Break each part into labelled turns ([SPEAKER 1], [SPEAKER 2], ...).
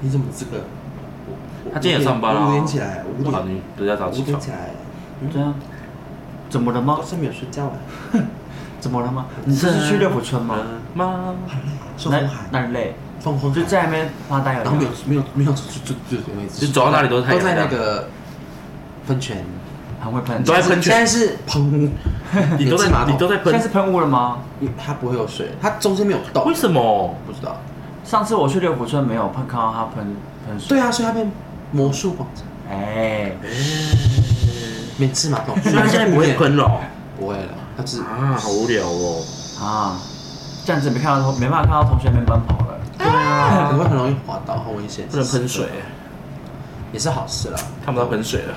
[SPEAKER 1] 你怎么这个？
[SPEAKER 2] 他今天也上班啊
[SPEAKER 1] 五点起来，五
[SPEAKER 2] 好，
[SPEAKER 1] 点，
[SPEAKER 2] 你比较早
[SPEAKER 1] 五
[SPEAKER 2] 起
[SPEAKER 1] 点
[SPEAKER 2] 床
[SPEAKER 1] 起。来，
[SPEAKER 3] 对啊，怎么了吗
[SPEAKER 1] 早？上没有睡觉啊？
[SPEAKER 3] 怎么了吗？你这是去六福村吗？
[SPEAKER 1] 嗯
[SPEAKER 2] 妈，
[SPEAKER 1] 受
[SPEAKER 3] 那
[SPEAKER 1] 风寒，
[SPEAKER 3] 那很累，
[SPEAKER 1] 放风
[SPEAKER 3] 就
[SPEAKER 1] 寒，
[SPEAKER 3] 在那边发呆而
[SPEAKER 1] 然后没
[SPEAKER 3] 已
[SPEAKER 1] 有
[SPEAKER 3] 啊。
[SPEAKER 1] 没有没有就就就没，
[SPEAKER 2] 就走到哪里都是太阳
[SPEAKER 1] 在那个喷泉，
[SPEAKER 3] 很会喷
[SPEAKER 2] 你，都在喷
[SPEAKER 1] 现在
[SPEAKER 2] 泉，
[SPEAKER 1] 是喷，
[SPEAKER 2] 你都在
[SPEAKER 1] 马桶
[SPEAKER 2] 你都在
[SPEAKER 3] 现在
[SPEAKER 2] 喷
[SPEAKER 3] 是，喷雾了吗？
[SPEAKER 1] 因为它不会有水，它中间没有洞，
[SPEAKER 2] 为什么？
[SPEAKER 1] 不知道？
[SPEAKER 3] 上次我去六福村没有碰看到他喷喷水。
[SPEAKER 1] 对啊，所以它变魔术广场，
[SPEAKER 3] 哎，
[SPEAKER 1] 免治马桶，
[SPEAKER 2] 虽然现在不会 喷了哦
[SPEAKER 1] 不会了，它是
[SPEAKER 2] 啊，好无聊 哦。
[SPEAKER 3] 啊，这样子没看到同，没办法看到同学们奔跑了。
[SPEAKER 2] 对啊，
[SPEAKER 1] 可能会很容易滑倒，很危险，
[SPEAKER 2] 不能喷水，
[SPEAKER 1] 也是好事了。
[SPEAKER 2] 看不到喷水了。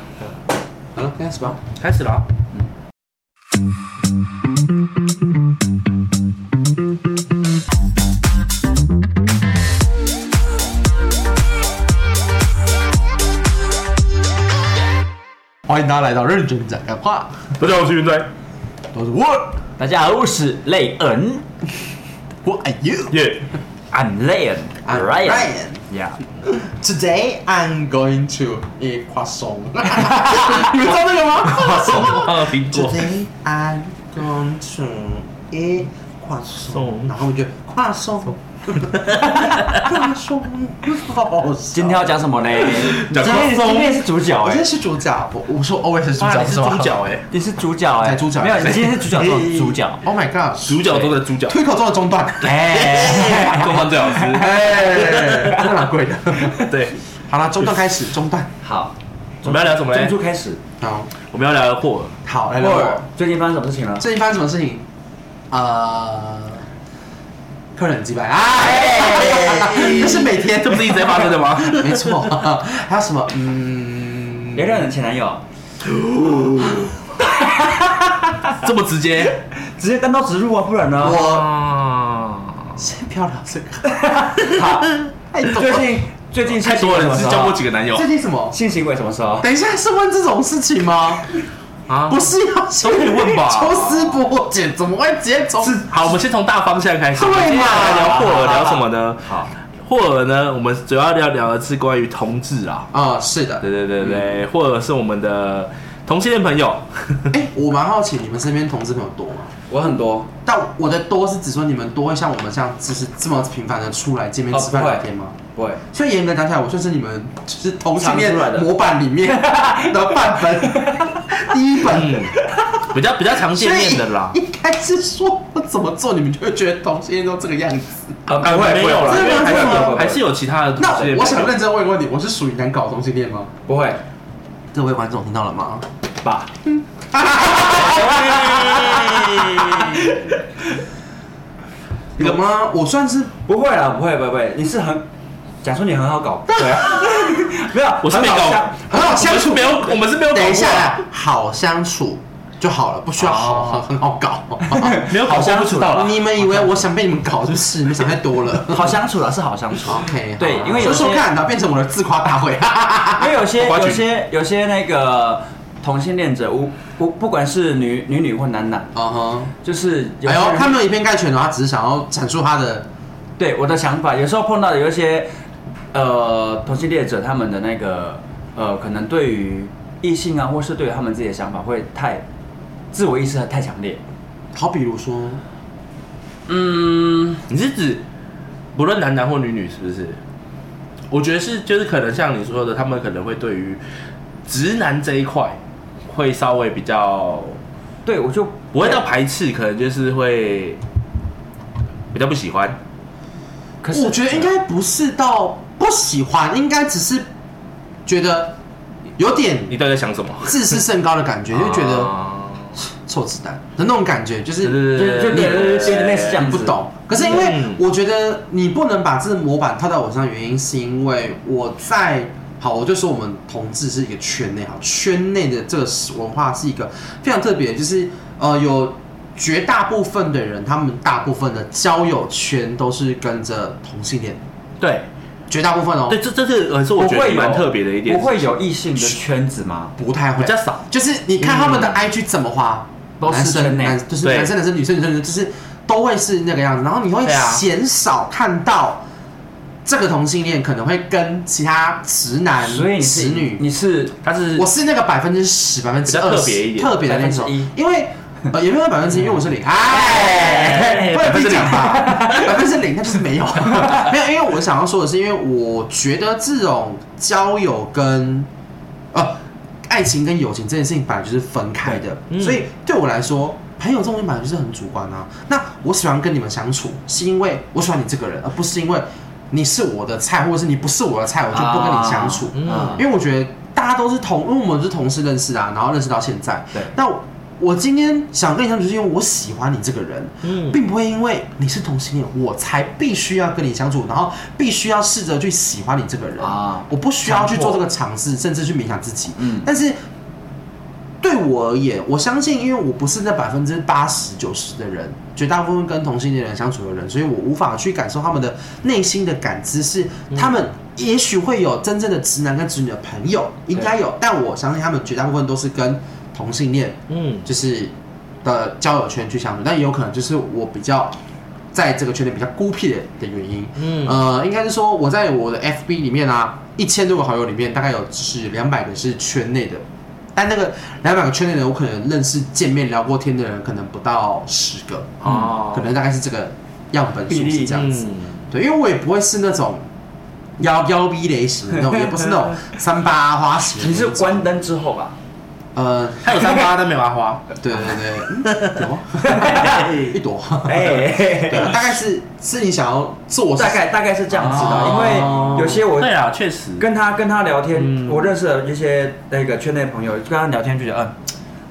[SPEAKER 1] 好了，开始吧。
[SPEAKER 2] 开始了，
[SPEAKER 1] 欢迎大家来到认真讲干话，
[SPEAKER 2] 大家好，我是云仔，
[SPEAKER 1] 我是我，
[SPEAKER 3] 大家好，我是雷恩
[SPEAKER 1] 我爱 you。
[SPEAKER 2] 耶。
[SPEAKER 3] ，I'm Lion
[SPEAKER 1] I'm Ryan
[SPEAKER 3] Yeah，
[SPEAKER 1] Today I'm going to eat croissant 你们知道那个吗
[SPEAKER 2] 送 二苹果，
[SPEAKER 1] ？Today I'm going to eat croissant，
[SPEAKER 2] 送
[SPEAKER 1] 然后我就跨 送，跨送，好笑
[SPEAKER 3] 今天要讲 什么呢？
[SPEAKER 2] 讲
[SPEAKER 3] 今天
[SPEAKER 2] 放松
[SPEAKER 3] 今天是主角
[SPEAKER 1] 我今
[SPEAKER 3] 哎
[SPEAKER 1] 天，是主角，我我说 always 是主
[SPEAKER 2] 哇，
[SPEAKER 1] 角，
[SPEAKER 2] 你是
[SPEAKER 1] 吧
[SPEAKER 2] 主角哎，
[SPEAKER 3] 你是主角哎，
[SPEAKER 1] 才主角，
[SPEAKER 3] 没有，你今天是 主角中的主角。
[SPEAKER 1] Oh my god，
[SPEAKER 2] 主角中的主 角，
[SPEAKER 1] 推口中的中 段，
[SPEAKER 3] 哎，
[SPEAKER 2] 中饭最好吃。
[SPEAKER 1] 哎，真的蛮贵 的。
[SPEAKER 2] 对，
[SPEAKER 1] 好了，中段开始，中段，
[SPEAKER 3] 好，
[SPEAKER 2] 我们要聊什么
[SPEAKER 3] 中
[SPEAKER 2] 嘞？
[SPEAKER 3] 初开始，
[SPEAKER 1] 好，
[SPEAKER 2] 我们要聊霍尔。
[SPEAKER 1] 好，来
[SPEAKER 3] 霍
[SPEAKER 1] 来
[SPEAKER 3] 尔，最近发生什么事情了？
[SPEAKER 1] 最近发生什么事情？呃，客人很击败啊！
[SPEAKER 3] 哎
[SPEAKER 1] 这 是每天，
[SPEAKER 2] 哎这不是一直在发生的 吗？
[SPEAKER 1] 没 错。还有什么？嗯，
[SPEAKER 3] 别人的前男友
[SPEAKER 2] 这么直接？
[SPEAKER 3] 直接单刀直入啊，不然呢？
[SPEAKER 1] 我
[SPEAKER 2] 啊，
[SPEAKER 1] 先不要聊这个，
[SPEAKER 3] 好，
[SPEAKER 1] 太多
[SPEAKER 3] 最
[SPEAKER 1] 了。
[SPEAKER 3] 近最近
[SPEAKER 2] 太多了，你是交过几
[SPEAKER 3] 个？
[SPEAKER 2] 个男友
[SPEAKER 1] 最近什么？
[SPEAKER 3] 性行为什么时候？
[SPEAKER 1] 等一下是问这种事情吗？
[SPEAKER 3] 哦
[SPEAKER 2] 啊？
[SPEAKER 1] 不是要都
[SPEAKER 2] 可以问吧
[SPEAKER 1] 抽丝剥茧，怎么会直接从？
[SPEAKER 2] 是好，我们先从大方向开始。
[SPEAKER 1] 对嘛
[SPEAKER 2] 我们今天来聊霍尔，聊什么呢？
[SPEAKER 3] 好，
[SPEAKER 2] 霍尔呢，我们主要要聊的是关于同志啊。
[SPEAKER 1] 啊，是的
[SPEAKER 2] 对。对对对，霍尔是我们的同性恋朋友，
[SPEAKER 1] 哎，我蛮好奇你们身边同志朋友多吗？
[SPEAKER 3] 我很多，
[SPEAKER 1] 但我的多是指说你们多会像我们这样，就是这么频繁的出来见面
[SPEAKER 3] 哦
[SPEAKER 1] 吃饭
[SPEAKER 3] 不会
[SPEAKER 1] 聊天吗？
[SPEAKER 3] 不会，
[SPEAKER 1] 所以严格讲起来，我算是你们就是同性恋
[SPEAKER 3] 常出来的
[SPEAKER 1] 模板里面的范本第一本。
[SPEAKER 2] 嗯，比较比较常见面的啦
[SPEAKER 1] 所。以应该是说我怎么做，你们就会觉得同性恋都这个样子。
[SPEAKER 3] 啊
[SPEAKER 2] 啊没有啦
[SPEAKER 1] 真的
[SPEAKER 2] 还
[SPEAKER 1] 没有
[SPEAKER 2] 是
[SPEAKER 1] 这
[SPEAKER 2] 有
[SPEAKER 1] 个
[SPEAKER 2] 还是有其他的同
[SPEAKER 1] 那
[SPEAKER 2] 性恋朋友。
[SPEAKER 1] 我想认真问一个问题，我是属于难搞的同性恋吗？
[SPEAKER 3] 不会
[SPEAKER 1] 各位观众听到了吗？
[SPEAKER 3] 吧？
[SPEAKER 1] 有吗？我算是
[SPEAKER 3] 不会啦，不会，不会，你是很，假说你很好搞，对啊， 没有，
[SPEAKER 2] 我是没
[SPEAKER 3] 很好
[SPEAKER 2] 搞
[SPEAKER 3] 笑，
[SPEAKER 1] 很好
[SPEAKER 2] 我
[SPEAKER 1] 相
[SPEAKER 2] 们是
[SPEAKER 1] 处
[SPEAKER 2] 没。有，我们是没有搞
[SPEAKER 1] 等一下
[SPEAKER 2] 过啊，
[SPEAKER 1] 啦，好相处就好了，不需要好很很
[SPEAKER 3] 哦
[SPEAKER 1] 好搞。
[SPEAKER 2] 没有搞
[SPEAKER 3] 好
[SPEAKER 2] 过
[SPEAKER 3] 相
[SPEAKER 2] 不
[SPEAKER 3] 处
[SPEAKER 2] 知道啦。
[SPEAKER 1] 你们以为我想被你们搞就是？你们想太多了。
[SPEAKER 3] 好相处啦，是好相处。
[SPEAKER 1] OK，
[SPEAKER 3] 对
[SPEAKER 1] 好
[SPEAKER 3] 因为有
[SPEAKER 1] 说说
[SPEAKER 3] 些
[SPEAKER 1] 看，然后变成我的自夸大会。
[SPEAKER 3] 因为有些
[SPEAKER 2] 瓜群
[SPEAKER 3] 有些有些那个同性恋者，无不不管是女女女或男男，
[SPEAKER 1] 嗯哼，
[SPEAKER 3] 就是有
[SPEAKER 1] 哎
[SPEAKER 3] 些
[SPEAKER 1] 呦，
[SPEAKER 3] 人
[SPEAKER 1] 他没有以偏概全哦，他只是想要阐述他的
[SPEAKER 3] 对我的想法，有时候碰到有一些呃同性恋者，他们的那个呃，可能对于异性啊，或是对于他们自己的想法会太自我意识太强烈。
[SPEAKER 1] 好，比如说，
[SPEAKER 3] 嗯，
[SPEAKER 2] 你是指不论男男或女女是不是？我觉得是，就是可能像你说的，他们可能会对于直男这一块会稍微比较
[SPEAKER 3] 对我就
[SPEAKER 2] 不会到排斥，可能就是会比较不喜欢。
[SPEAKER 3] 可是
[SPEAKER 1] 我觉得应该不是到不喜欢，应该只是觉得有点
[SPEAKER 2] 你到底在想什么？
[SPEAKER 1] 自视甚高的感觉，就觉得
[SPEAKER 2] 啊
[SPEAKER 1] 臭子弹的那种感觉，就
[SPEAKER 2] 对
[SPEAKER 1] 是
[SPEAKER 2] 对对
[SPEAKER 3] 就
[SPEAKER 2] 对
[SPEAKER 3] 就
[SPEAKER 2] 对，
[SPEAKER 3] 就类似这样
[SPEAKER 1] 不懂。可是因为
[SPEAKER 2] 嗯
[SPEAKER 1] 我觉得你不能把这个模板套在我身上，原因是因为我在。好，我就说我们同志是一个圈内哈，圈内的这个文化是一个非常特别，就是呃有绝大部分的人，他们大部分的交友圈都是跟着同性恋，
[SPEAKER 2] 对
[SPEAKER 1] 绝大部分哦，
[SPEAKER 2] 对，这这是呃是我
[SPEAKER 3] 不
[SPEAKER 2] 觉得
[SPEAKER 3] 会有
[SPEAKER 2] 蛮特别的一点，
[SPEAKER 3] 不会有异性的圈子吗？
[SPEAKER 1] 不太会，
[SPEAKER 2] 比较少
[SPEAKER 1] 就是你看他们的 IG 怎么花，
[SPEAKER 3] 嗯都是
[SPEAKER 1] 男生
[SPEAKER 3] 圈内
[SPEAKER 1] 男就是
[SPEAKER 2] 对
[SPEAKER 1] 男生男
[SPEAKER 3] 啊
[SPEAKER 1] 生女生女生就是都会是那个样子，然后你会
[SPEAKER 2] 对啊
[SPEAKER 1] 鲜少看到这个同性恋可能会跟其他直男、
[SPEAKER 3] 所以你是
[SPEAKER 1] 直女，
[SPEAKER 3] 你是
[SPEAKER 2] 他是
[SPEAKER 1] 我是那个百分之十、百分之
[SPEAKER 2] 比
[SPEAKER 1] 二
[SPEAKER 2] 较
[SPEAKER 1] 十
[SPEAKER 2] 特别一点
[SPEAKER 1] 特别的那种
[SPEAKER 3] 1%，
[SPEAKER 1] 因为呃也没有百分之一，因为我是零， 哎，不能自己讲吧，百分之零那就是没有， 没有，因为我想要说的是，因为我觉得这种交友跟呃爱情跟友情这件事情本来就是分开的，
[SPEAKER 2] 对嗯
[SPEAKER 1] 所以对我来说。朋友这种东西本来就是很主观啊。那我喜欢跟你们相处，是因为我喜欢你这个人，而不是因为你是我的菜，或者是你不是我的菜，我就不跟你相处。
[SPEAKER 2] 嗯
[SPEAKER 3] 啊
[SPEAKER 1] 因为我觉得大家都是同，因为我们是同事认识的、啊，然后认识到现在。
[SPEAKER 3] 对
[SPEAKER 1] 那我我今天想跟你相处，就是因为我喜欢你这个人，
[SPEAKER 2] 嗯
[SPEAKER 1] 并不会因为你是同性恋，我才必须要跟你相处，然后必须要试着去喜欢你这个人
[SPEAKER 3] 啊
[SPEAKER 1] 我不需要去
[SPEAKER 3] 强
[SPEAKER 1] 做
[SPEAKER 3] 迫
[SPEAKER 1] 这个尝试，甚至去勉强自己。
[SPEAKER 3] 嗯
[SPEAKER 1] 但是对我而言，我相信，因为我不是那百分之八十九十的人，绝大部分跟同性恋人相处的人，所以我无法去感受他们的内心的感知是，他们也许会有真正的直男跟直女的朋友，应该有，但我相信他们绝大部分都是跟同性恋
[SPEAKER 2] 嗯
[SPEAKER 1] 就是的交友圈去相处，但也有可能就是我比较在这个圈内比较孤僻的的原因。
[SPEAKER 2] 嗯
[SPEAKER 1] 呃，应该是说我在我的 FB 里面啊，一千多个好友里面，大概有是两百个是圈内的，但那个两百个圈内的人，我可能认识、见面、聊过天的人，可能不到十个，
[SPEAKER 2] 哦
[SPEAKER 1] 可能大概是这个样本数是这样子。
[SPEAKER 2] 嗯
[SPEAKER 1] 对，因为我也不会是那种妖妖逼类型的那 种，也不是那种三八花型的
[SPEAKER 3] 你
[SPEAKER 1] 那
[SPEAKER 3] 是
[SPEAKER 1] 种。
[SPEAKER 3] 关灯之后吧？
[SPEAKER 1] 呃，
[SPEAKER 2] 他有三八，但没有麻花。
[SPEAKER 1] 对对对，有吗 一朵。
[SPEAKER 3] 哎，
[SPEAKER 1] 对，大概是是你想要做
[SPEAKER 3] 大概大概是这样子的，因
[SPEAKER 2] 哦
[SPEAKER 3] 为有些我
[SPEAKER 2] 对啊，确实
[SPEAKER 3] 跟他跟他聊天，
[SPEAKER 2] 嗯
[SPEAKER 3] 我认识了一些那个圈内朋友，跟他聊天就觉得，嗯，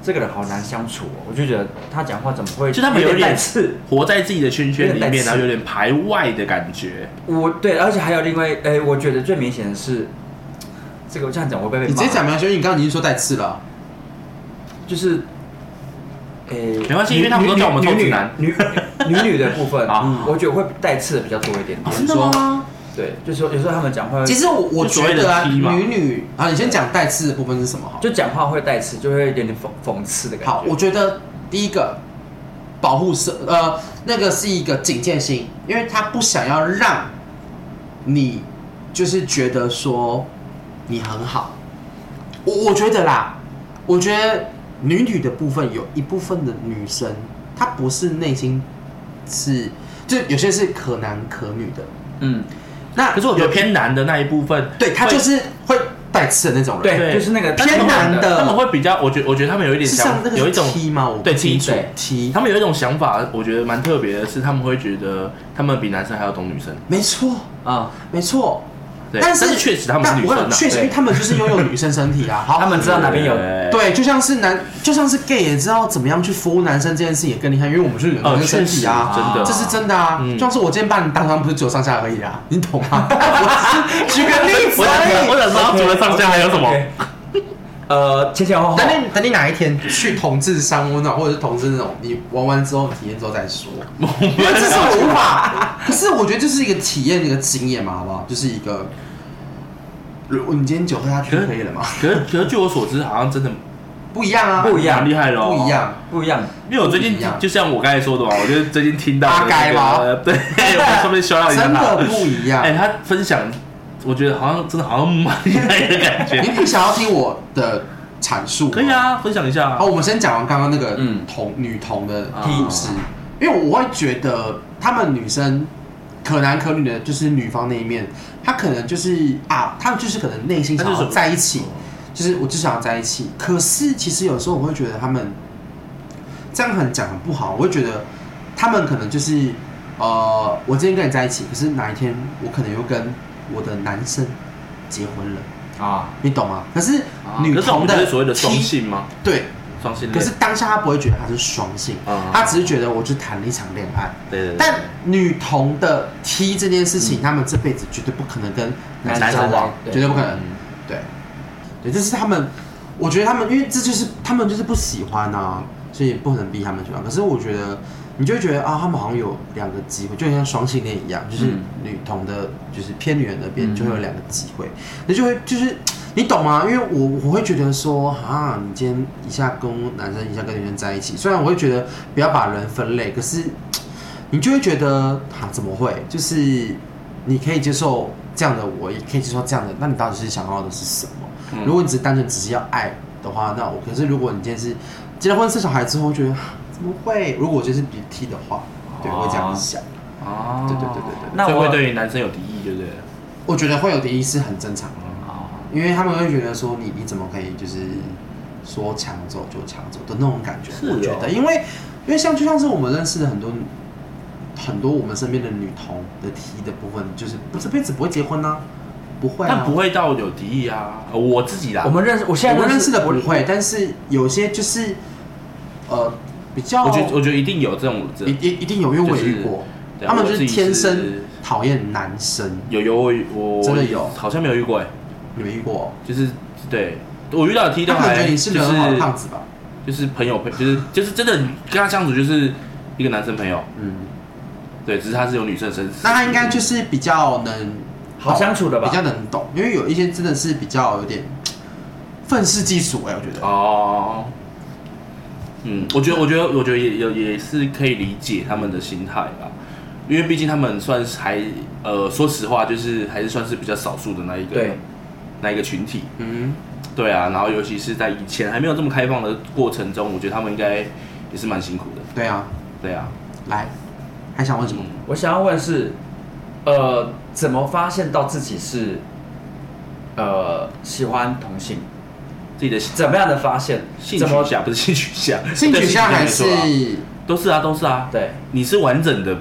[SPEAKER 3] 这个人好难相处、哦，我就觉得他讲话怎么会
[SPEAKER 2] 就他们有
[SPEAKER 3] 带
[SPEAKER 2] 点
[SPEAKER 3] 刺。
[SPEAKER 2] 活在自己的圈圈里
[SPEAKER 3] 有点带
[SPEAKER 2] 面，
[SPEAKER 3] 刺
[SPEAKER 2] 然后有点排外的感觉。
[SPEAKER 3] 我对，而且还有另外，哎，我觉得最明显的是，这个我这样讲我会被
[SPEAKER 1] 你直
[SPEAKER 3] 骂
[SPEAKER 1] 接讲没关系，因为你刚刚已经说带刺了。啊
[SPEAKER 3] 就是，哎，
[SPEAKER 2] 没关系
[SPEAKER 3] 女
[SPEAKER 2] 因为他们都
[SPEAKER 3] 女
[SPEAKER 2] 叫我们
[SPEAKER 3] 女
[SPEAKER 2] 臭直
[SPEAKER 3] 女
[SPEAKER 2] 男
[SPEAKER 3] 女女女的部分
[SPEAKER 2] 啊，
[SPEAKER 3] 我觉得会带刺的比较多一点点。
[SPEAKER 1] 真的吗？
[SPEAKER 3] 对，就是说有时候他们讲话会，
[SPEAKER 1] 其实我我
[SPEAKER 2] 就所
[SPEAKER 1] 觉
[SPEAKER 2] 谓的
[SPEAKER 1] 得啊，
[SPEAKER 2] T 嘛
[SPEAKER 1] 女女啊，你先讲带刺的部分是什么好？
[SPEAKER 3] 就讲话会带刺，就会有点点讽讽刺的感觉。
[SPEAKER 1] 好，我觉得第一个保护色，呃，那个是一个警戒心，因为他不想要让你就是觉得说你很好。我我觉得啦，我觉得女女的部分有一部分的女生，她不是内心是，就有些是可男可女的。
[SPEAKER 3] 嗯，
[SPEAKER 1] 那
[SPEAKER 2] 可是我觉得偏男的那一部分，
[SPEAKER 1] 对他就是会带刺的那种人。
[SPEAKER 3] 对就是那个
[SPEAKER 1] 偏男的
[SPEAKER 2] 他们会比较，我觉我觉得他们有一点
[SPEAKER 1] 是像
[SPEAKER 2] 想
[SPEAKER 1] 那，个
[SPEAKER 2] 有一种
[SPEAKER 1] T 吗？我
[SPEAKER 2] 对 T
[SPEAKER 1] 主
[SPEAKER 3] 对
[SPEAKER 1] T，
[SPEAKER 2] 他们有一种想法，我觉得蛮特别的是，他们会觉得他们比男生还要懂女生。
[SPEAKER 1] 没错，
[SPEAKER 3] 啊，
[SPEAKER 1] 没错。
[SPEAKER 2] 对
[SPEAKER 1] 但
[SPEAKER 2] 但是确实他们是
[SPEAKER 1] 但
[SPEAKER 2] 女
[SPEAKER 1] 我
[SPEAKER 2] 生啊
[SPEAKER 1] 有确实，
[SPEAKER 3] 对
[SPEAKER 1] 因为他们就是拥有女生身体啊。 好，
[SPEAKER 3] 他们知道哪边有
[SPEAKER 2] 对
[SPEAKER 1] 对，就像是男，就像是 gay 也知道怎么样去服务男生这件事也更厉害，因为我们是女
[SPEAKER 2] 呃，
[SPEAKER 1] 生
[SPEAKER 2] 确
[SPEAKER 1] 身
[SPEAKER 2] 实
[SPEAKER 1] 体啊。
[SPEAKER 2] 真的，
[SPEAKER 1] 这是真的啊，
[SPEAKER 2] 嗯
[SPEAKER 1] 就像是我今天把你当成不是只有上下而已啊，你懂 吗？我只是举个例子啊
[SPEAKER 2] 我想
[SPEAKER 1] 而已
[SPEAKER 2] 说，。我想说，他除了上下还有什么？
[SPEAKER 3] OK 呃，前前后后，
[SPEAKER 1] 等你等你哪一天去同志商务那种，或者是同志那种，你玩完之后体验之后再说。因为这是我无法，可是我觉得这是一个体验，一个经验嘛，好不好？就是一个，呃如果你今天酒喝下去就可以了嘛，
[SPEAKER 2] 可是可是据我所知，好像真的
[SPEAKER 1] 不一样啊，
[SPEAKER 3] 不一样
[SPEAKER 2] 蛮厉害的哦，
[SPEAKER 1] 不一。样。
[SPEAKER 3] 不一样，
[SPEAKER 2] 因为我最近
[SPEAKER 1] 不一样
[SPEAKER 2] 就像我刚才说的嘛，我就最近听到
[SPEAKER 1] 阿该吗
[SPEAKER 2] 的那个对，我顺便笑到一下
[SPEAKER 1] 真
[SPEAKER 2] 他
[SPEAKER 1] 的。不一样
[SPEAKER 2] 哎，。他分享，我觉得好像真的好像蛮厉害的感
[SPEAKER 1] 你
[SPEAKER 2] 觉。
[SPEAKER 1] 你想要听我的阐述？
[SPEAKER 2] 可以。啊，分享一下啊
[SPEAKER 1] 好，。我们先讲完刚刚那个
[SPEAKER 3] 嗯
[SPEAKER 1] 同女同的
[SPEAKER 2] 啊
[SPEAKER 1] 故事，因为我会觉得他们女生可男可女的，就是女方那一面，她可能就是啊，她就是可能内心想
[SPEAKER 2] 她
[SPEAKER 1] 要
[SPEAKER 2] 就是
[SPEAKER 1] 在一起，就是我就想要在一起。可是其实有时候我会觉得他们这样很讲很不好，我会觉得他们可能就是呃，我今天跟你在一起，可是哪一天我可能又跟我的男生结婚了，
[SPEAKER 3] 啊，
[SPEAKER 1] 你懂吗？可是
[SPEAKER 2] 啊
[SPEAKER 1] 女
[SPEAKER 2] 可是我
[SPEAKER 1] 同
[SPEAKER 2] 们不
[SPEAKER 1] 的
[SPEAKER 2] 是所谓的双
[SPEAKER 1] T-
[SPEAKER 2] 性吗？
[SPEAKER 1] 对。
[SPEAKER 2] 双性
[SPEAKER 1] 可
[SPEAKER 2] 恋
[SPEAKER 1] 是。当下他不会觉得他是双性
[SPEAKER 2] 嗯，
[SPEAKER 1] 他只是觉得我就谈了一场恋爱。
[SPEAKER 2] 对对对
[SPEAKER 1] 但女同的 T 这件事情，他们这辈子绝对不可能跟男生
[SPEAKER 2] 男
[SPEAKER 1] 交
[SPEAKER 2] 生
[SPEAKER 1] 往，
[SPEAKER 3] 对
[SPEAKER 1] 绝对不可能
[SPEAKER 2] 嗯。
[SPEAKER 1] 对，对，这是他们，我觉得他们，因为这就是他们就是不喜欢啊，所以不可能逼他们喜欢。可是我觉得，你就会觉得啊，他们好像有两个机会，就像双性恋一样，就是
[SPEAKER 3] 嗯
[SPEAKER 1] 女同的，就是偏女人那
[SPEAKER 3] 嗯
[SPEAKER 1] 边就会有两个机会，你就会就是。你懂吗？因为我我会觉得说，啊，你今天一下跟男生，一下跟女生在一起，虽然我会觉得不要把人分类，可是你就会觉得啊，怎么会？就是你可以接受这样的我，也可以接受这样的，那你到底是想要的是什么？
[SPEAKER 2] 嗯
[SPEAKER 1] 如果你只是单纯只是要爱的话，那我可是如果你今天是结了婚生小孩之后，我觉得啊怎么会？如果我就是鼻涕的话，对，
[SPEAKER 3] 哦
[SPEAKER 1] 我会这样想。
[SPEAKER 2] 哦
[SPEAKER 1] 对对对对对
[SPEAKER 3] 那
[SPEAKER 2] 那
[SPEAKER 3] 我
[SPEAKER 2] 会对于男生有敌意，对不对？
[SPEAKER 1] 我觉得会有敌意是很正常的，
[SPEAKER 3] 哦
[SPEAKER 1] 因为他们会觉得说你你怎么可以就是说抢走就抢走的那种感觉。
[SPEAKER 2] 是
[SPEAKER 1] 我觉
[SPEAKER 2] 哦
[SPEAKER 1] 得，因为因为像就像是我们认识的很多很多我们身边的女同的 T 的部分，就是不这辈子不会结婚呐、不会、啊，
[SPEAKER 2] 但不会到有敌意啊，呃我自己啦，
[SPEAKER 3] 我们认识，我现
[SPEAKER 1] 我
[SPEAKER 3] 在
[SPEAKER 1] 们认识的
[SPEAKER 3] 我
[SPEAKER 1] 不会，但是有些就是呃比较，
[SPEAKER 2] 我觉得我觉得一定有这种这
[SPEAKER 1] 一一一定有，因为我也
[SPEAKER 2] 就
[SPEAKER 1] 遇
[SPEAKER 2] 是
[SPEAKER 1] 过，
[SPEAKER 2] 对
[SPEAKER 1] 他们
[SPEAKER 2] 我
[SPEAKER 1] 就
[SPEAKER 2] 自
[SPEAKER 1] 是
[SPEAKER 2] 己
[SPEAKER 1] 天
[SPEAKER 2] 是
[SPEAKER 1] 生讨厌男生，
[SPEAKER 2] 有有我我
[SPEAKER 1] 真的有
[SPEAKER 2] 好像没有遇过哎，
[SPEAKER 1] 你没遇过？
[SPEAKER 2] 就是对我遇到的 T 都
[SPEAKER 1] 他啊可能觉
[SPEAKER 2] 还
[SPEAKER 1] 得你
[SPEAKER 2] 就是
[SPEAKER 1] 人
[SPEAKER 2] 是
[SPEAKER 1] 很好的胖子吧？
[SPEAKER 2] 就是朋友朋就是就是真的跟他相处就是一个男生朋友，
[SPEAKER 1] 嗯，
[SPEAKER 2] 对，只是他是有女生身，
[SPEAKER 1] 那他应该就是比较能
[SPEAKER 3] 好相处的吧
[SPEAKER 1] 比较能懂，因为有一些真的是比较有点愤世嫉俗哎、我觉得。
[SPEAKER 2] 哦。嗯，我觉得，我觉得，我觉得也也也是可以理解他们的心态啦，因为毕竟他们算是还呃，说实话，就是还是算是比较少数的那一个
[SPEAKER 3] 对
[SPEAKER 2] 那一个群体，
[SPEAKER 1] 嗯，
[SPEAKER 2] 对啊，然后尤其是在以前还没有这么开放的过程中，我觉得他们应该也是蛮辛苦的，
[SPEAKER 1] 对啊，
[SPEAKER 2] 对啊，
[SPEAKER 1] 来，还想问什么？
[SPEAKER 2] 嗯，
[SPEAKER 3] 我想要问是，呃，怎么发现到自己是呃喜欢同性？
[SPEAKER 2] 自己的
[SPEAKER 3] 怎么样的发现？
[SPEAKER 2] 性
[SPEAKER 3] 怎
[SPEAKER 2] 取
[SPEAKER 3] 么
[SPEAKER 2] 向不是性取向，
[SPEAKER 1] 性取向还
[SPEAKER 2] 对
[SPEAKER 1] 是
[SPEAKER 2] 性取向没错啊都是啊，都是啊，
[SPEAKER 3] 对？
[SPEAKER 2] 你是完整的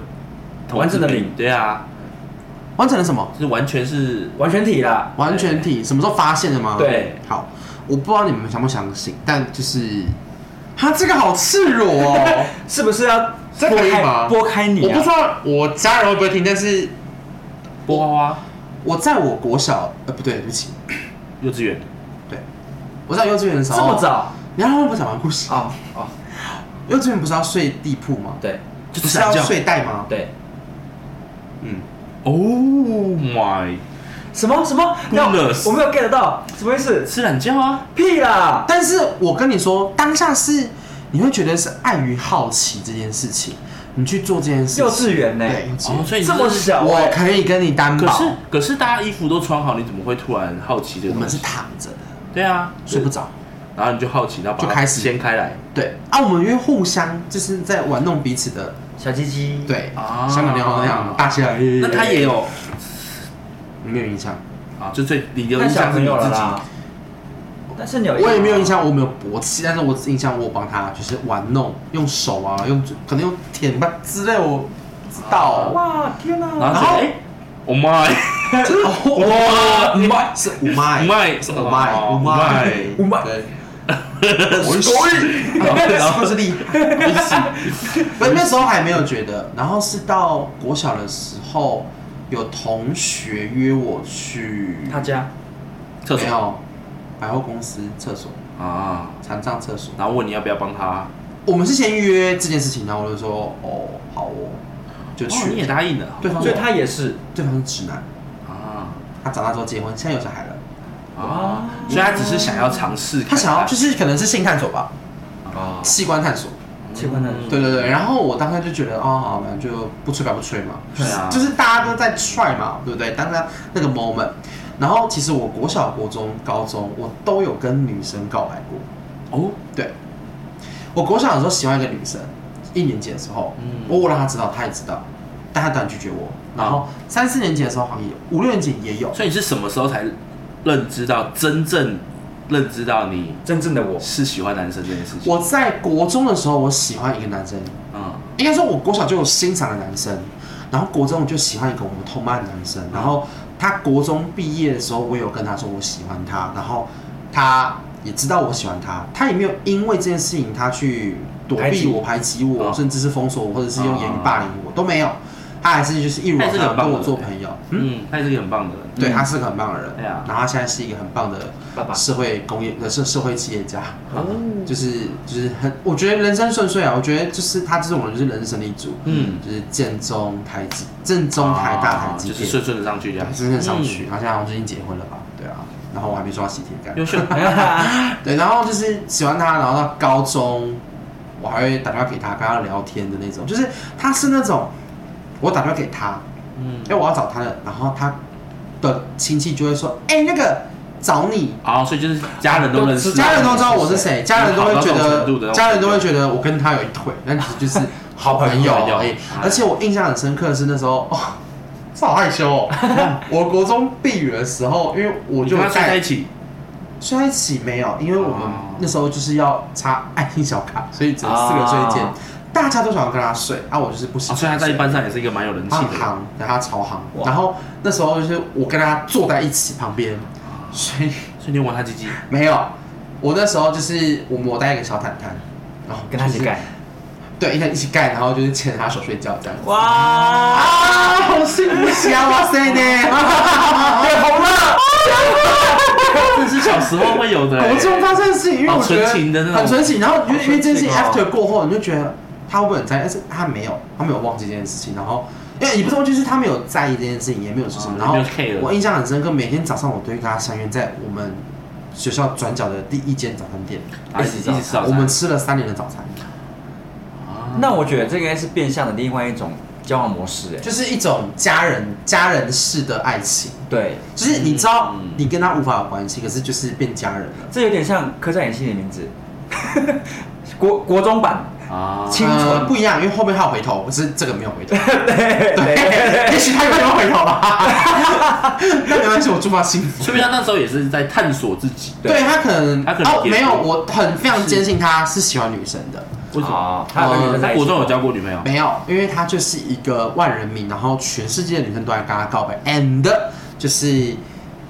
[SPEAKER 2] 同
[SPEAKER 3] 完整的
[SPEAKER 2] 志
[SPEAKER 3] 零
[SPEAKER 2] 病对啊，
[SPEAKER 1] 完成了什么？
[SPEAKER 2] 就是完全是
[SPEAKER 3] 完全体啦，
[SPEAKER 1] 完全体什么时候发现的吗？
[SPEAKER 3] 对，
[SPEAKER 1] 好，我不知道你们相不相信，但就是，他这个好赤裸哦，
[SPEAKER 3] 是不是要
[SPEAKER 1] 这可
[SPEAKER 3] 拨
[SPEAKER 1] 以
[SPEAKER 3] 开
[SPEAKER 1] 吗
[SPEAKER 3] 拨开你、啊，
[SPEAKER 1] 我不知道我家人会不会听，但是
[SPEAKER 2] 波花花
[SPEAKER 1] 我在我国小，呃，不对，对不起，
[SPEAKER 2] 幼稚园，
[SPEAKER 1] 对，我在幼稚园的时候，
[SPEAKER 3] 这么，早
[SPEAKER 1] 你要让我讲完故事。
[SPEAKER 3] 哦哦，
[SPEAKER 1] 幼稚园不是要睡地铺吗？
[SPEAKER 3] 对
[SPEAKER 2] 就
[SPEAKER 1] 不
[SPEAKER 2] 是
[SPEAKER 1] 是
[SPEAKER 2] 懒
[SPEAKER 1] 要
[SPEAKER 2] 觉
[SPEAKER 1] 睡袋吗？
[SPEAKER 3] 对，
[SPEAKER 1] 嗯，
[SPEAKER 2] Oh my，
[SPEAKER 3] 什么什么？那我
[SPEAKER 2] Goodness
[SPEAKER 3] 我没有 get 到，什么意思？
[SPEAKER 2] 吃懒觉啊，
[SPEAKER 3] 屁啦！
[SPEAKER 1] 但是我跟你说，当下是你会觉得是碍于好奇这件事情，你去做这件事情。
[SPEAKER 3] 幼稚园呢
[SPEAKER 1] 对，幼稚园
[SPEAKER 2] 哦，所以你
[SPEAKER 3] 这么
[SPEAKER 2] 是，
[SPEAKER 3] 小、
[SPEAKER 1] 我
[SPEAKER 3] 欸，
[SPEAKER 1] 可以跟你担
[SPEAKER 2] 可
[SPEAKER 1] 保，
[SPEAKER 2] 是可是大家衣服都穿好，你怎么会突然好奇这个
[SPEAKER 1] 我们
[SPEAKER 2] 东
[SPEAKER 1] 是
[SPEAKER 2] 西？
[SPEAKER 1] 躺着的，
[SPEAKER 2] 对啊，
[SPEAKER 1] 睡不着。
[SPEAKER 2] 然后你就好奇，然后把它
[SPEAKER 1] 就开始
[SPEAKER 2] 掀开来，
[SPEAKER 1] 对啊，我们因为互相就是在玩弄彼此的，
[SPEAKER 3] 小鸡鸡，，
[SPEAKER 1] 对
[SPEAKER 2] 啊
[SPEAKER 1] 香港尿那样大哎象，
[SPEAKER 2] 那他也有
[SPEAKER 1] 哎没有印象，
[SPEAKER 2] 啊，就最你的
[SPEAKER 3] 那
[SPEAKER 2] 印
[SPEAKER 3] 小
[SPEAKER 2] 象是
[SPEAKER 3] 朋
[SPEAKER 2] 你
[SPEAKER 3] 友了
[SPEAKER 2] 自己。
[SPEAKER 3] 啦。但是你有，
[SPEAKER 1] 我也没有印，象，我没有勃起，但是我只印象我帮他就是玩弄，用手啊，用嘴可能用舔吧之类，我不知道，
[SPEAKER 3] 哇，天哪、
[SPEAKER 2] 然后
[SPEAKER 1] 然后
[SPEAKER 2] 哎、欸，我妈，
[SPEAKER 1] 就是我妈是五妈，
[SPEAKER 2] 五麦
[SPEAKER 1] 是五妈，
[SPEAKER 2] 哦
[SPEAKER 1] 五妈，
[SPEAKER 3] 五麦
[SPEAKER 1] 对，
[SPEAKER 3] 我
[SPEAKER 1] 所以
[SPEAKER 2] 然
[SPEAKER 1] 是
[SPEAKER 2] 后
[SPEAKER 1] 不是厉害？不是，不是那时候还没有觉得，然后是到国小的时候，有同学约我去
[SPEAKER 3] 他家
[SPEAKER 2] 厕
[SPEAKER 1] 没
[SPEAKER 2] 所
[SPEAKER 1] 有百货公司厕所，
[SPEAKER 2] 啊，
[SPEAKER 1] 残障厕所。
[SPEAKER 2] 然后问你要不要帮他，
[SPEAKER 1] 我们是先约这件事情，然后我就说哦，好哦，就
[SPEAKER 2] 哦，
[SPEAKER 1] 去
[SPEAKER 2] 你也
[SPEAKER 1] 了。
[SPEAKER 2] 答应了，
[SPEAKER 1] 对方
[SPEAKER 3] 所以他也是
[SPEAKER 1] 对方是直男，
[SPEAKER 2] 啊
[SPEAKER 1] 他长大之后结婚，现在有小孩了，
[SPEAKER 2] 啊，所以他只是想要尝试看
[SPEAKER 1] 他
[SPEAKER 2] 看，哦
[SPEAKER 1] 哦想要就是可能是性探索吧，
[SPEAKER 3] 啊，
[SPEAKER 1] 器官探索。
[SPEAKER 3] 结婚的
[SPEAKER 2] 嗯
[SPEAKER 1] 对对对，然后我当时就觉得，哦，好嘛，就不吹白不吹嘛，
[SPEAKER 2] 对啊
[SPEAKER 1] 就是大家都在 try 嘛，对不对？当然那个 moment，然后其实我国小、国中、高中我都有跟女生告白过。
[SPEAKER 2] 哦，
[SPEAKER 1] 对，我国小的时候喜欢一个女生，一年级的时候，
[SPEAKER 2] 嗯
[SPEAKER 1] 我我让她知道，她也知道，但她当然拒绝我。然后三四年级的时候好像也有，五六年级也有，
[SPEAKER 2] 所以你是什么时候才认知到真正认知到你
[SPEAKER 3] 真正的我，
[SPEAKER 2] 是喜欢男生这件事情？
[SPEAKER 1] 我在国中的时候，我喜欢一个男生，
[SPEAKER 2] 嗯，
[SPEAKER 1] 应该说，我国小就有欣赏的男生，然后国中我就喜欢一个我们同班的男生，然后他国中毕业的时候，我有跟他说我喜欢他，然后他也知道我喜欢他，他也没有因为这件事情他去躲
[SPEAKER 3] 排
[SPEAKER 1] 避
[SPEAKER 3] 挤
[SPEAKER 1] 我、排挤我，
[SPEAKER 2] 嗯
[SPEAKER 1] 甚至是封锁我，或者是用言语霸凌我，都没有，他还是就是一如
[SPEAKER 2] 他
[SPEAKER 1] 往
[SPEAKER 2] 也是个
[SPEAKER 1] 常
[SPEAKER 2] 很棒
[SPEAKER 1] 跟
[SPEAKER 2] 的
[SPEAKER 1] 我
[SPEAKER 2] 人
[SPEAKER 1] 做朋友，嗯。
[SPEAKER 2] 嗯，他也是一个很棒的人。
[SPEAKER 1] 对，
[SPEAKER 3] 嗯
[SPEAKER 1] 他是个很棒的人，
[SPEAKER 2] 对啊
[SPEAKER 1] 然后他现在是一个很棒的
[SPEAKER 3] 爸爸
[SPEAKER 1] 社会工业，呃，社社会企业家，
[SPEAKER 2] 哦，
[SPEAKER 1] 就是就是很，我觉得人生顺遂啊，我觉得就是他这种人就是人生的一组，
[SPEAKER 2] 嗯，
[SPEAKER 1] 就是建中、台积、正中、台大、台
[SPEAKER 2] 啊
[SPEAKER 1] 积
[SPEAKER 2] 就是
[SPEAKER 1] 电，
[SPEAKER 2] 顺啊嗯顺的上去这样，
[SPEAKER 1] 嗯真正上去，好像最近结婚了吧？对啊，然后我还没抓喜帖干
[SPEAKER 2] 嗯，，优秀。
[SPEAKER 1] 对，然后就是喜欢他，然后到高中，我还会打电话给他，跟他聊天的那种，就是他是那种我打电话给他，
[SPEAKER 2] 嗯
[SPEAKER 1] 哎、我要找他了，然后他的亲戚就会说，哎、那个找你，
[SPEAKER 2] 好，所以就是家人都认 识，
[SPEAKER 1] 家人都知道我是谁，家人都会觉
[SPEAKER 2] 好到这种程度的那
[SPEAKER 1] 得，
[SPEAKER 2] 种
[SPEAKER 1] 家人都会觉得我跟他有一腿， 但其实就是好朋友
[SPEAKER 2] 好朋友哎
[SPEAKER 1] 而已。而且我印象很深刻的是那时候，哦，这好害羞 哦。我国中毕业的时候，因为我
[SPEAKER 2] 我
[SPEAKER 1] 就
[SPEAKER 2] 就跟他睡在
[SPEAKER 1] 在
[SPEAKER 2] 一起，
[SPEAKER 1] 睡在一起没有，因为我们
[SPEAKER 2] 哦
[SPEAKER 1] 那时候就是要插爱心小卡，所以只有四个人睡一间
[SPEAKER 3] 哦，
[SPEAKER 1] 大家都想要跟他睡，啊，我就是不喜
[SPEAKER 2] 啊
[SPEAKER 1] 欢
[SPEAKER 2] 所
[SPEAKER 1] 睡。
[SPEAKER 2] 以他在一班上也是一个蛮有人气
[SPEAKER 1] 他很
[SPEAKER 2] 的。
[SPEAKER 1] 夯，然后他超夯。
[SPEAKER 3] 哇
[SPEAKER 1] 然后那时候就是我跟他坐在一起旁边，所以。
[SPEAKER 2] 所以你有玩他鸡鸡，
[SPEAKER 1] 没有，我那时候就是我抹带一个小毯毯，然后
[SPEAKER 3] 跟他一起
[SPEAKER 1] 就是
[SPEAKER 3] 盖。
[SPEAKER 1] 对，一起一起盖，然后就是牵着他手睡觉这样。
[SPEAKER 3] 哇，
[SPEAKER 1] 啊，好幸福啊！哇塞呢，
[SPEAKER 3] 太红啊了！
[SPEAKER 2] 这是小时候会有的、欸。
[SPEAKER 1] 国中发生的事情，因为我觉得
[SPEAKER 2] 好纯情的那种
[SPEAKER 1] 很纯情。然后因为因为这件事情
[SPEAKER 3] 好纯情
[SPEAKER 1] after
[SPEAKER 3] 哦
[SPEAKER 1] 过后，你就觉得他会不会很在意，但是他没有，他没有忘记这件事情。然后因为也不是，就是他没有在意这件事情，也没有说什么。
[SPEAKER 2] 哦
[SPEAKER 1] 然后
[SPEAKER 2] 也没有 care
[SPEAKER 1] 我印象很深刻，每天早上我都会跟他相约在我们学校转角的第一间早餐店，
[SPEAKER 2] 啊一起一起吃早餐
[SPEAKER 1] 我们吃了三年的早餐。
[SPEAKER 2] 啊
[SPEAKER 3] 那我觉得这应该是变相的另外一种交往模式，哎，
[SPEAKER 1] 就是一种家人家人式的爱情，
[SPEAKER 3] 对，
[SPEAKER 1] 就是你知道
[SPEAKER 2] 嗯
[SPEAKER 1] 你跟他无法有关系，可是就是变家人了。
[SPEAKER 3] 这有点像刻在你心里的名字， 国国中版，
[SPEAKER 2] 啊，
[SPEAKER 3] 青春
[SPEAKER 1] 呃不一样，因为后面还有回头，只是这个没有回 头。
[SPEAKER 3] 对
[SPEAKER 1] 对，也许他有没有回头吧？ 那没关系，我祝他幸福。
[SPEAKER 2] 说明他那时候也是在探索自己，
[SPEAKER 3] 对
[SPEAKER 1] 对他可能
[SPEAKER 2] 他可能
[SPEAKER 1] 哦，
[SPEAKER 2] 也
[SPEAKER 1] 没有，我很非常坚信他是喜欢女生的，
[SPEAKER 2] 为什么？
[SPEAKER 3] 好他有跟女生在
[SPEAKER 2] 他
[SPEAKER 3] 一起
[SPEAKER 2] 国中有交过女朋友？
[SPEAKER 1] 没有，因为他就是一个万人迷，然后全世界的女生都在跟他告白，and 就是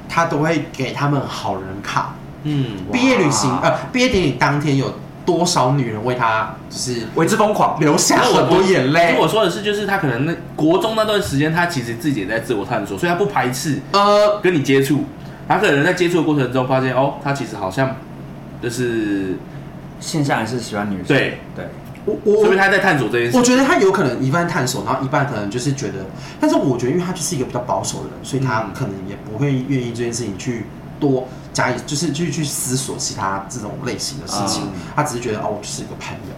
[SPEAKER 1] 他都会给他们好人卡，
[SPEAKER 2] 嗯，
[SPEAKER 1] 毕业旅行
[SPEAKER 3] 哇
[SPEAKER 1] 呃，毕业典礼当天有多少女人为他就是
[SPEAKER 3] 为之疯狂，
[SPEAKER 1] 流下
[SPEAKER 2] 那我
[SPEAKER 1] 很多眼
[SPEAKER 2] 因
[SPEAKER 1] 泪
[SPEAKER 2] 为？我说的是，就是他可能那国中那段时间，他其实自己也在自我探索，所以他不排斥
[SPEAKER 1] 呃，
[SPEAKER 2] 跟你接触。他可能在接触的过程中发现，哦，他其实好像就是
[SPEAKER 3] 现象还是喜欢女生，
[SPEAKER 2] 对
[SPEAKER 3] 对，
[SPEAKER 1] 我
[SPEAKER 2] 说明
[SPEAKER 1] 我
[SPEAKER 2] 他在探索这件事。
[SPEAKER 1] 我觉得他有可能一半探索，然后一半可能就是觉得，但是我觉得因为他就是一个比较保守的人，所以他
[SPEAKER 2] 嗯
[SPEAKER 1] 可能也不会愿意这件事情去多加以，就是去去思索其他这种类型的事情
[SPEAKER 2] 嗯，
[SPEAKER 1] 他只是觉得哦，我就是一个朋友。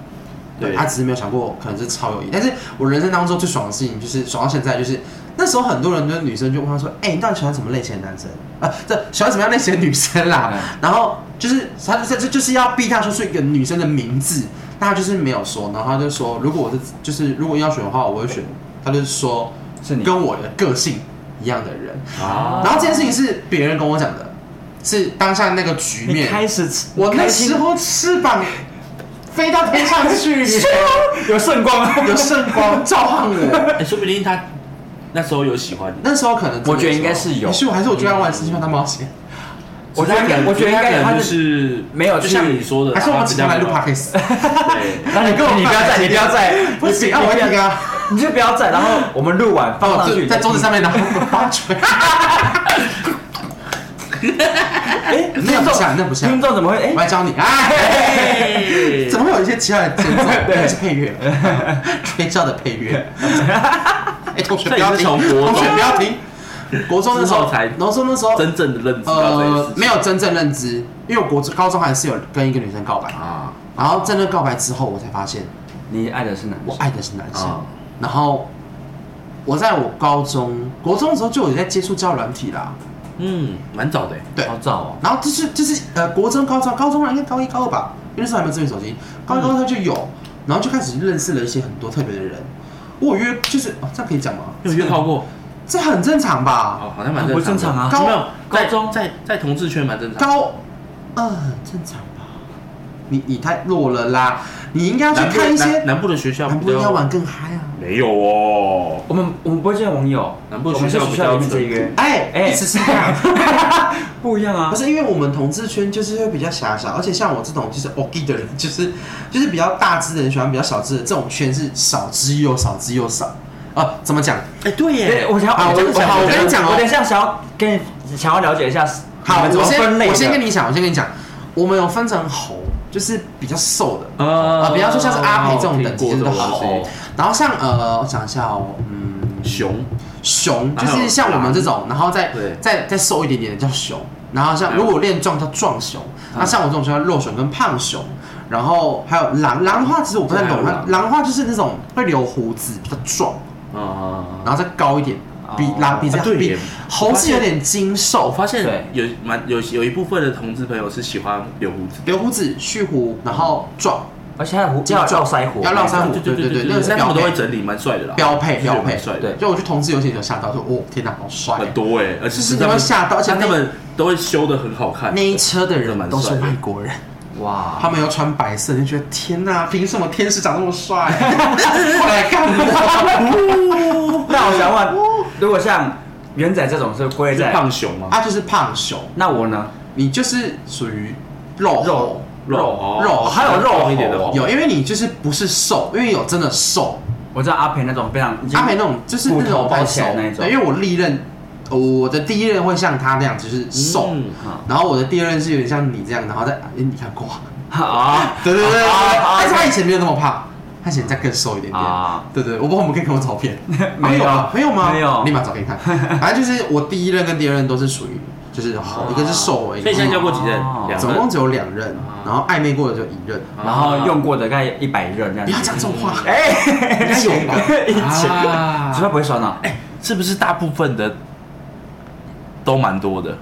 [SPEAKER 1] 对
[SPEAKER 2] 对
[SPEAKER 1] 他只是没有想过可能是超友谊。但是我人生当中最爽的事情就是爽到现在，就是那时候很多人就是女生就问他说：“哎、你到底喜欢什么类型的男生？啊，这喜欢什么样类型的女生啦？”
[SPEAKER 3] 嗯
[SPEAKER 1] 然后就是他这这就是要逼他说出一个女生的名字，但他就是没有说，然后他就说：“如果我是就是如果要选的话，我会选。”他就是说
[SPEAKER 3] 是你
[SPEAKER 1] 跟我的个性一样的人。
[SPEAKER 2] 啊，
[SPEAKER 1] 然后这件事情是别人跟我讲的，是当下那个局
[SPEAKER 3] 你
[SPEAKER 1] 面。
[SPEAKER 3] 开始吃，
[SPEAKER 1] 我那
[SPEAKER 3] 开心
[SPEAKER 1] 时候翅膀飞到天上去
[SPEAKER 3] 有圣光，啊
[SPEAKER 1] 有圣光照亮我。
[SPEAKER 2] 哎、说不定他那时候有喜欢你。
[SPEAKER 1] 那时候可能真的
[SPEAKER 3] 我觉得应该是有
[SPEAKER 1] 也许我还是我最爱玩的事情，大冒险，
[SPEAKER 3] 我觉得应该我觉得应该
[SPEAKER 2] 只是他可能
[SPEAKER 3] 他
[SPEAKER 2] 就是是
[SPEAKER 3] 没有
[SPEAKER 2] 就
[SPEAKER 3] 去
[SPEAKER 2] 像你说的，
[SPEAKER 1] 还是我们
[SPEAKER 2] 比
[SPEAKER 1] 请
[SPEAKER 2] 较
[SPEAKER 1] 他来
[SPEAKER 2] 没
[SPEAKER 1] 录
[SPEAKER 2] 有
[SPEAKER 1] podcast。
[SPEAKER 2] 对，
[SPEAKER 3] 然后你跟我
[SPEAKER 1] 你
[SPEAKER 3] 你
[SPEAKER 1] 不
[SPEAKER 3] 不
[SPEAKER 1] 要
[SPEAKER 3] 要
[SPEAKER 1] 再
[SPEAKER 3] 在，你不要在，
[SPEAKER 1] 不行，啊，我一个啊，
[SPEAKER 3] 你就不要在，然后我们录完
[SPEAKER 1] 把
[SPEAKER 3] 放
[SPEAKER 1] 我
[SPEAKER 3] 上去，
[SPEAKER 1] 在桌子上面 拿花锤。
[SPEAKER 3] 哎，
[SPEAKER 1] 那不像那不像
[SPEAKER 3] 听众怎么会
[SPEAKER 1] 我
[SPEAKER 3] 哎？
[SPEAKER 1] 来教你， 哎，
[SPEAKER 2] 对
[SPEAKER 1] 怎么会有一些奇怪的节奏？
[SPEAKER 3] 对
[SPEAKER 1] 那是配乐，吹哨的配乐。哎，同学不要
[SPEAKER 2] 这也是
[SPEAKER 1] 停，
[SPEAKER 2] 从国
[SPEAKER 1] 同
[SPEAKER 2] 中
[SPEAKER 1] 学不要停。国中那时
[SPEAKER 2] 之
[SPEAKER 1] 候
[SPEAKER 2] 后才
[SPEAKER 1] 国中那时候
[SPEAKER 2] 真正的认知到这件事
[SPEAKER 1] 哦呃
[SPEAKER 2] 情
[SPEAKER 1] 没有真正认知，因为我国中高中还是有跟一个女生告白，
[SPEAKER 2] 啊，
[SPEAKER 1] 然后真正告白之后，我才发现
[SPEAKER 3] 你爱的是男
[SPEAKER 1] 我
[SPEAKER 3] 生，
[SPEAKER 1] 爱的是男生。
[SPEAKER 2] 啊
[SPEAKER 1] 然后我在我高中、国中的时候就有在接触交友软体啦。
[SPEAKER 2] 嗯，蛮早的欸。
[SPEAKER 1] 对
[SPEAKER 3] 好早哦，
[SPEAKER 1] 然后就是就是呃，国中、高中、高中啊，应该高一、高二吧，因为那时候还没有智能手机，高一、高二就有，然后就开始认识了一些很多特别的人。我有约就是哦，这样可以讲吗？
[SPEAKER 2] 有约炮过
[SPEAKER 1] 这很正常吧？
[SPEAKER 2] 哦，好像蛮正常的，
[SPEAKER 3] 不正常啊
[SPEAKER 2] 没有
[SPEAKER 3] 高
[SPEAKER 2] 在
[SPEAKER 3] 中
[SPEAKER 2] 在在同志圈蛮正常的，
[SPEAKER 1] 高二、正常吧？你你太弱了啦！你应该要去
[SPEAKER 2] 南部
[SPEAKER 1] 看一些
[SPEAKER 2] 南南部的学校
[SPEAKER 1] 南
[SPEAKER 2] 比
[SPEAKER 1] 部应该
[SPEAKER 2] 较
[SPEAKER 1] 玩更嗨啊！
[SPEAKER 2] 没有哦，
[SPEAKER 3] 我们我们不会见网友，
[SPEAKER 2] 南部
[SPEAKER 3] 我们
[SPEAKER 2] 学
[SPEAKER 3] 是
[SPEAKER 2] 校
[SPEAKER 3] 学校里面直接
[SPEAKER 2] 比较
[SPEAKER 3] 约，
[SPEAKER 1] 哎
[SPEAKER 3] 哎
[SPEAKER 1] 哎，只是这 样。
[SPEAKER 3] 不一样啊
[SPEAKER 1] 不，是因为我们同志圈就是会比较狭小，而且像我这种就是 OK 的人， 就是就是比较大只的人喜欢比较小只的，这种圈是少之又少之又少。啊，怎么讲？
[SPEAKER 2] 哎，对
[SPEAKER 3] 哎
[SPEAKER 2] 耶，
[SPEAKER 3] 我想
[SPEAKER 1] 啊
[SPEAKER 3] 要，
[SPEAKER 1] 我
[SPEAKER 3] 想
[SPEAKER 1] 好我跟你讲哦
[SPEAKER 3] 我等一下想要跟你想要了解一下，
[SPEAKER 1] 好，
[SPEAKER 3] 你们怎
[SPEAKER 1] 我
[SPEAKER 3] 么分类
[SPEAKER 1] 先
[SPEAKER 3] 的
[SPEAKER 1] 我先跟你讲，我先跟你讲，我们有分成猴，就是比较瘦的，啊
[SPEAKER 2] 呃
[SPEAKER 1] 比方说像是阿哦培这种等级就是猴
[SPEAKER 2] 好
[SPEAKER 1] 然后像呃，我想一下哦，嗯，
[SPEAKER 2] 熊，
[SPEAKER 1] 熊就
[SPEAKER 2] 然后
[SPEAKER 1] 是像我们这种，然后再
[SPEAKER 2] 对
[SPEAKER 1] 再再瘦一点点的叫熊，然后像
[SPEAKER 2] 嗯
[SPEAKER 1] 如果练壮叫壮熊，那像我这种就叫肉熊跟胖熊，然后还有狼，狼的话其实我不太懂，
[SPEAKER 2] 对还有
[SPEAKER 1] 它
[SPEAKER 2] 狼
[SPEAKER 1] 狼的话就是那种会留胡子比较壮，
[SPEAKER 2] 啊，
[SPEAKER 1] 然后再高一点，比
[SPEAKER 3] 哦
[SPEAKER 1] 拉比这
[SPEAKER 2] 啊对
[SPEAKER 1] 比
[SPEAKER 2] 耶
[SPEAKER 1] 猴子有点精
[SPEAKER 2] 我
[SPEAKER 1] 瘦，
[SPEAKER 2] 发现
[SPEAKER 3] 对
[SPEAKER 2] 有蛮有有一部分的同志朋友是喜欢留胡子，
[SPEAKER 1] 留胡子、蓄胡，然后壮，
[SPEAKER 3] 而且他的胡
[SPEAKER 1] 精
[SPEAKER 3] 要
[SPEAKER 1] 壮
[SPEAKER 3] 绕腮胡，
[SPEAKER 1] 要绕腮胡
[SPEAKER 2] 对对
[SPEAKER 1] 对对
[SPEAKER 2] 对
[SPEAKER 1] 那个是
[SPEAKER 2] 但他
[SPEAKER 1] 标
[SPEAKER 2] 们都
[SPEAKER 1] 配
[SPEAKER 2] 会整理，蛮帅的啦，
[SPEAKER 1] 标配
[SPEAKER 2] 我觉得
[SPEAKER 1] 标配
[SPEAKER 2] 蛮嗯帅的
[SPEAKER 3] 对，
[SPEAKER 1] 就我去同志游行有吓到，就哦天哪，好帅
[SPEAKER 2] 很！多哎，而且
[SPEAKER 1] 就是
[SPEAKER 2] 是
[SPEAKER 1] 你
[SPEAKER 2] 他
[SPEAKER 1] 会
[SPEAKER 2] 们
[SPEAKER 1] 吓到，而且
[SPEAKER 2] 但
[SPEAKER 1] 那
[SPEAKER 2] 他们都会修的很好看，
[SPEAKER 1] 那一车的人都是
[SPEAKER 2] 真的蛮帅的
[SPEAKER 1] 外国人，
[SPEAKER 3] 哇，
[SPEAKER 1] 他们又穿白色，就觉得天哪，凭什么天使长那么帅？ 过来干嘛？
[SPEAKER 3] 那我想问，如果像元仔这种是龟
[SPEAKER 2] 是
[SPEAKER 3] 仔，
[SPEAKER 2] 胖熊吗？
[SPEAKER 1] 他就是胖熊，
[SPEAKER 3] 那我呢？
[SPEAKER 1] 你就是属于肉
[SPEAKER 3] 肉
[SPEAKER 2] 肉哦
[SPEAKER 3] 肉
[SPEAKER 1] 肉哦
[SPEAKER 3] 还有肉
[SPEAKER 2] 胖一点的
[SPEAKER 3] 猴
[SPEAKER 2] 猴
[SPEAKER 1] 有，因为你就是不是瘦，因为有真的瘦，
[SPEAKER 3] 我知道阿培那种非常已经
[SPEAKER 1] 阿培那种就是那
[SPEAKER 3] 骨头
[SPEAKER 1] 种
[SPEAKER 3] 包
[SPEAKER 1] 太
[SPEAKER 3] 起
[SPEAKER 1] 瘦
[SPEAKER 3] 来那一种
[SPEAKER 1] 对，因为我历任，哦我的第一任会像他那样，就是瘦，
[SPEAKER 2] 嗯
[SPEAKER 3] 啊
[SPEAKER 1] 然后我的第二任是有点像你这样，然后再哎你看过啊，
[SPEAKER 3] 啊，
[SPEAKER 1] 对对对对对，
[SPEAKER 3] 啊
[SPEAKER 1] 但是他以前没有那么胖，他以前再更瘦一点点
[SPEAKER 3] 啊，
[SPEAKER 1] 对对，我不知道我们可以看我照片，
[SPEAKER 3] 没有
[SPEAKER 1] 啊没有吗？
[SPEAKER 3] 没有
[SPEAKER 1] 立马找给你看，反正就是我第一任跟第二任都是属于，就是哦一个是瘦，一个
[SPEAKER 2] 所以
[SPEAKER 1] 是
[SPEAKER 2] 现在交过几任
[SPEAKER 3] 哦？
[SPEAKER 2] 两
[SPEAKER 1] 总共
[SPEAKER 2] 任，
[SPEAKER 1] 只有两任，然后暧昧过的就一任，
[SPEAKER 3] 然后用过的大概一百任这样
[SPEAKER 1] 不
[SPEAKER 3] 子。
[SPEAKER 1] 要讲这种话，
[SPEAKER 3] 啊哎，
[SPEAKER 1] 人家有吧？
[SPEAKER 3] 一千，
[SPEAKER 2] 啊
[SPEAKER 3] 嘴巴不会酸哦。
[SPEAKER 2] 是不是大部分的都蛮多的？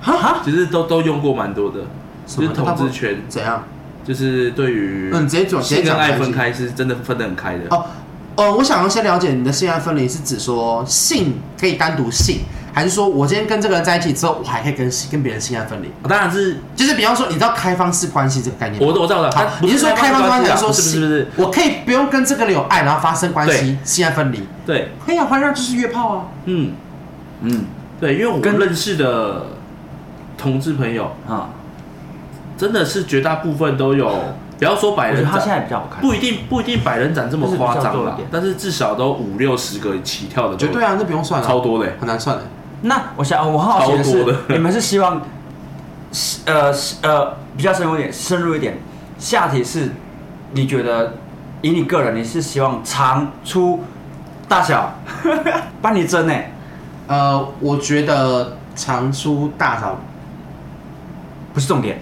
[SPEAKER 1] 哈，
[SPEAKER 2] 其实都都用过蛮多的，
[SPEAKER 1] 什
[SPEAKER 2] 就
[SPEAKER 1] 么
[SPEAKER 2] 是统治圈，
[SPEAKER 1] 怎样？
[SPEAKER 2] 就是对于
[SPEAKER 1] 嗯直接讲直接
[SPEAKER 2] 性跟
[SPEAKER 1] 讲
[SPEAKER 2] 爱
[SPEAKER 1] 开
[SPEAKER 2] 分
[SPEAKER 1] 始
[SPEAKER 2] 开是真的分得很开的。
[SPEAKER 1] 哦，呃，我想要先了解你的性爱分离是指说性可以单独性，还是说我今天跟这个人在一起之后，我还可以跟跟别人性爱分离？
[SPEAKER 2] 当然是
[SPEAKER 1] 就是比方说，你知道开放式关系这个概念吗？
[SPEAKER 2] 我我知道的，
[SPEAKER 1] 好
[SPEAKER 2] 但，不
[SPEAKER 1] 啊你是说开放式关系，还哦
[SPEAKER 2] 啊
[SPEAKER 1] 是说
[SPEAKER 2] 不是不是不是？
[SPEAKER 1] 我可以不用跟这个人有爱，然后发生关系，性爱分离？
[SPEAKER 2] 对，
[SPEAKER 1] 可以啊，反正就是约炮啊。
[SPEAKER 2] 嗯，
[SPEAKER 3] 嗯
[SPEAKER 2] 对，因为我
[SPEAKER 3] 跟
[SPEAKER 2] 认识的同志朋友，
[SPEAKER 3] 啊，
[SPEAKER 2] 真的是绝大部分都有，不要说百
[SPEAKER 3] 我觉得
[SPEAKER 2] 人
[SPEAKER 3] 他现在
[SPEAKER 2] 斩，
[SPEAKER 3] 比较好看。
[SPEAKER 2] 不一定不一定百人斩这么
[SPEAKER 3] 就是比较
[SPEAKER 2] 夸张
[SPEAKER 3] 多一
[SPEAKER 2] 啦
[SPEAKER 3] 点，
[SPEAKER 2] 但是至少都五六十个起跳的都
[SPEAKER 1] 绝
[SPEAKER 2] 有，
[SPEAKER 1] 对啊，那不用算了，
[SPEAKER 2] 超多嘞。
[SPEAKER 1] 很难算的。
[SPEAKER 3] 那我想，我很好奇的
[SPEAKER 2] 超多
[SPEAKER 3] 是
[SPEAKER 2] 的，
[SPEAKER 3] 你们是希望，呃是呃，比较深入一点，深入一点。下题是，你觉得以你个人，你是希望长、粗、大小，帮你争呢？
[SPEAKER 1] 呃，我觉得长出大小，
[SPEAKER 3] 不是重点，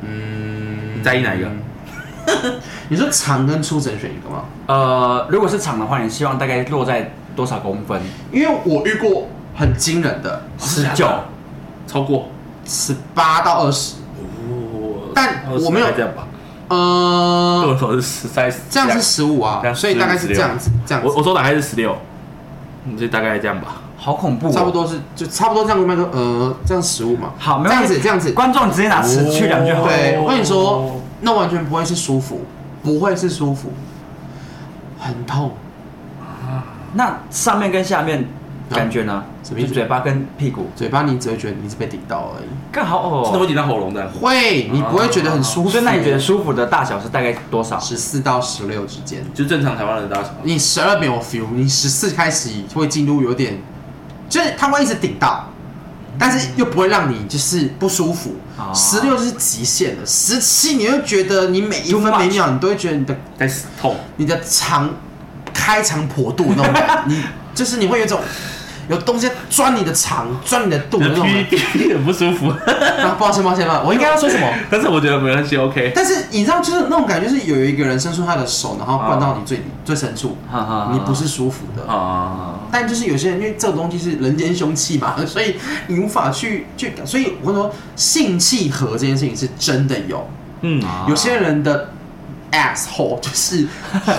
[SPEAKER 1] 嗯，
[SPEAKER 2] 你在意哪一个？
[SPEAKER 1] 你说长跟粗只能选一个吗？
[SPEAKER 3] 呃，如果是长的话，你希望大概落在多少公分？
[SPEAKER 1] 因为我遇过很惊人的
[SPEAKER 3] 十
[SPEAKER 2] 啊
[SPEAKER 3] 九，
[SPEAKER 2] 超过，
[SPEAKER 1] 十八到二十，
[SPEAKER 2] 哦
[SPEAKER 1] 但我没有
[SPEAKER 2] 这样吧，
[SPEAKER 1] 呃
[SPEAKER 2] 我，说是十三，
[SPEAKER 1] 这样是十五啊，所以大概是这样子，这样
[SPEAKER 2] 我
[SPEAKER 1] 子，
[SPEAKER 2] 我说大概是十六，你就大概这样吧。
[SPEAKER 3] 好恐怖、哦，
[SPEAKER 1] 差不。多是就差不多这样，麦克呃，这样十五嘛，
[SPEAKER 3] 好，没
[SPEAKER 1] 这样
[SPEAKER 3] 关系
[SPEAKER 1] 子这样子，
[SPEAKER 3] 观众直接拿尺去量就好。
[SPEAKER 2] 哦
[SPEAKER 1] 对，我跟你说，那完全不会是舒服，不会是舒服，很痛，
[SPEAKER 3] 那上面跟下面感觉呢？
[SPEAKER 1] 啊什么意思
[SPEAKER 3] 就嘴巴跟屁股，
[SPEAKER 1] 嘴巴你只会觉得你是被顶到而已，
[SPEAKER 3] 更好哦。
[SPEAKER 2] 真的会顶到喉咙的，
[SPEAKER 1] 会，你不会觉得很舒服。
[SPEAKER 3] 所以那你觉得舒哦服的大小是大概多少？
[SPEAKER 1] 十四到十六之间？
[SPEAKER 2] 就正常台湾人的大小。
[SPEAKER 1] 你十二没有 feel，你十四开始会进入有点，就是它会一直顶到，但是又不会让你就是不舒服
[SPEAKER 3] 哦。
[SPEAKER 1] 十六就是极限了，十七你会觉得你每一
[SPEAKER 3] Too
[SPEAKER 1] 分
[SPEAKER 3] much
[SPEAKER 1] 每秒你都会觉得你的
[SPEAKER 2] 在痛，
[SPEAKER 1] 你的肠开肠破肚那种感觉，你就是你会有一种有东西在钻你的肠、钻你的肚
[SPEAKER 2] 你
[SPEAKER 1] 的
[SPEAKER 2] 的
[SPEAKER 1] 那种感
[SPEAKER 2] 屁
[SPEAKER 1] 觉。
[SPEAKER 2] 屁很不舒服，
[SPEAKER 1] 然后抱歉抱歉抱歉，我应该要说什么？
[SPEAKER 2] 但是我觉得没关系，OK。
[SPEAKER 1] 但是你知道，就是那种感觉，是有一个人伸出他的手，然后灌到你最、最深处，
[SPEAKER 3] 哈哈哈
[SPEAKER 1] 你不是舒服的。
[SPEAKER 2] 啊，
[SPEAKER 1] 但就是有些人，因为这种东西是人间凶器嘛，所以你无法去去。所以我跟你说，性契合这件事情是真的有，
[SPEAKER 2] 嗯，
[SPEAKER 3] 啊
[SPEAKER 1] 有些人的 asshole 就是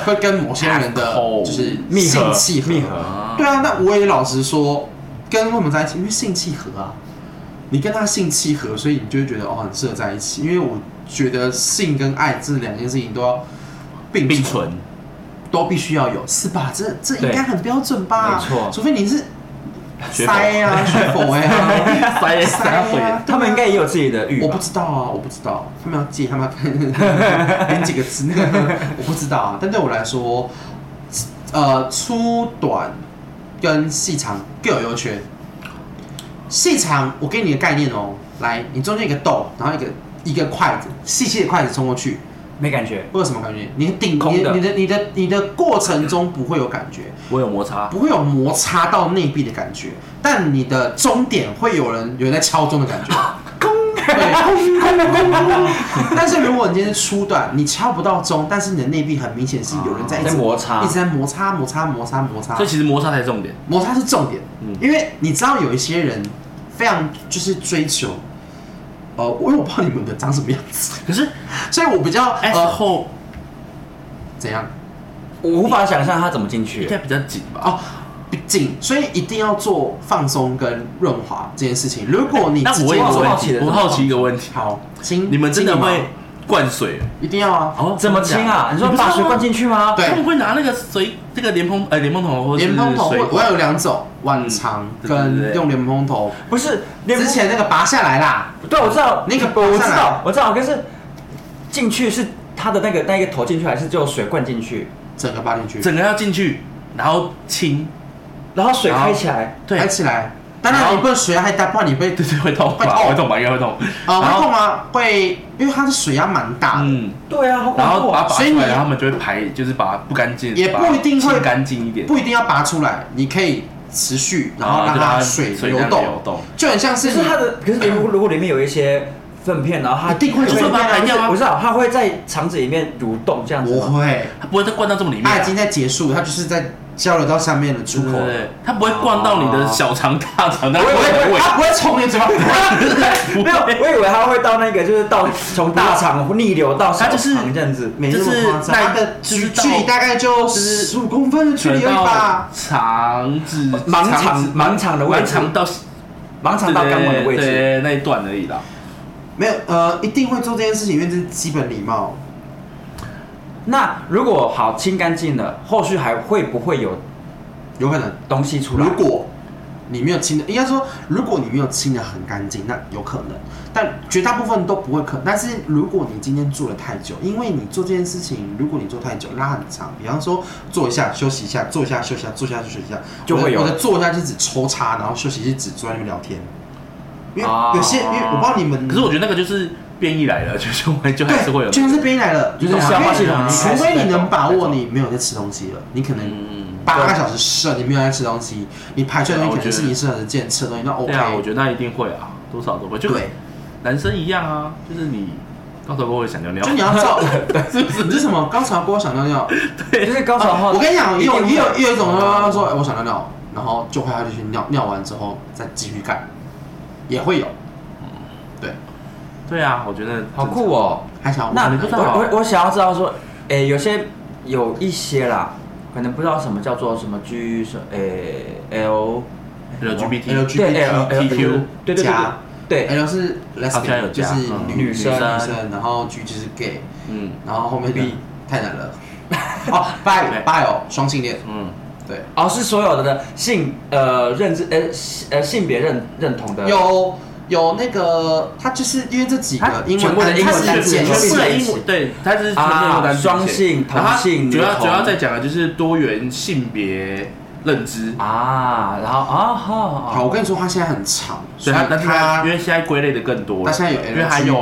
[SPEAKER 1] 会跟某些人的
[SPEAKER 2] Asshole
[SPEAKER 1] 就是
[SPEAKER 3] 密
[SPEAKER 1] 性
[SPEAKER 3] 合
[SPEAKER 1] 契合。
[SPEAKER 3] 密合
[SPEAKER 1] 对啊，那我也老实说，跟我们在一起，因为性契合啊，你跟他性契合，所以你就会觉得哦很适合在一起。因为我觉得性跟爱这两件事情都要并
[SPEAKER 2] 并存，
[SPEAKER 1] 都必须要有，是吧？这这应该很标准吧？
[SPEAKER 3] 对没错
[SPEAKER 1] 除非你是
[SPEAKER 2] 学
[SPEAKER 1] 塞啊， 学佛呀， 塞
[SPEAKER 2] 塞塞
[SPEAKER 1] 啊
[SPEAKER 2] 回，
[SPEAKER 3] 他们应该也有自己的欲
[SPEAKER 1] 我
[SPEAKER 3] 吧
[SPEAKER 1] 不？知道啊，我不知道，他们要记，他们要编几个字， 那个我不知道啊。但对我来说，呃，粗短跟细长各有优缺。细长，我给你个概念哦，来，你中间一个豆，然后一个一个筷子，细细的筷子冲过去，
[SPEAKER 3] 没感觉。
[SPEAKER 1] 会有什么感觉？你顶
[SPEAKER 3] 空
[SPEAKER 1] 你
[SPEAKER 3] 的
[SPEAKER 1] 你的你的你的过程中不会有感觉，
[SPEAKER 2] 我有摩擦，
[SPEAKER 1] 不会有摩擦到内壁的感觉，但你的终点会有人有人在敲钟的感觉， 对，但是如果你今天是初段，你敲不到钟，但是你的内壁很明显是有人
[SPEAKER 2] 啊
[SPEAKER 1] 在一直
[SPEAKER 3] 在摩擦
[SPEAKER 1] 一直在摩擦摩擦摩擦摩擦
[SPEAKER 2] 所以，其实摩擦才是重点。
[SPEAKER 1] 摩擦是重点
[SPEAKER 2] 嗯，
[SPEAKER 1] 因为你知道有一些人非常就是追求，呃，我因为我不知道你们的长什么样子，
[SPEAKER 2] 可是
[SPEAKER 1] 所以我比较
[SPEAKER 2] S
[SPEAKER 1] 呃
[SPEAKER 2] 后
[SPEAKER 1] 怎样
[SPEAKER 3] 我无法想象他怎么进
[SPEAKER 2] 应
[SPEAKER 3] 去。
[SPEAKER 2] 该比较紧吧？
[SPEAKER 1] 哦。紧，所以一定要做放松跟润滑这件事情。如果你
[SPEAKER 2] 那
[SPEAKER 1] 自己
[SPEAKER 2] 我有一个
[SPEAKER 1] 做
[SPEAKER 2] 问
[SPEAKER 3] 好奇
[SPEAKER 2] 题，
[SPEAKER 3] 的
[SPEAKER 2] 我好奇一个问题，
[SPEAKER 1] 好，亲，
[SPEAKER 2] 你们真的
[SPEAKER 1] 亲
[SPEAKER 2] 会
[SPEAKER 1] 吗
[SPEAKER 2] 灌水？
[SPEAKER 1] 一定要啊！
[SPEAKER 2] 哦
[SPEAKER 3] 怎么清啊？你说把水灌？进去吗？
[SPEAKER 1] 对
[SPEAKER 2] 他们会拿那个水，这个莲蓬呃莲蓬头或啊者是
[SPEAKER 1] 莲蓬头
[SPEAKER 2] 水
[SPEAKER 1] 我我要有两种，碗长
[SPEAKER 2] 嗯对对
[SPEAKER 1] 跟
[SPEAKER 2] 对
[SPEAKER 1] 用莲蓬头。
[SPEAKER 3] 不是，连
[SPEAKER 1] 之前那个拔下来啦，
[SPEAKER 3] 对我知道
[SPEAKER 1] 那个
[SPEAKER 3] 我我
[SPEAKER 1] 上
[SPEAKER 3] 知
[SPEAKER 1] 来
[SPEAKER 3] 道我知道，可是进去是他的那个那个头进去，还是只有水灌进去，
[SPEAKER 1] 整个拔进去，
[SPEAKER 2] 整个要进去，然后清，
[SPEAKER 3] 然后水
[SPEAKER 2] 然后
[SPEAKER 3] 开起来？
[SPEAKER 2] 对
[SPEAKER 1] 抬，起来。当然你不能水压太大，不然你会
[SPEAKER 2] 对对会痛
[SPEAKER 1] 会
[SPEAKER 2] 吧？
[SPEAKER 1] 痛
[SPEAKER 2] 会痛吧？应该会痛。
[SPEAKER 1] 啊
[SPEAKER 2] 然
[SPEAKER 1] 会
[SPEAKER 2] 后
[SPEAKER 1] 痛啊，会因为它的水压蛮大的，
[SPEAKER 2] 嗯，
[SPEAKER 3] 对啊，好恐怖
[SPEAKER 2] 然后把它拔
[SPEAKER 1] 所以
[SPEAKER 2] 出
[SPEAKER 1] 你
[SPEAKER 2] 来，然后他们就会排，就是把不干净，
[SPEAKER 1] 也
[SPEAKER 2] 把它
[SPEAKER 1] 不一定会
[SPEAKER 2] 清干净一点，
[SPEAKER 1] 不一定要拔出来，你可以持续，然后
[SPEAKER 2] 就
[SPEAKER 1] 让它水
[SPEAKER 2] 哦水
[SPEAKER 1] 流
[SPEAKER 2] 这样流
[SPEAKER 1] 动，
[SPEAKER 2] 动。
[SPEAKER 1] 就很像
[SPEAKER 3] 可
[SPEAKER 1] 是
[SPEAKER 3] 是
[SPEAKER 1] 你
[SPEAKER 3] 它的，可是 如果如果里面有一些粪片，然后它
[SPEAKER 1] 一定会
[SPEAKER 2] 有粪便啊
[SPEAKER 3] 不是
[SPEAKER 2] 一定啊
[SPEAKER 3] 我知道它会在肠子里面蠕动这样子
[SPEAKER 1] 不
[SPEAKER 3] 吗。
[SPEAKER 1] 会，
[SPEAKER 2] 它不会再灌到这么里面
[SPEAKER 1] 它
[SPEAKER 2] 啊，
[SPEAKER 1] 已经在结束，它就是在交流到下面的出
[SPEAKER 2] 对
[SPEAKER 1] 口
[SPEAKER 2] 对
[SPEAKER 1] 了，
[SPEAKER 2] 对，它不会灌到你的小肠、大肠，那
[SPEAKER 1] 不会不会，它不会从你嘴巴，
[SPEAKER 3] 没有，我以为它会到那个，就是到从大肠逆流到小
[SPEAKER 2] 它就是
[SPEAKER 3] 肠这样子。
[SPEAKER 1] 没那么
[SPEAKER 2] 就是
[SPEAKER 1] 夸张
[SPEAKER 2] 那
[SPEAKER 1] 它的
[SPEAKER 2] 就是
[SPEAKER 1] 距
[SPEAKER 2] 到
[SPEAKER 1] 距离大概就
[SPEAKER 2] 就是
[SPEAKER 1] 十五公分的距离而已吧。
[SPEAKER 2] 肠子、
[SPEAKER 3] 盲肠
[SPEAKER 2] 肠子
[SPEAKER 3] 盲肠的位置
[SPEAKER 2] 盲肠到
[SPEAKER 3] 盲肠到肛门的位
[SPEAKER 2] 对
[SPEAKER 3] 置。
[SPEAKER 2] 对那一段而已啦。
[SPEAKER 1] 没有，呃，一定会做这件事情，因为这是基本礼貌。
[SPEAKER 3] 那如果好清干净了，后续还会不会有
[SPEAKER 1] 有可能，
[SPEAKER 3] 东西出来？
[SPEAKER 1] 如果你没有清的，应该说，如果你没有清的很干净，那有可能，但绝大部分都不会可能。但是如果你今天做了太久，因为你做这件事情，如果你做太久，拉很长，比方说坐一下休息一下，坐一下休息一下，坐一下休息一下，
[SPEAKER 3] 就
[SPEAKER 1] 我的
[SPEAKER 3] 会有
[SPEAKER 1] 我的坐一下是指抽插，然后休息是指坐在那边聊天。因为
[SPEAKER 3] 啊
[SPEAKER 1] 有些，因为我不知道你们，
[SPEAKER 2] 可是我觉得那个就是变异来了，就是我就还是会
[SPEAKER 1] 对，
[SPEAKER 2] 有。
[SPEAKER 1] 就像是边来了，
[SPEAKER 3] 就是
[SPEAKER 1] 你懂吗
[SPEAKER 3] 消化系统
[SPEAKER 1] 因为
[SPEAKER 3] 已经开
[SPEAKER 1] 除
[SPEAKER 3] 始
[SPEAKER 1] 非你
[SPEAKER 3] 在
[SPEAKER 1] 能
[SPEAKER 3] 动
[SPEAKER 1] 把
[SPEAKER 3] 在
[SPEAKER 1] 握
[SPEAKER 3] 动
[SPEAKER 1] 你没有在吃东西了，你可能
[SPEAKER 2] 嗯，
[SPEAKER 1] 八个小时剩，你没有在吃东西，你排出来的东西可能是你吃很健吃的东西，那 OK。
[SPEAKER 2] 对啊，我觉得那一定会啊，多少都会。就
[SPEAKER 1] 对，
[SPEAKER 2] 男生一样啊，就是你高潮过后会想尿尿
[SPEAKER 1] 就，你要 照，你 是什么高潮过后想尿尿？
[SPEAKER 3] 就是高潮
[SPEAKER 2] 啊
[SPEAKER 3] 后，
[SPEAKER 1] 我跟你讲，也
[SPEAKER 3] 一定
[SPEAKER 1] 有
[SPEAKER 3] 会
[SPEAKER 1] 也有也有一种他说哎我想尿尿，然后就会他就去尿，尿完之后再继续干，也会有。对，
[SPEAKER 2] 对啊，我觉得
[SPEAKER 3] 好酷哦。
[SPEAKER 1] 还想要
[SPEAKER 3] 那
[SPEAKER 2] 你
[SPEAKER 1] 问
[SPEAKER 2] 不知道啊
[SPEAKER 3] 我我我想要知道说，诶、有些有一些啦，可能不知道什么叫做什么 G 什诶、L
[SPEAKER 2] 正常。LGBT，
[SPEAKER 1] LGBT
[SPEAKER 3] 对 L L
[SPEAKER 2] TQ
[SPEAKER 3] 对对对
[SPEAKER 1] 加哎
[SPEAKER 3] 对对
[SPEAKER 1] L 是
[SPEAKER 2] 好像有
[SPEAKER 1] lesbian，就
[SPEAKER 2] 加
[SPEAKER 1] 是
[SPEAKER 2] 嗯
[SPEAKER 1] 女
[SPEAKER 3] 女
[SPEAKER 1] 生
[SPEAKER 3] 生
[SPEAKER 1] 女生，然后 G 就是 gay，
[SPEAKER 2] 嗯
[SPEAKER 1] 然后后面
[SPEAKER 3] B
[SPEAKER 1] B 太难了。哦，bi bio 双性恋，
[SPEAKER 2] 嗯，
[SPEAKER 1] 对。
[SPEAKER 3] 哦是所有的性呃认知呃性呃性别认认同的
[SPEAKER 1] 有有那个，它就是因为这几
[SPEAKER 3] 它
[SPEAKER 1] 个英
[SPEAKER 3] 全
[SPEAKER 1] 文
[SPEAKER 3] 部的
[SPEAKER 1] 单
[SPEAKER 3] 英
[SPEAKER 1] 它
[SPEAKER 3] 文
[SPEAKER 1] 是
[SPEAKER 3] 单
[SPEAKER 1] 简写
[SPEAKER 2] 全
[SPEAKER 3] 字都
[SPEAKER 2] 部
[SPEAKER 3] 是
[SPEAKER 2] 的
[SPEAKER 1] 的
[SPEAKER 2] 英文对，它是全部
[SPEAKER 3] 啊
[SPEAKER 2] 英文单词写
[SPEAKER 3] 双性
[SPEAKER 2] 然后它
[SPEAKER 3] 同性
[SPEAKER 2] 主要
[SPEAKER 3] 女同
[SPEAKER 2] 主要在讲的就是多元性别认知。
[SPEAKER 3] 啊，然后啊哈
[SPEAKER 1] 好，我跟你说，它现在很长，所
[SPEAKER 2] 对
[SPEAKER 1] 以
[SPEAKER 2] 它，但是它
[SPEAKER 1] 它
[SPEAKER 2] 因为现在归类的更多了，
[SPEAKER 1] 它现在有
[SPEAKER 2] 因为还有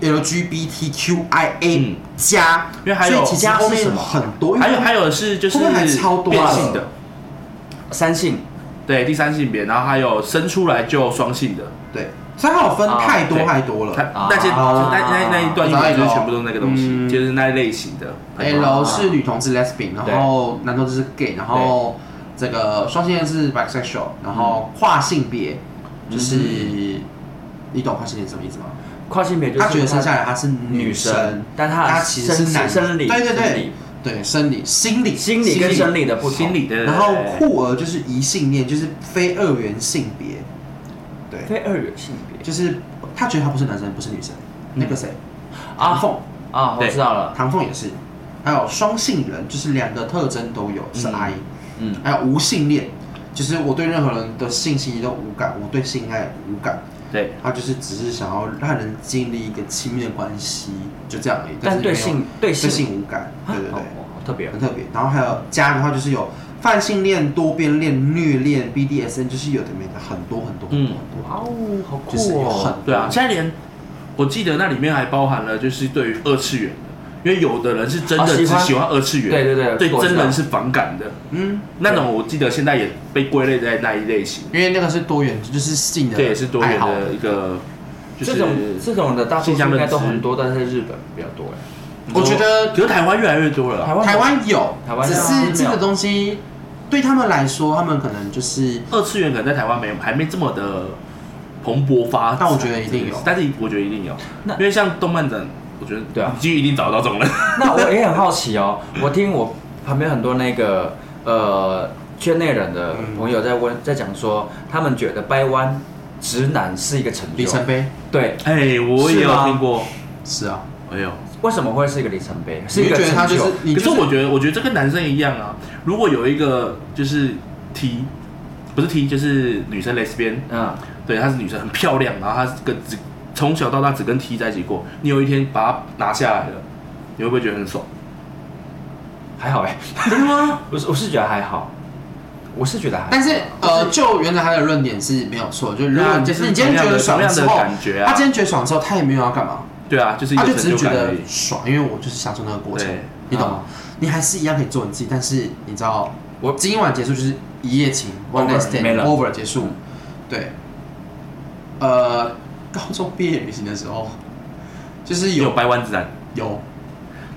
[SPEAKER 1] LGBT B LGBTQIA
[SPEAKER 2] 嗯
[SPEAKER 1] 加，
[SPEAKER 2] 因为还有
[SPEAKER 1] 所以其实
[SPEAKER 3] 加
[SPEAKER 1] 后面
[SPEAKER 3] 是
[SPEAKER 1] 有
[SPEAKER 3] 什么
[SPEAKER 1] 很多，
[SPEAKER 2] 还有
[SPEAKER 1] 因为
[SPEAKER 2] 还有是就是
[SPEAKER 1] 后面还超多
[SPEAKER 2] 变
[SPEAKER 1] 啊
[SPEAKER 2] 性的，
[SPEAKER 3] 三性
[SPEAKER 2] 对第三性别，然后还有生出来就双性的，
[SPEAKER 1] 对，所以它有分
[SPEAKER 3] 啊
[SPEAKER 1] 太多
[SPEAKER 2] 对
[SPEAKER 1] 太多
[SPEAKER 2] 它
[SPEAKER 1] 了。
[SPEAKER 3] 啊
[SPEAKER 2] 那些就那那那一段英文就是全部都是那个东西，
[SPEAKER 1] 嗯
[SPEAKER 2] 就是那一类型的。
[SPEAKER 1] L 哎是女同志 lesbian，然后男同志是 gay，然后这个双性恋是 bisexual，然后
[SPEAKER 2] 嗯
[SPEAKER 1] 跨性别就是你懂跨性恋什么意思吗？
[SPEAKER 3] 跨性别就是
[SPEAKER 1] 他觉得生下来他是
[SPEAKER 3] 女
[SPEAKER 1] 女
[SPEAKER 3] 生
[SPEAKER 1] 生，，
[SPEAKER 3] 但她
[SPEAKER 1] 他
[SPEAKER 3] 的
[SPEAKER 1] 其实是
[SPEAKER 3] 生
[SPEAKER 1] 男
[SPEAKER 3] 生理
[SPEAKER 1] 对对
[SPEAKER 3] 生
[SPEAKER 1] 对
[SPEAKER 3] 理
[SPEAKER 1] 对，生理、心理、
[SPEAKER 3] 心理跟生理的不同，
[SPEAKER 2] 心理的，
[SPEAKER 1] 然后酷儿就是异性恋，就是非二元性别，对，
[SPEAKER 3] 非二元性别
[SPEAKER 1] 就是他觉得他不是男生，不是女生。那个谁，
[SPEAKER 3] 啊
[SPEAKER 1] 唐凤，
[SPEAKER 3] 啊，我
[SPEAKER 2] 对
[SPEAKER 3] 知道了，
[SPEAKER 1] 唐凤也是，还有双性人，就是两个特征都有，是
[SPEAKER 2] 嗯
[SPEAKER 1] I，
[SPEAKER 3] 嗯
[SPEAKER 1] 还有无性恋，就是我对任何人的性吸引都无感，我对性爱无感，
[SPEAKER 2] 对，
[SPEAKER 1] 他就是只是想要让人经历一个亲密的关系，就这样而已。
[SPEAKER 3] 但
[SPEAKER 1] 是
[SPEAKER 3] 对
[SPEAKER 1] 没有
[SPEAKER 3] 性对
[SPEAKER 1] 对
[SPEAKER 3] 性
[SPEAKER 1] 性无感，对对
[SPEAKER 3] 啊好
[SPEAKER 1] 对。
[SPEAKER 3] 好特别哦
[SPEAKER 1] 很特别。然后还有家的话，就是有泛性恋、多边恋、虐恋、BDSN，就是有的没的，很多很多很多很多。
[SPEAKER 3] 哇哦，好
[SPEAKER 1] 就是
[SPEAKER 3] 酷
[SPEAKER 1] 有
[SPEAKER 3] 哦！
[SPEAKER 1] 很
[SPEAKER 2] 对啊，现在连我记得那里面还包含了就是对于二次元的，因为有的人是真的
[SPEAKER 3] 啊
[SPEAKER 2] 只
[SPEAKER 3] 喜欢
[SPEAKER 2] 喜欢二次元，
[SPEAKER 3] 对对对我
[SPEAKER 2] 对
[SPEAKER 3] 知
[SPEAKER 2] 真
[SPEAKER 3] 道
[SPEAKER 2] 人是反感的，
[SPEAKER 1] 嗯，
[SPEAKER 2] 那种我记得现在也被归类在那一类型，
[SPEAKER 1] 因为那个是多元，就是性的，
[SPEAKER 2] 这也是多元
[SPEAKER 1] 好。
[SPEAKER 2] 的一个，就是
[SPEAKER 3] 这种这种的大数
[SPEAKER 2] 性
[SPEAKER 3] 据
[SPEAKER 2] 向
[SPEAKER 3] 应
[SPEAKER 2] 认
[SPEAKER 3] 该都
[SPEAKER 2] 知
[SPEAKER 3] 很多，但是日本比较多哎。
[SPEAKER 2] 你说
[SPEAKER 1] 我觉得
[SPEAKER 2] 可是台湾越来越多了啊，
[SPEAKER 3] 台湾
[SPEAKER 1] 台湾有，
[SPEAKER 3] 台湾
[SPEAKER 1] 只
[SPEAKER 3] 有
[SPEAKER 1] 是这个东西对他们来说，他们可能就是
[SPEAKER 2] 二次元可能在台湾没有，还没这么的蓬勃发展。
[SPEAKER 1] 但我觉得一定有
[SPEAKER 2] 但是我觉得一定有，
[SPEAKER 3] 那
[SPEAKER 2] 因为像动漫展，我觉得
[SPEAKER 3] 对啊
[SPEAKER 2] 你基于一定找得到这种人。
[SPEAKER 3] 那我也很好奇哦，我听我旁边很多那个呃圈内人的
[SPEAKER 1] 嗯
[SPEAKER 3] 朋友在问，在讲说，他们觉得掰弯直男是一个成
[SPEAKER 1] 里
[SPEAKER 3] 就，
[SPEAKER 1] 程碑。
[SPEAKER 3] 对，
[SPEAKER 2] 哎、我也
[SPEAKER 3] 是
[SPEAKER 2] 有
[SPEAKER 3] 吗
[SPEAKER 2] 听过，
[SPEAKER 1] 是啊，
[SPEAKER 2] 我也有。
[SPEAKER 3] 为什么会是一个里程碑？是
[SPEAKER 1] 你
[SPEAKER 3] 一
[SPEAKER 1] 就
[SPEAKER 3] 个
[SPEAKER 1] 觉得他
[SPEAKER 3] 成
[SPEAKER 1] 就，
[SPEAKER 3] 就是
[SPEAKER 1] 你
[SPEAKER 2] 可
[SPEAKER 1] 就是
[SPEAKER 2] 我觉得，我觉得这跟男生一样啊。如果有一个就是 T，不是 T，就是女生蕾丝边，
[SPEAKER 3] 嗯，
[SPEAKER 2] 对，她是女生，很漂亮，然后她跟只从小到大只跟 T 在一起过。你有一天把她拿下来了，你会不会觉得很爽？
[SPEAKER 3] 还好哎，
[SPEAKER 2] 真的吗？
[SPEAKER 3] 我是我是觉得还好，我是觉得还好，
[SPEAKER 1] 但是呃，就原来他的论点是没有错，就如
[SPEAKER 2] 对
[SPEAKER 1] 果
[SPEAKER 2] 啊
[SPEAKER 1] 你
[SPEAKER 2] 就是
[SPEAKER 1] 你今天觉得爽
[SPEAKER 2] 同样
[SPEAKER 1] 之
[SPEAKER 2] 的
[SPEAKER 1] 后，
[SPEAKER 2] 同样的感觉啊
[SPEAKER 1] 他今天觉得爽之后，他也没有要干嘛，
[SPEAKER 2] 对啊，就是一
[SPEAKER 1] 他
[SPEAKER 2] 个
[SPEAKER 1] 就
[SPEAKER 2] 成
[SPEAKER 1] 只是
[SPEAKER 2] 就
[SPEAKER 1] 觉
[SPEAKER 2] 感而
[SPEAKER 1] 得
[SPEAKER 2] 已。
[SPEAKER 1] 爽，因为我就是享受那个过程
[SPEAKER 2] 对，嗯
[SPEAKER 1] 你懂吗？你还是一样可以做你自己，但是你知道，我今晚结束就是一夜情
[SPEAKER 3] Over，
[SPEAKER 1] ，one night
[SPEAKER 3] 没
[SPEAKER 1] stand
[SPEAKER 3] 了
[SPEAKER 1] over 结束
[SPEAKER 3] 嗯，
[SPEAKER 1] 对，呃，高中毕业旅行的时候，就是
[SPEAKER 2] 有
[SPEAKER 1] 有
[SPEAKER 2] 掰弯自然，
[SPEAKER 1] 有，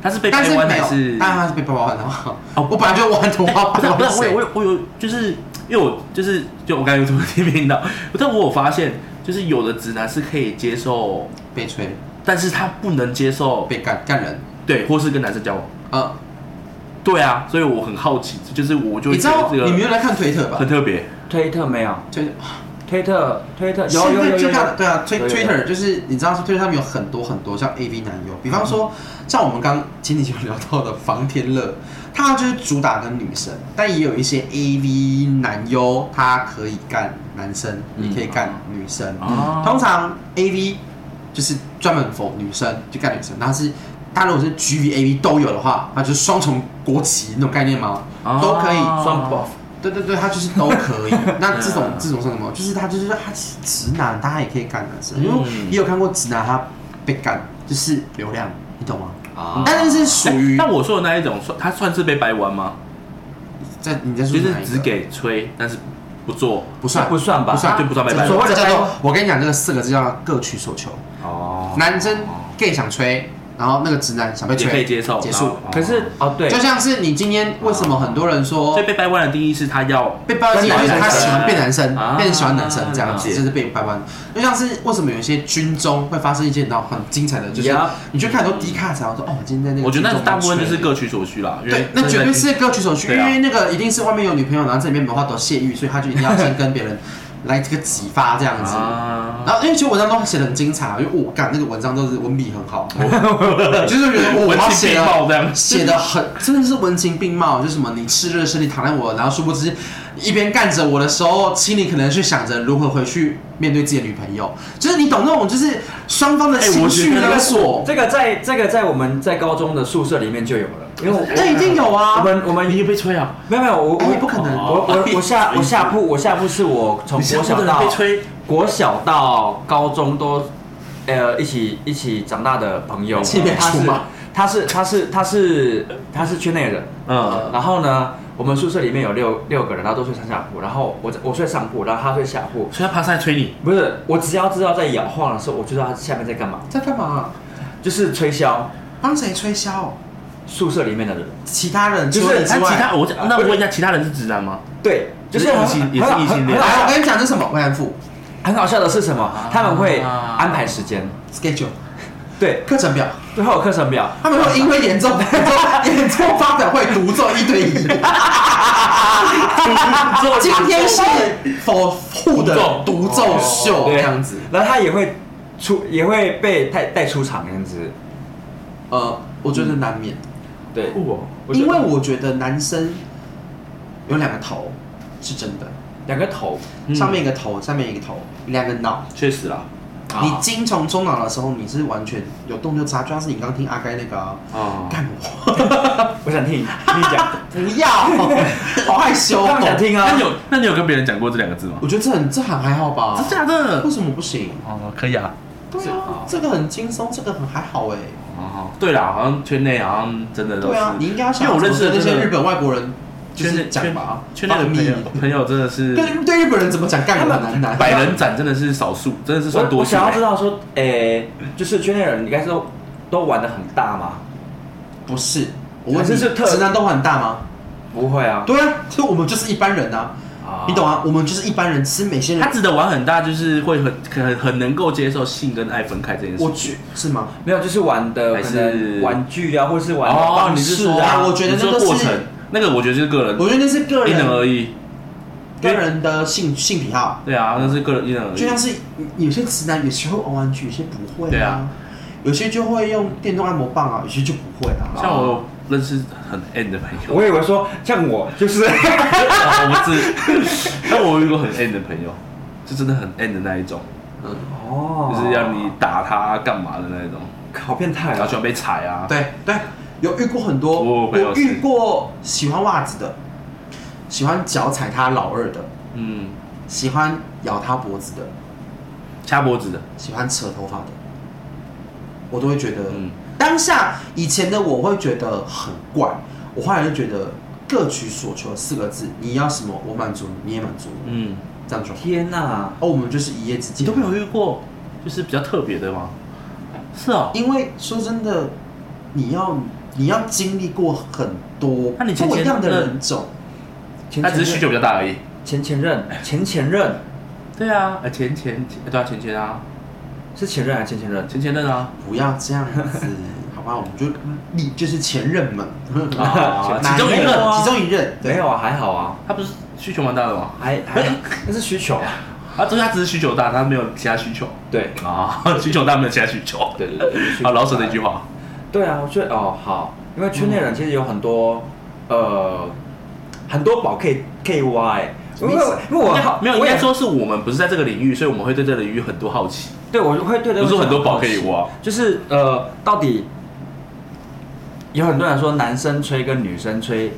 [SPEAKER 2] 她是被
[SPEAKER 1] 但
[SPEAKER 2] 掰
[SPEAKER 1] 是
[SPEAKER 2] 弯
[SPEAKER 1] 没
[SPEAKER 2] 还
[SPEAKER 1] 有
[SPEAKER 2] 是，？
[SPEAKER 1] 但他是被爸爸玩的话
[SPEAKER 2] 哦，
[SPEAKER 1] 我本来就玩童话，
[SPEAKER 2] 不是啊不 是，我有我
[SPEAKER 1] 我
[SPEAKER 2] 有我有，就是因为我就是就我刚才有这么听到，但我有发现，就是有的直男是可以接受，
[SPEAKER 1] 被吹，
[SPEAKER 2] 但是他不能接受
[SPEAKER 1] 被干干人，
[SPEAKER 2] 对，或是跟男生交往。
[SPEAKER 1] 呃。
[SPEAKER 2] 对啊，所以我很好奇，就是我就
[SPEAKER 1] 你
[SPEAKER 2] 会
[SPEAKER 1] 知
[SPEAKER 2] 觉
[SPEAKER 1] 道
[SPEAKER 2] 得这
[SPEAKER 1] 你
[SPEAKER 2] 个
[SPEAKER 1] 们有来看推特吧
[SPEAKER 2] 很？特别，
[SPEAKER 3] 推特没有，
[SPEAKER 1] 推
[SPEAKER 3] 推特推特有有
[SPEAKER 1] 现在
[SPEAKER 3] 有有
[SPEAKER 1] 最大的
[SPEAKER 3] 有，
[SPEAKER 1] 对啊，推
[SPEAKER 3] 有有有
[SPEAKER 1] Twitter 就是你知道，推特上面有很多很多像 AV 男优，比方说像我们刚前几集有聊到的房天乐，他就是主打跟女生，但也有一些 AV 男优，他可以干男生，
[SPEAKER 3] 嗯
[SPEAKER 1] 也可以干女生。
[SPEAKER 2] 哦
[SPEAKER 1] 通常 AV 就是专门否女生，就干女生，但是。他如果是 G V A V 都有的话，那就是双重国籍那种概念吗？都可以
[SPEAKER 2] 哦
[SPEAKER 3] 双 buff
[SPEAKER 1] 对对对，他就是都可以。 那这种
[SPEAKER 2] 嗯
[SPEAKER 1] 这种是什么？就是他就是他是直男，他也可以干男生，
[SPEAKER 2] 嗯
[SPEAKER 1] 因为也有看过直男他被干，就是流量，你懂吗？
[SPEAKER 3] 啊
[SPEAKER 1] 但是是属于
[SPEAKER 2] 嗯哎但我说的那一种，算他算是被掰弯吗？
[SPEAKER 1] 在你在说
[SPEAKER 2] 就
[SPEAKER 1] 哪一个
[SPEAKER 2] 是只给吹，但是不做。
[SPEAKER 1] 不算
[SPEAKER 3] 不算吧
[SPEAKER 1] 不算
[SPEAKER 2] 就不算被
[SPEAKER 1] 这
[SPEAKER 2] 掰
[SPEAKER 1] 所谓的
[SPEAKER 3] 这
[SPEAKER 1] 叫
[SPEAKER 3] 叫
[SPEAKER 1] 做我跟你讲，这个四个字叫各取所求。
[SPEAKER 3] 哦，
[SPEAKER 1] 男生 gay 想吹，然后那个直男想被
[SPEAKER 2] 也可
[SPEAKER 1] 吹，
[SPEAKER 2] 以接受
[SPEAKER 1] 结
[SPEAKER 2] 然
[SPEAKER 1] 束
[SPEAKER 2] 后。
[SPEAKER 3] 可是哦对
[SPEAKER 1] 就，像是你今天为什么很多人说
[SPEAKER 2] 所以被掰弯的定义是他要
[SPEAKER 1] 被掰弯是因为他喜欢变男生
[SPEAKER 2] 啊，
[SPEAKER 1] 变喜欢男生这样子，
[SPEAKER 2] 了解
[SPEAKER 1] 就是被掰弯。就像是为什么有一些军中会发生一些你知道很精彩的，就是
[SPEAKER 3] Yeah
[SPEAKER 1] 你去看很多低卡才说哦，今天在那个
[SPEAKER 2] 我觉
[SPEAKER 1] 军
[SPEAKER 2] 得那
[SPEAKER 1] 中
[SPEAKER 2] 大部分就是
[SPEAKER 1] 被
[SPEAKER 2] 各取所需啦，因
[SPEAKER 1] 吹对
[SPEAKER 2] 为，
[SPEAKER 1] 那绝对是各取所需，
[SPEAKER 2] 对
[SPEAKER 1] 因
[SPEAKER 2] 啊
[SPEAKER 1] 为那个一定是外面有女朋友，然后这里面没话都泄欲，所以他就一定要先跟别人来这个激发这样子。
[SPEAKER 2] 啊，
[SPEAKER 1] 然后因为其实文章都写的很精彩，啊因为我干那个文章都是文笔很好，就是觉得我
[SPEAKER 2] 文
[SPEAKER 1] 要
[SPEAKER 2] 情
[SPEAKER 1] 写
[SPEAKER 2] 并
[SPEAKER 1] 的
[SPEAKER 2] 茂这样
[SPEAKER 1] 写的很真的是文情并茂，就是什么你炽热的身体躺在我，然后殊不知一边干着我的时候，心里可能是想着如何回去面对自己的女朋友，就是你懂那种就是双方的
[SPEAKER 2] 哎
[SPEAKER 1] 情
[SPEAKER 2] 我觉
[SPEAKER 1] 绪
[SPEAKER 2] 得
[SPEAKER 1] 勒索，
[SPEAKER 3] 这个在这个在我们在高中的宿舍里面就有了，因为我
[SPEAKER 1] 这一定有
[SPEAKER 3] 我
[SPEAKER 1] 啊。
[SPEAKER 3] 们我们
[SPEAKER 2] 你也被吹啊？
[SPEAKER 3] 没有没有，我
[SPEAKER 1] 哎
[SPEAKER 3] 我
[SPEAKER 1] 不可能
[SPEAKER 2] 哦
[SPEAKER 3] 我我我下我下铺我下铺是我从
[SPEAKER 2] 你
[SPEAKER 3] 国
[SPEAKER 2] 下铺
[SPEAKER 3] 小
[SPEAKER 2] 的人
[SPEAKER 3] 到
[SPEAKER 2] 被吹
[SPEAKER 3] 国小到高中都，呃，一起一起长大的朋友，
[SPEAKER 1] 青梅
[SPEAKER 3] 他
[SPEAKER 1] 竹
[SPEAKER 3] 是
[SPEAKER 1] 马
[SPEAKER 3] 他是他是他是他是圈内人，
[SPEAKER 2] 嗯，
[SPEAKER 3] 然后呢，我们宿舍里面有六六个人，然后都睡上下铺，然后我我睡上铺，然后他睡下铺，
[SPEAKER 2] 所以他爬上来吹你，
[SPEAKER 3] 不是，我只要知道在摇晃的时候，我就知道他下面在干嘛，
[SPEAKER 1] 在干嘛？
[SPEAKER 3] 就是吹箫，
[SPEAKER 1] 帮谁吹箫？
[SPEAKER 3] 宿舍里面的人，
[SPEAKER 1] 其他人
[SPEAKER 3] 就
[SPEAKER 1] 除
[SPEAKER 3] 是
[SPEAKER 1] 了你之
[SPEAKER 2] 但哎其
[SPEAKER 1] 外，
[SPEAKER 2] 他我那我问一下，其他人是直男吗？
[SPEAKER 3] 对，就是
[SPEAKER 2] 也是
[SPEAKER 3] 很
[SPEAKER 2] 异性也是
[SPEAKER 3] 很好
[SPEAKER 2] 异性
[SPEAKER 3] 很
[SPEAKER 2] 恋
[SPEAKER 3] 好
[SPEAKER 1] 哎来我跟你讲这是什么慰安妇
[SPEAKER 3] 哎很好笑的是什么？他们会
[SPEAKER 2] 啊
[SPEAKER 3] 安排时间，
[SPEAKER 1] schedule
[SPEAKER 3] 对，
[SPEAKER 1] 课程表。
[SPEAKER 3] 最后有课程表，
[SPEAKER 1] 他们会因为严重 严重发展会独奏一对一。今天是否护的独奏秀
[SPEAKER 3] 哦对
[SPEAKER 1] 这样子？
[SPEAKER 3] 然后他也会出，也会被带带出场这样子，
[SPEAKER 1] 呃，我觉得难免，
[SPEAKER 3] 对，
[SPEAKER 2] 哦
[SPEAKER 3] 嗯我觉得
[SPEAKER 1] 因为我觉得男生有两个头是真的，
[SPEAKER 3] 两个头，
[SPEAKER 2] 嗯
[SPEAKER 1] 上面一个头，下面一个头，两个脑。
[SPEAKER 2] 确实啦，
[SPEAKER 3] 啊
[SPEAKER 1] 你精虫充脑的时候，你是完全有动就插，就像是你刚听阿该那个啊
[SPEAKER 2] 啊，
[SPEAKER 1] 干我
[SPEAKER 3] 我想听你听你讲，
[SPEAKER 1] 不要，好害羞哦。
[SPEAKER 3] 他们想听啊
[SPEAKER 2] 那你，有那你有跟别人讲过这两个字吗？
[SPEAKER 1] 我觉得这很这很还好吧？
[SPEAKER 2] 真假的
[SPEAKER 1] 为？什么不行？
[SPEAKER 2] 哦，可以啊。
[SPEAKER 1] 对
[SPEAKER 3] 是
[SPEAKER 1] 啊
[SPEAKER 3] 啊，
[SPEAKER 1] 这个很轻松，这个很还好哎。
[SPEAKER 2] 哦，对啦，好像圈内好像真的都是。
[SPEAKER 1] 对啊，你应该要
[SPEAKER 2] 因
[SPEAKER 1] 想，
[SPEAKER 2] 为我认识的
[SPEAKER 1] 那
[SPEAKER 2] 真
[SPEAKER 1] 些
[SPEAKER 2] 的
[SPEAKER 1] 日本外国人就
[SPEAKER 2] 圈内
[SPEAKER 1] 是讲吧，
[SPEAKER 2] 圈圈内的朋友
[SPEAKER 1] 把密
[SPEAKER 2] 朋友真的是
[SPEAKER 1] 对对日本人怎么讲干很难难。
[SPEAKER 2] 百人斩，真的是少数，真的是算
[SPEAKER 4] 我
[SPEAKER 2] 多
[SPEAKER 4] 我
[SPEAKER 2] 数、
[SPEAKER 4] 想要知
[SPEAKER 2] 欸。
[SPEAKER 4] 道说，诶、就是圈内人应该是都都玩的很大吗？
[SPEAKER 1] 不是，我问
[SPEAKER 2] 啊
[SPEAKER 1] 你，
[SPEAKER 4] 还是是特
[SPEAKER 1] 直男都很大吗？
[SPEAKER 4] 不会啊，
[SPEAKER 1] 对啊，所以我们就是一般人啊，
[SPEAKER 4] 啊
[SPEAKER 1] 你懂啊？我们就是一般人，其实每些
[SPEAKER 2] 他
[SPEAKER 1] 人，
[SPEAKER 2] 指的玩很大，就是会很很很能够接受性跟爱分开这件
[SPEAKER 1] 我
[SPEAKER 2] 事情。
[SPEAKER 1] 觉是吗？
[SPEAKER 4] 没有，就是玩的
[SPEAKER 2] 还
[SPEAKER 4] 可
[SPEAKER 2] 是
[SPEAKER 4] 能玩具啊，或是玩的方式
[SPEAKER 1] 说
[SPEAKER 4] 啊，
[SPEAKER 1] 我觉得
[SPEAKER 2] 哦你
[SPEAKER 1] 那
[SPEAKER 2] 说
[SPEAKER 1] 个是
[SPEAKER 2] 过程，那个我觉得就是个人
[SPEAKER 1] 我觉得那是个
[SPEAKER 2] 因人
[SPEAKER 1] 人
[SPEAKER 2] 而异。
[SPEAKER 1] 个人的性性癖好，
[SPEAKER 2] 对啊，那是个人因人而
[SPEAKER 1] 就像
[SPEAKER 2] 异。
[SPEAKER 1] 是有些直男有时候玩玩具，有些不会
[SPEAKER 2] 对
[SPEAKER 1] 啊
[SPEAKER 2] 啊，
[SPEAKER 1] 有些就会用电动按摩棒啊，有些就不会啊。
[SPEAKER 2] 像我有认识很 N 的朋友，
[SPEAKER 4] 我以为说像我就是，
[SPEAKER 1] 啊
[SPEAKER 2] 我不是， 但我有一个很 N 的朋友，就真的很 N 的那一种，
[SPEAKER 1] 嗯，
[SPEAKER 4] 哦
[SPEAKER 2] 就是要你打他干嘛的那一种，
[SPEAKER 4] 好变态
[SPEAKER 2] 然后
[SPEAKER 4] 啊
[SPEAKER 2] 喜！欢被踩啊。
[SPEAKER 1] 对对，有遇过很多，
[SPEAKER 2] 我朋友是
[SPEAKER 1] 遇过喜欢袜子的，喜欢脚踩他老二的，
[SPEAKER 2] 嗯，
[SPEAKER 1] 喜欢咬他脖子的，
[SPEAKER 2] 掐脖子的，
[SPEAKER 1] 喜欢扯头发的，我都会觉得，
[SPEAKER 2] 嗯
[SPEAKER 1] 当下以前的我会觉得很怪，我后来就觉得各取所求四个字，你要什么我满足你，你也满足我，
[SPEAKER 2] 嗯，
[SPEAKER 1] 这样就好。
[SPEAKER 4] 天哪、啊，
[SPEAKER 1] 哦，我们就是一夜之间
[SPEAKER 2] 你都，没有遇过，就是比较特别的吗？是哦，
[SPEAKER 1] 因为说真的，你要你要经历过很多
[SPEAKER 2] 那你前
[SPEAKER 1] 不一
[SPEAKER 2] 前
[SPEAKER 1] 样的
[SPEAKER 2] 任
[SPEAKER 1] 人种，
[SPEAKER 4] 前
[SPEAKER 2] 他只是需求比较哎大而已。
[SPEAKER 4] 前前任前前任
[SPEAKER 2] 对啊，呃前前前对啊前前啊
[SPEAKER 4] 是前任还是前前任？
[SPEAKER 2] 前前任啊，
[SPEAKER 1] 不要这样子，好吧？我们就你就是前任们，
[SPEAKER 2] 啊
[SPEAKER 1] 哪
[SPEAKER 2] 其中一任
[SPEAKER 1] 有
[SPEAKER 2] 啊
[SPEAKER 1] 其中一任，对
[SPEAKER 4] 没有啊，还好啊，
[SPEAKER 2] 他不是需求蛮大的吗？
[SPEAKER 4] 还还 那是需求啊，
[SPEAKER 2] 啊，对，他只是需求大，他没有其他需求
[SPEAKER 4] 对
[SPEAKER 2] 啊， 需求大没有其他需求。
[SPEAKER 4] 对对对， 需求
[SPEAKER 2] 啊，老舍那句话，
[SPEAKER 4] 对啊，我觉得哦好，因为圈内
[SPEAKER 2] 嗯
[SPEAKER 4] 人其实有很多、呃很多宝可以可以挖哎、因为
[SPEAKER 1] 什么意思
[SPEAKER 4] 因为我
[SPEAKER 2] 应该
[SPEAKER 4] 好
[SPEAKER 2] 没有，应
[SPEAKER 4] 我也
[SPEAKER 2] 该说是我们不是在这个领域，所以我们会对这个领域很多好奇。
[SPEAKER 4] 对我会对这个
[SPEAKER 2] 不是很多宝
[SPEAKER 4] 好奇
[SPEAKER 2] 可以挖，
[SPEAKER 4] 就是呃到底有很多人说男生吹跟女生吹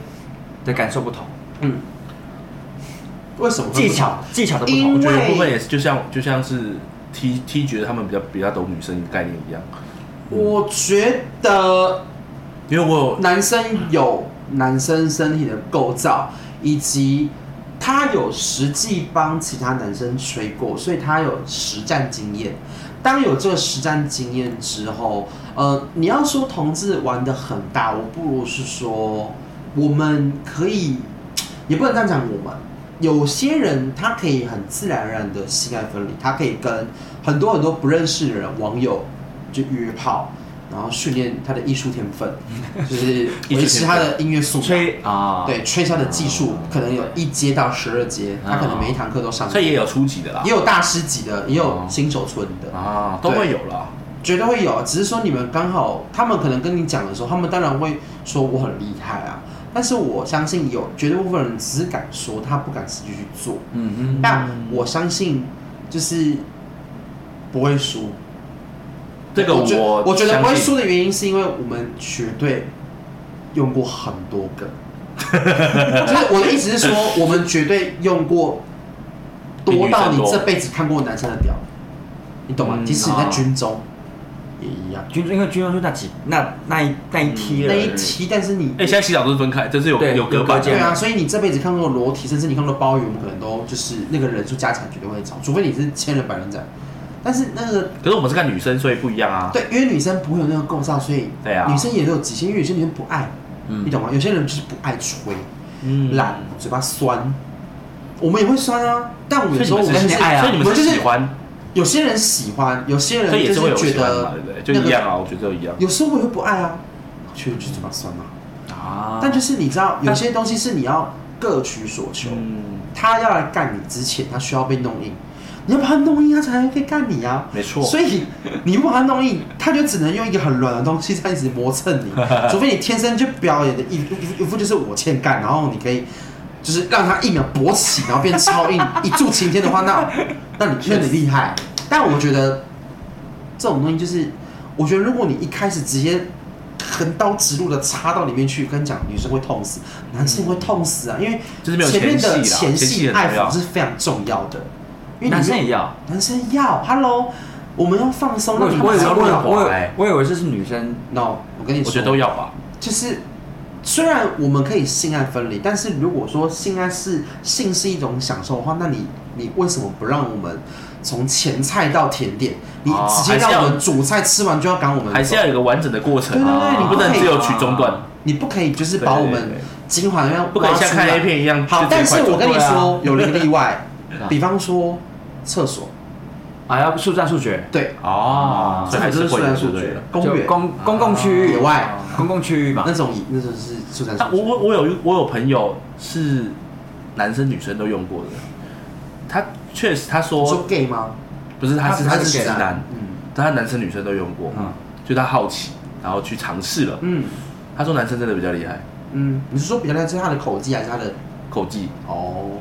[SPEAKER 4] 的感受不同，
[SPEAKER 1] 嗯，为什么会不
[SPEAKER 4] 技巧技巧的不同，
[SPEAKER 1] 因
[SPEAKER 4] 我
[SPEAKER 2] 我
[SPEAKER 4] 觉
[SPEAKER 2] 觉
[SPEAKER 4] 得
[SPEAKER 2] 得
[SPEAKER 1] 对
[SPEAKER 2] 有部分也是，就像就像是 T T 觉得他们比较比较懂女生的概念一样，
[SPEAKER 1] 嗯我觉得
[SPEAKER 2] 因为我
[SPEAKER 1] 男生有男生身体的构造，以及他有实际帮其他男生吹过，所以他有实战经验。当有这个实战经验之后，呃，你要说同志玩的很大，我不如是说我们可以，也不能这样讲我们。有些人他可以很自然而然的性爱分离，他可以跟很多很多不认识的人网友就约炮，然后训练他的艺术天 分，就是维持他的音乐素养，
[SPEAKER 4] 吹啊
[SPEAKER 1] 对，吹他的技术，可能有一阶到十二阶，他可能每一堂课都上，
[SPEAKER 2] 所以也有初级的啦
[SPEAKER 1] 也，有大师级的，也有
[SPEAKER 2] 哦
[SPEAKER 1] 新手村的，
[SPEAKER 2] 啊，都会有啦。
[SPEAKER 1] 绝对会有，只是说你们刚好，他们可能跟你讲的时候，他们当然会说我很厉害啊，但是我相信有绝大部分人只是敢说，他不敢实际去做。
[SPEAKER 4] 嗯
[SPEAKER 1] 但我相信就是不会输。
[SPEAKER 2] 这个
[SPEAKER 1] 我觉
[SPEAKER 2] 我
[SPEAKER 1] 我觉得
[SPEAKER 2] 相
[SPEAKER 1] 不会
[SPEAKER 2] 信
[SPEAKER 1] 输的原因是因为我们绝对用过很多个，就是我的意思是说，我们绝对用过多到
[SPEAKER 2] 比女生
[SPEAKER 1] 你
[SPEAKER 2] 多
[SPEAKER 1] 这辈子看过男生的屌，你懂吗？
[SPEAKER 2] 嗯
[SPEAKER 1] 即使你在
[SPEAKER 4] 啊
[SPEAKER 1] 军中也一样
[SPEAKER 4] 哼，军因为军中就那几那那一那一梯
[SPEAKER 1] 那
[SPEAKER 4] 了，
[SPEAKER 1] 一期，但是你
[SPEAKER 2] 哎、现在洗澡都是分开，这是有
[SPEAKER 4] 对
[SPEAKER 2] 有隔
[SPEAKER 4] 有
[SPEAKER 2] 板
[SPEAKER 4] 隔
[SPEAKER 2] 的
[SPEAKER 4] 间。
[SPEAKER 1] 对啊，所以你这辈子看过的裸体，甚至你看过的包鱼，我们可能都就是那个人数加起来绝对会超，除非你是千人百人斩，但是那个
[SPEAKER 2] 可是我们是看女生，所以不一样啊。
[SPEAKER 1] 对，因为女生不会有那个构造，所以
[SPEAKER 2] 对啊
[SPEAKER 1] 女生也有极限，因为有些女生不爱，
[SPEAKER 4] 嗯
[SPEAKER 1] 你懂吗？有些人就是不爱吹，
[SPEAKER 2] 嗯
[SPEAKER 1] 懒、嘴巴酸，我们也会酸啊。但我们有
[SPEAKER 2] 所以
[SPEAKER 1] 时
[SPEAKER 2] 你
[SPEAKER 1] 候
[SPEAKER 4] 跟
[SPEAKER 1] 我们就
[SPEAKER 2] 们是
[SPEAKER 4] 你
[SPEAKER 1] 是
[SPEAKER 4] 爱啊
[SPEAKER 2] 所以你
[SPEAKER 1] 我
[SPEAKER 2] 们
[SPEAKER 1] 们
[SPEAKER 2] 是
[SPEAKER 1] 就是
[SPEAKER 2] 喜欢，
[SPEAKER 1] 有些人喜欢，有些
[SPEAKER 2] 所以也
[SPEAKER 1] 人
[SPEAKER 2] 是会有
[SPEAKER 1] 觉
[SPEAKER 2] 喜欢嘛
[SPEAKER 1] 得，
[SPEAKER 2] 对不对？
[SPEAKER 1] 那
[SPEAKER 2] 就
[SPEAKER 1] 个
[SPEAKER 2] 一样啊，我觉得都一样。
[SPEAKER 1] 有时候我又不爱啊，确实就是嘴巴酸嘛、啊。
[SPEAKER 4] 啊，
[SPEAKER 1] 但就是你知道，有些东西是你要各取所求。
[SPEAKER 2] 嗯，
[SPEAKER 1] 他要来干你之前，他需要被弄硬，你要把他弄硬，他才可以干你啊。
[SPEAKER 2] 没错
[SPEAKER 1] 所以你不把他弄硬，他就只能用一个很软的东西在一直磨蹭 你，除非你天生就表演的一副一副一副就是我欠干，然后你可以就是让他一秒勃起，然后变超 硬，一柱擎天的话，那那你那你厉害。但我觉得这种东西就是，我觉得如果你一开始直接横刀直入的插到里面去，跟你讲，女生会痛死，男生会痛死啊，因为
[SPEAKER 2] 嗯就是没有
[SPEAKER 1] 前面的
[SPEAKER 2] 前戏啦
[SPEAKER 1] 前
[SPEAKER 2] 前戏
[SPEAKER 1] 戏
[SPEAKER 2] 很
[SPEAKER 1] 爱
[SPEAKER 2] 重要
[SPEAKER 1] 抚是非常重要的，因为你
[SPEAKER 4] 男生也要。
[SPEAKER 1] 男生要，Hello，我们要放松，
[SPEAKER 4] 我
[SPEAKER 1] 让
[SPEAKER 4] 以
[SPEAKER 1] 你
[SPEAKER 4] 为我以
[SPEAKER 1] 们
[SPEAKER 4] 为
[SPEAKER 1] 知道
[SPEAKER 4] 我以
[SPEAKER 2] 滑
[SPEAKER 4] 为
[SPEAKER 2] 欸
[SPEAKER 4] 我以为这是女生
[SPEAKER 1] No，我跟你说，
[SPEAKER 2] 我觉得都要吧。
[SPEAKER 1] 就是虽然我们可以性爱分离，但是如果说性爱是性是一种享受的话，那你你为什么不让我们从前菜到甜点，你
[SPEAKER 2] 哦
[SPEAKER 1] 直接
[SPEAKER 2] 还是
[SPEAKER 1] 让我
[SPEAKER 2] 要
[SPEAKER 1] 们主菜吃完就要赶我们
[SPEAKER 2] 还是要有一个完整的过程啊，
[SPEAKER 1] 对对对你
[SPEAKER 2] 不
[SPEAKER 1] 不
[SPEAKER 2] 能
[SPEAKER 1] 可以
[SPEAKER 2] 只有取中段，
[SPEAKER 1] 你不可以就是把我
[SPEAKER 2] 对对
[SPEAKER 1] 们
[SPEAKER 2] 对
[SPEAKER 1] 精华要
[SPEAKER 2] 不可以像看 A 片一样。
[SPEAKER 1] 好
[SPEAKER 2] 就，
[SPEAKER 1] 但
[SPEAKER 2] 直接
[SPEAKER 1] 是
[SPEAKER 2] 快
[SPEAKER 1] 我
[SPEAKER 2] 转
[SPEAKER 1] 跟你
[SPEAKER 3] 对啊
[SPEAKER 1] 说，有了一个例外
[SPEAKER 3] 啊，
[SPEAKER 1] 比方说厕所，
[SPEAKER 3] 啊，要速战速决
[SPEAKER 1] 对，
[SPEAKER 2] 哦，所
[SPEAKER 1] 这
[SPEAKER 2] 以还
[SPEAKER 1] 还
[SPEAKER 2] 是
[SPEAKER 1] 是
[SPEAKER 2] 会
[SPEAKER 1] 速
[SPEAKER 2] 的
[SPEAKER 1] 战
[SPEAKER 2] 对
[SPEAKER 1] 速
[SPEAKER 2] 不对
[SPEAKER 1] 决，公
[SPEAKER 3] 就
[SPEAKER 1] 园啊
[SPEAKER 3] 公公共区域
[SPEAKER 1] 野外
[SPEAKER 3] 公共区域嘛
[SPEAKER 1] 那。种以，那种是速战
[SPEAKER 2] 但
[SPEAKER 1] 速
[SPEAKER 2] 我
[SPEAKER 1] 决。
[SPEAKER 2] 我我有一我有朋友是男生女生都用过的，他确实他
[SPEAKER 1] 你说
[SPEAKER 2] 说
[SPEAKER 1] gay 吗？
[SPEAKER 2] 不是他是他
[SPEAKER 1] 他不
[SPEAKER 2] 是
[SPEAKER 1] 是
[SPEAKER 2] 直
[SPEAKER 1] gay 啊
[SPEAKER 2] 男，
[SPEAKER 1] 嗯
[SPEAKER 2] 但他男生女生都用过，
[SPEAKER 1] 嗯
[SPEAKER 2] 就他好奇然后去尝试了。
[SPEAKER 1] 嗯
[SPEAKER 2] 他说男生真的比较厉害，
[SPEAKER 1] 嗯，你是说比较是他的口技还是他的？
[SPEAKER 2] 口技。
[SPEAKER 1] 哦，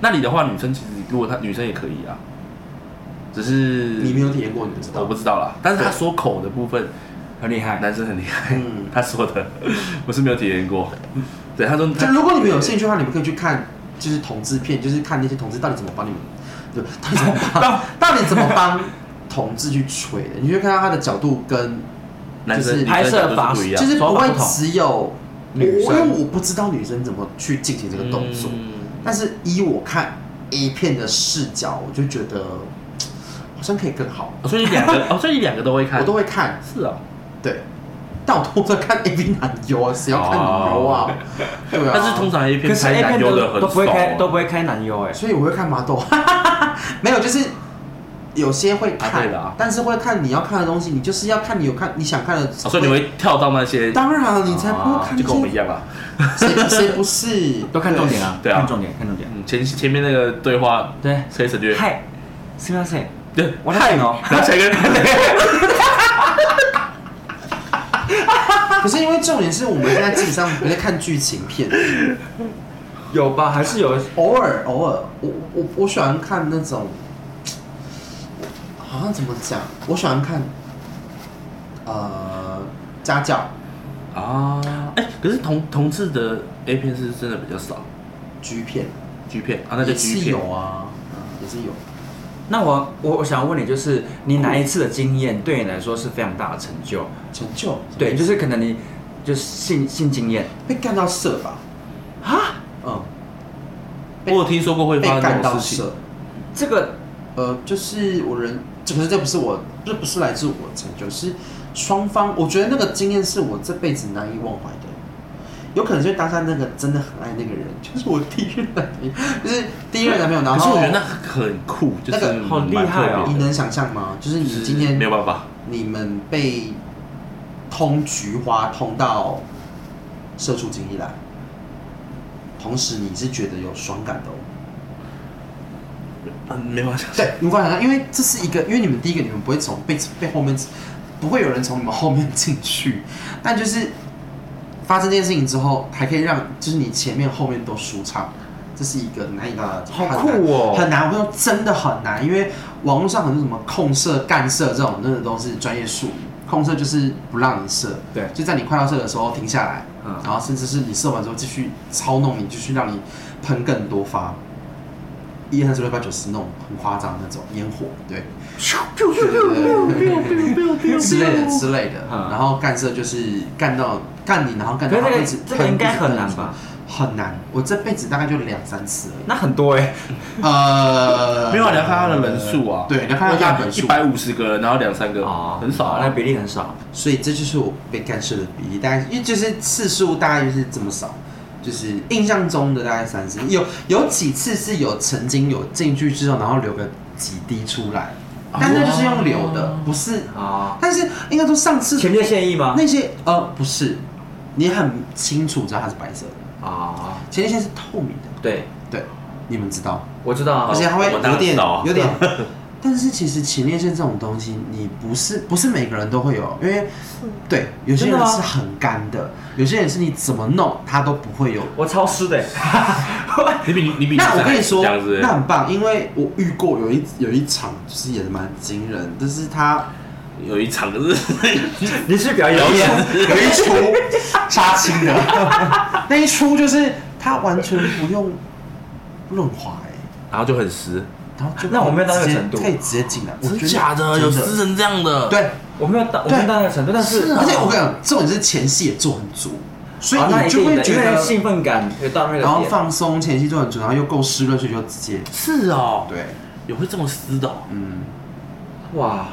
[SPEAKER 2] 那你的话，女生其实如果她女生也可以啊，只是
[SPEAKER 1] 你没有体验过，你不知
[SPEAKER 2] 我
[SPEAKER 1] 道
[SPEAKER 2] 不。知道啦。但是他说口的部分，
[SPEAKER 3] 很厉害，
[SPEAKER 2] 男生很厉害，
[SPEAKER 1] 嗯
[SPEAKER 2] 他说的，我是没有体验过。 对，他说
[SPEAKER 1] 就
[SPEAKER 2] 他
[SPEAKER 1] 如果你们有兴趣的话，你们可以去看，就是同志片，就是看那些同志到底怎么帮你们，对，到底怎么帮，到底怎么帮同志去吹的，你就看到他的角度跟
[SPEAKER 2] 男生
[SPEAKER 1] 就是
[SPEAKER 2] 女生的角度
[SPEAKER 3] 拍摄法
[SPEAKER 2] 啊不一样，
[SPEAKER 1] 就是不会
[SPEAKER 3] 手法不同
[SPEAKER 1] 只有
[SPEAKER 3] 女
[SPEAKER 1] 我
[SPEAKER 3] 生
[SPEAKER 1] 因为我不知道女生怎么去进行这个动作，
[SPEAKER 2] 嗯
[SPEAKER 1] 但是依我看 A 片的视角，我就觉得嘖好像可以更好，
[SPEAKER 2] 哦所以两个哦，所以两个都会 看，
[SPEAKER 1] 我都会看，
[SPEAKER 2] 是哦。
[SPEAKER 1] 对，但我通常看 A 片男优啊，谁要看女优啊？对啊，
[SPEAKER 2] 但是通常 A 片
[SPEAKER 3] 可是
[SPEAKER 2] 拍
[SPEAKER 3] A 片
[SPEAKER 2] 男优的
[SPEAKER 3] 都
[SPEAKER 2] 很
[SPEAKER 3] 都不会开
[SPEAKER 2] 少哦
[SPEAKER 3] 都不会开男优哎，
[SPEAKER 1] 所以我会看麻豆， 没有，就是有些会
[SPEAKER 2] 啊
[SPEAKER 1] 看，
[SPEAKER 2] 对啦
[SPEAKER 1] 但是会看你要看的东西，你就是要看你有看你想看的，
[SPEAKER 2] 哦所以你会跳到那些，
[SPEAKER 1] 当然了你才不会
[SPEAKER 2] 啊
[SPEAKER 1] 看
[SPEAKER 2] 就
[SPEAKER 1] 这
[SPEAKER 2] 跟我们一样啦。
[SPEAKER 1] 谁谁不是
[SPEAKER 3] 都看重点啊，
[SPEAKER 2] 对啊
[SPEAKER 3] 看重点，看重点。
[SPEAKER 2] 嗯，前前面那个对话
[SPEAKER 3] 对，
[SPEAKER 2] 可以省略。
[SPEAKER 3] 嗨，すみません。
[SPEAKER 2] 对，
[SPEAKER 3] 我在看哦
[SPEAKER 2] 嗨拿起来 跟
[SPEAKER 1] 可是因为重点是我们现在基本上没在看剧情 片，
[SPEAKER 3] 有吧？还是有
[SPEAKER 1] 偶尔偶尔，我我我喜欢看那种，好像怎么讲，我喜欢看，呃，家教
[SPEAKER 2] 啊，哎，可是同同志的 A 片是真的比较少
[SPEAKER 1] G 片，
[SPEAKER 2] ，G 片啊，那就
[SPEAKER 1] 也
[SPEAKER 2] G
[SPEAKER 1] 是
[SPEAKER 2] 片
[SPEAKER 1] 有啊，嗯也是有。
[SPEAKER 3] 那我我我想问你，就是你哪一次的经验对你来说是非常大的成就？
[SPEAKER 1] 成就，
[SPEAKER 3] 对，就是可能你就是性性经验
[SPEAKER 1] 被干到射吧，
[SPEAKER 3] 啊，
[SPEAKER 1] 嗯，
[SPEAKER 2] 我有听说过会
[SPEAKER 1] 被
[SPEAKER 2] 发生
[SPEAKER 1] 干
[SPEAKER 2] 这
[SPEAKER 1] 到
[SPEAKER 2] 种事情
[SPEAKER 1] 射，，
[SPEAKER 3] 这个
[SPEAKER 1] 呃，就是我人，这可是这不是我，这不是来自我的成就，是双方，我觉得那个经验是我这辈子难以忘怀的。有可能就是当下那个真的很爱那个人，就是我第一任男朋友，就是第一任男朋友，然
[SPEAKER 2] 可是
[SPEAKER 1] 后
[SPEAKER 2] 我觉得那很酷，就
[SPEAKER 1] 那
[SPEAKER 2] 是
[SPEAKER 1] 个
[SPEAKER 2] 蛮
[SPEAKER 3] 好厉害哦
[SPEAKER 2] 特别
[SPEAKER 1] 你
[SPEAKER 2] 的
[SPEAKER 1] 能想象吗？就是
[SPEAKER 2] 就
[SPEAKER 1] 你
[SPEAKER 2] 是
[SPEAKER 1] 今天
[SPEAKER 2] 没有办法，
[SPEAKER 1] 你们被通菊花通到射出精液来，同时你是觉得有爽感的哦。
[SPEAKER 2] 嗯，没办法 想象。
[SPEAKER 1] 对，无法想象，因为这是一个，因为你们第一个，你们不会从被被后面，不会有人从你们后面进去，但就是发生这件事情之后，还可以让就是你前面后面都舒畅，这是一个难以到达的，
[SPEAKER 3] 好
[SPEAKER 1] 很
[SPEAKER 3] 酷
[SPEAKER 1] 难
[SPEAKER 3] 哦
[SPEAKER 1] 很难，我跟你说真的很难，因为网络上很多什么控射、干射这种，真的都是专业术语，控射就是不让你射，
[SPEAKER 3] 对
[SPEAKER 1] 就在你快要射的时候停下来，
[SPEAKER 3] 嗯
[SPEAKER 1] 然后甚至是你射完之后继续操弄你，继续让你喷更多发，一二三四五六八九十那种很夸张的那种烟火，对，
[SPEAKER 3] 哎
[SPEAKER 1] 之类的之类的
[SPEAKER 3] 嗯。
[SPEAKER 1] 然后干射就是干到干你，然后干
[SPEAKER 3] 可
[SPEAKER 1] 到
[SPEAKER 3] 是这个
[SPEAKER 1] 一直
[SPEAKER 3] 这个应该
[SPEAKER 1] 喷
[SPEAKER 3] 很难吧？
[SPEAKER 1] 很难，我这辈子大概就两三次而已。
[SPEAKER 3] 那很多哎，
[SPEAKER 1] 呃，
[SPEAKER 2] 没有啊，你要看他的人数啊，
[SPEAKER 1] 对，你要看他的人
[SPEAKER 2] 一
[SPEAKER 1] 数。
[SPEAKER 2] 百五十个人，然后两三个，很少啊。
[SPEAKER 3] 那比哦例很少。
[SPEAKER 1] 所以这就是我被干涉的比例，大概因为就是次数大概就是这么少，就是印象中的大概三十，有有几次是有曾经有进去之后，然后流个几滴出来，但那就是用流的，不是
[SPEAKER 3] 啊，
[SPEAKER 1] 但是应该说上次
[SPEAKER 3] 前列腺液吗？
[SPEAKER 1] 那些呃不是，你很清楚知道它是白色的，
[SPEAKER 3] 啊，
[SPEAKER 1] 前列腺是透明的，
[SPEAKER 3] 对，
[SPEAKER 1] 对，你们知道，
[SPEAKER 3] 我知道啊
[SPEAKER 1] 而且它会
[SPEAKER 2] 我当然
[SPEAKER 1] 有点
[SPEAKER 2] 知道啊
[SPEAKER 1] 有点，但是其实前列腺这种东西，你不是不是每个人都会有，因为对有些
[SPEAKER 3] 真的
[SPEAKER 1] 人
[SPEAKER 3] 吗
[SPEAKER 1] 是很干的，有些人是你怎么弄它都不会有。
[SPEAKER 3] 我超湿的。欸
[SPEAKER 2] 你比你比
[SPEAKER 1] 那我跟你说
[SPEAKER 2] 这样子，，
[SPEAKER 1] 那很棒，因为我遇过有一有一场就是也蛮惊人，就是他
[SPEAKER 2] 有 一场可是
[SPEAKER 3] 你是表演
[SPEAKER 2] 表演
[SPEAKER 1] 有一出杀青的，那一出就是他完全不用润滑、欸，
[SPEAKER 2] 然后就很湿，
[SPEAKER 1] 然后就
[SPEAKER 3] 那我没有到那个
[SPEAKER 1] 直接
[SPEAKER 3] 程度
[SPEAKER 1] 可以直接进来，我觉得真
[SPEAKER 2] 成这样的，
[SPEAKER 1] 对，
[SPEAKER 3] 我没有到，我没有到那个程度，但是啊
[SPEAKER 1] 而且我跟你讲，重点是前戏也做很足，所以
[SPEAKER 3] 哦那
[SPEAKER 1] 你
[SPEAKER 3] 一
[SPEAKER 1] 就
[SPEAKER 3] 定
[SPEAKER 1] 会
[SPEAKER 3] 的
[SPEAKER 1] 觉
[SPEAKER 3] 因为
[SPEAKER 1] 得，
[SPEAKER 3] 兴奋感有到那个
[SPEAKER 1] 然后
[SPEAKER 3] 点
[SPEAKER 1] 放松前期就很准，然后又够湿润，所以就直接
[SPEAKER 2] 是哦，
[SPEAKER 1] 对，
[SPEAKER 2] 有会这么撕的、哦，
[SPEAKER 1] 嗯，
[SPEAKER 3] 哇，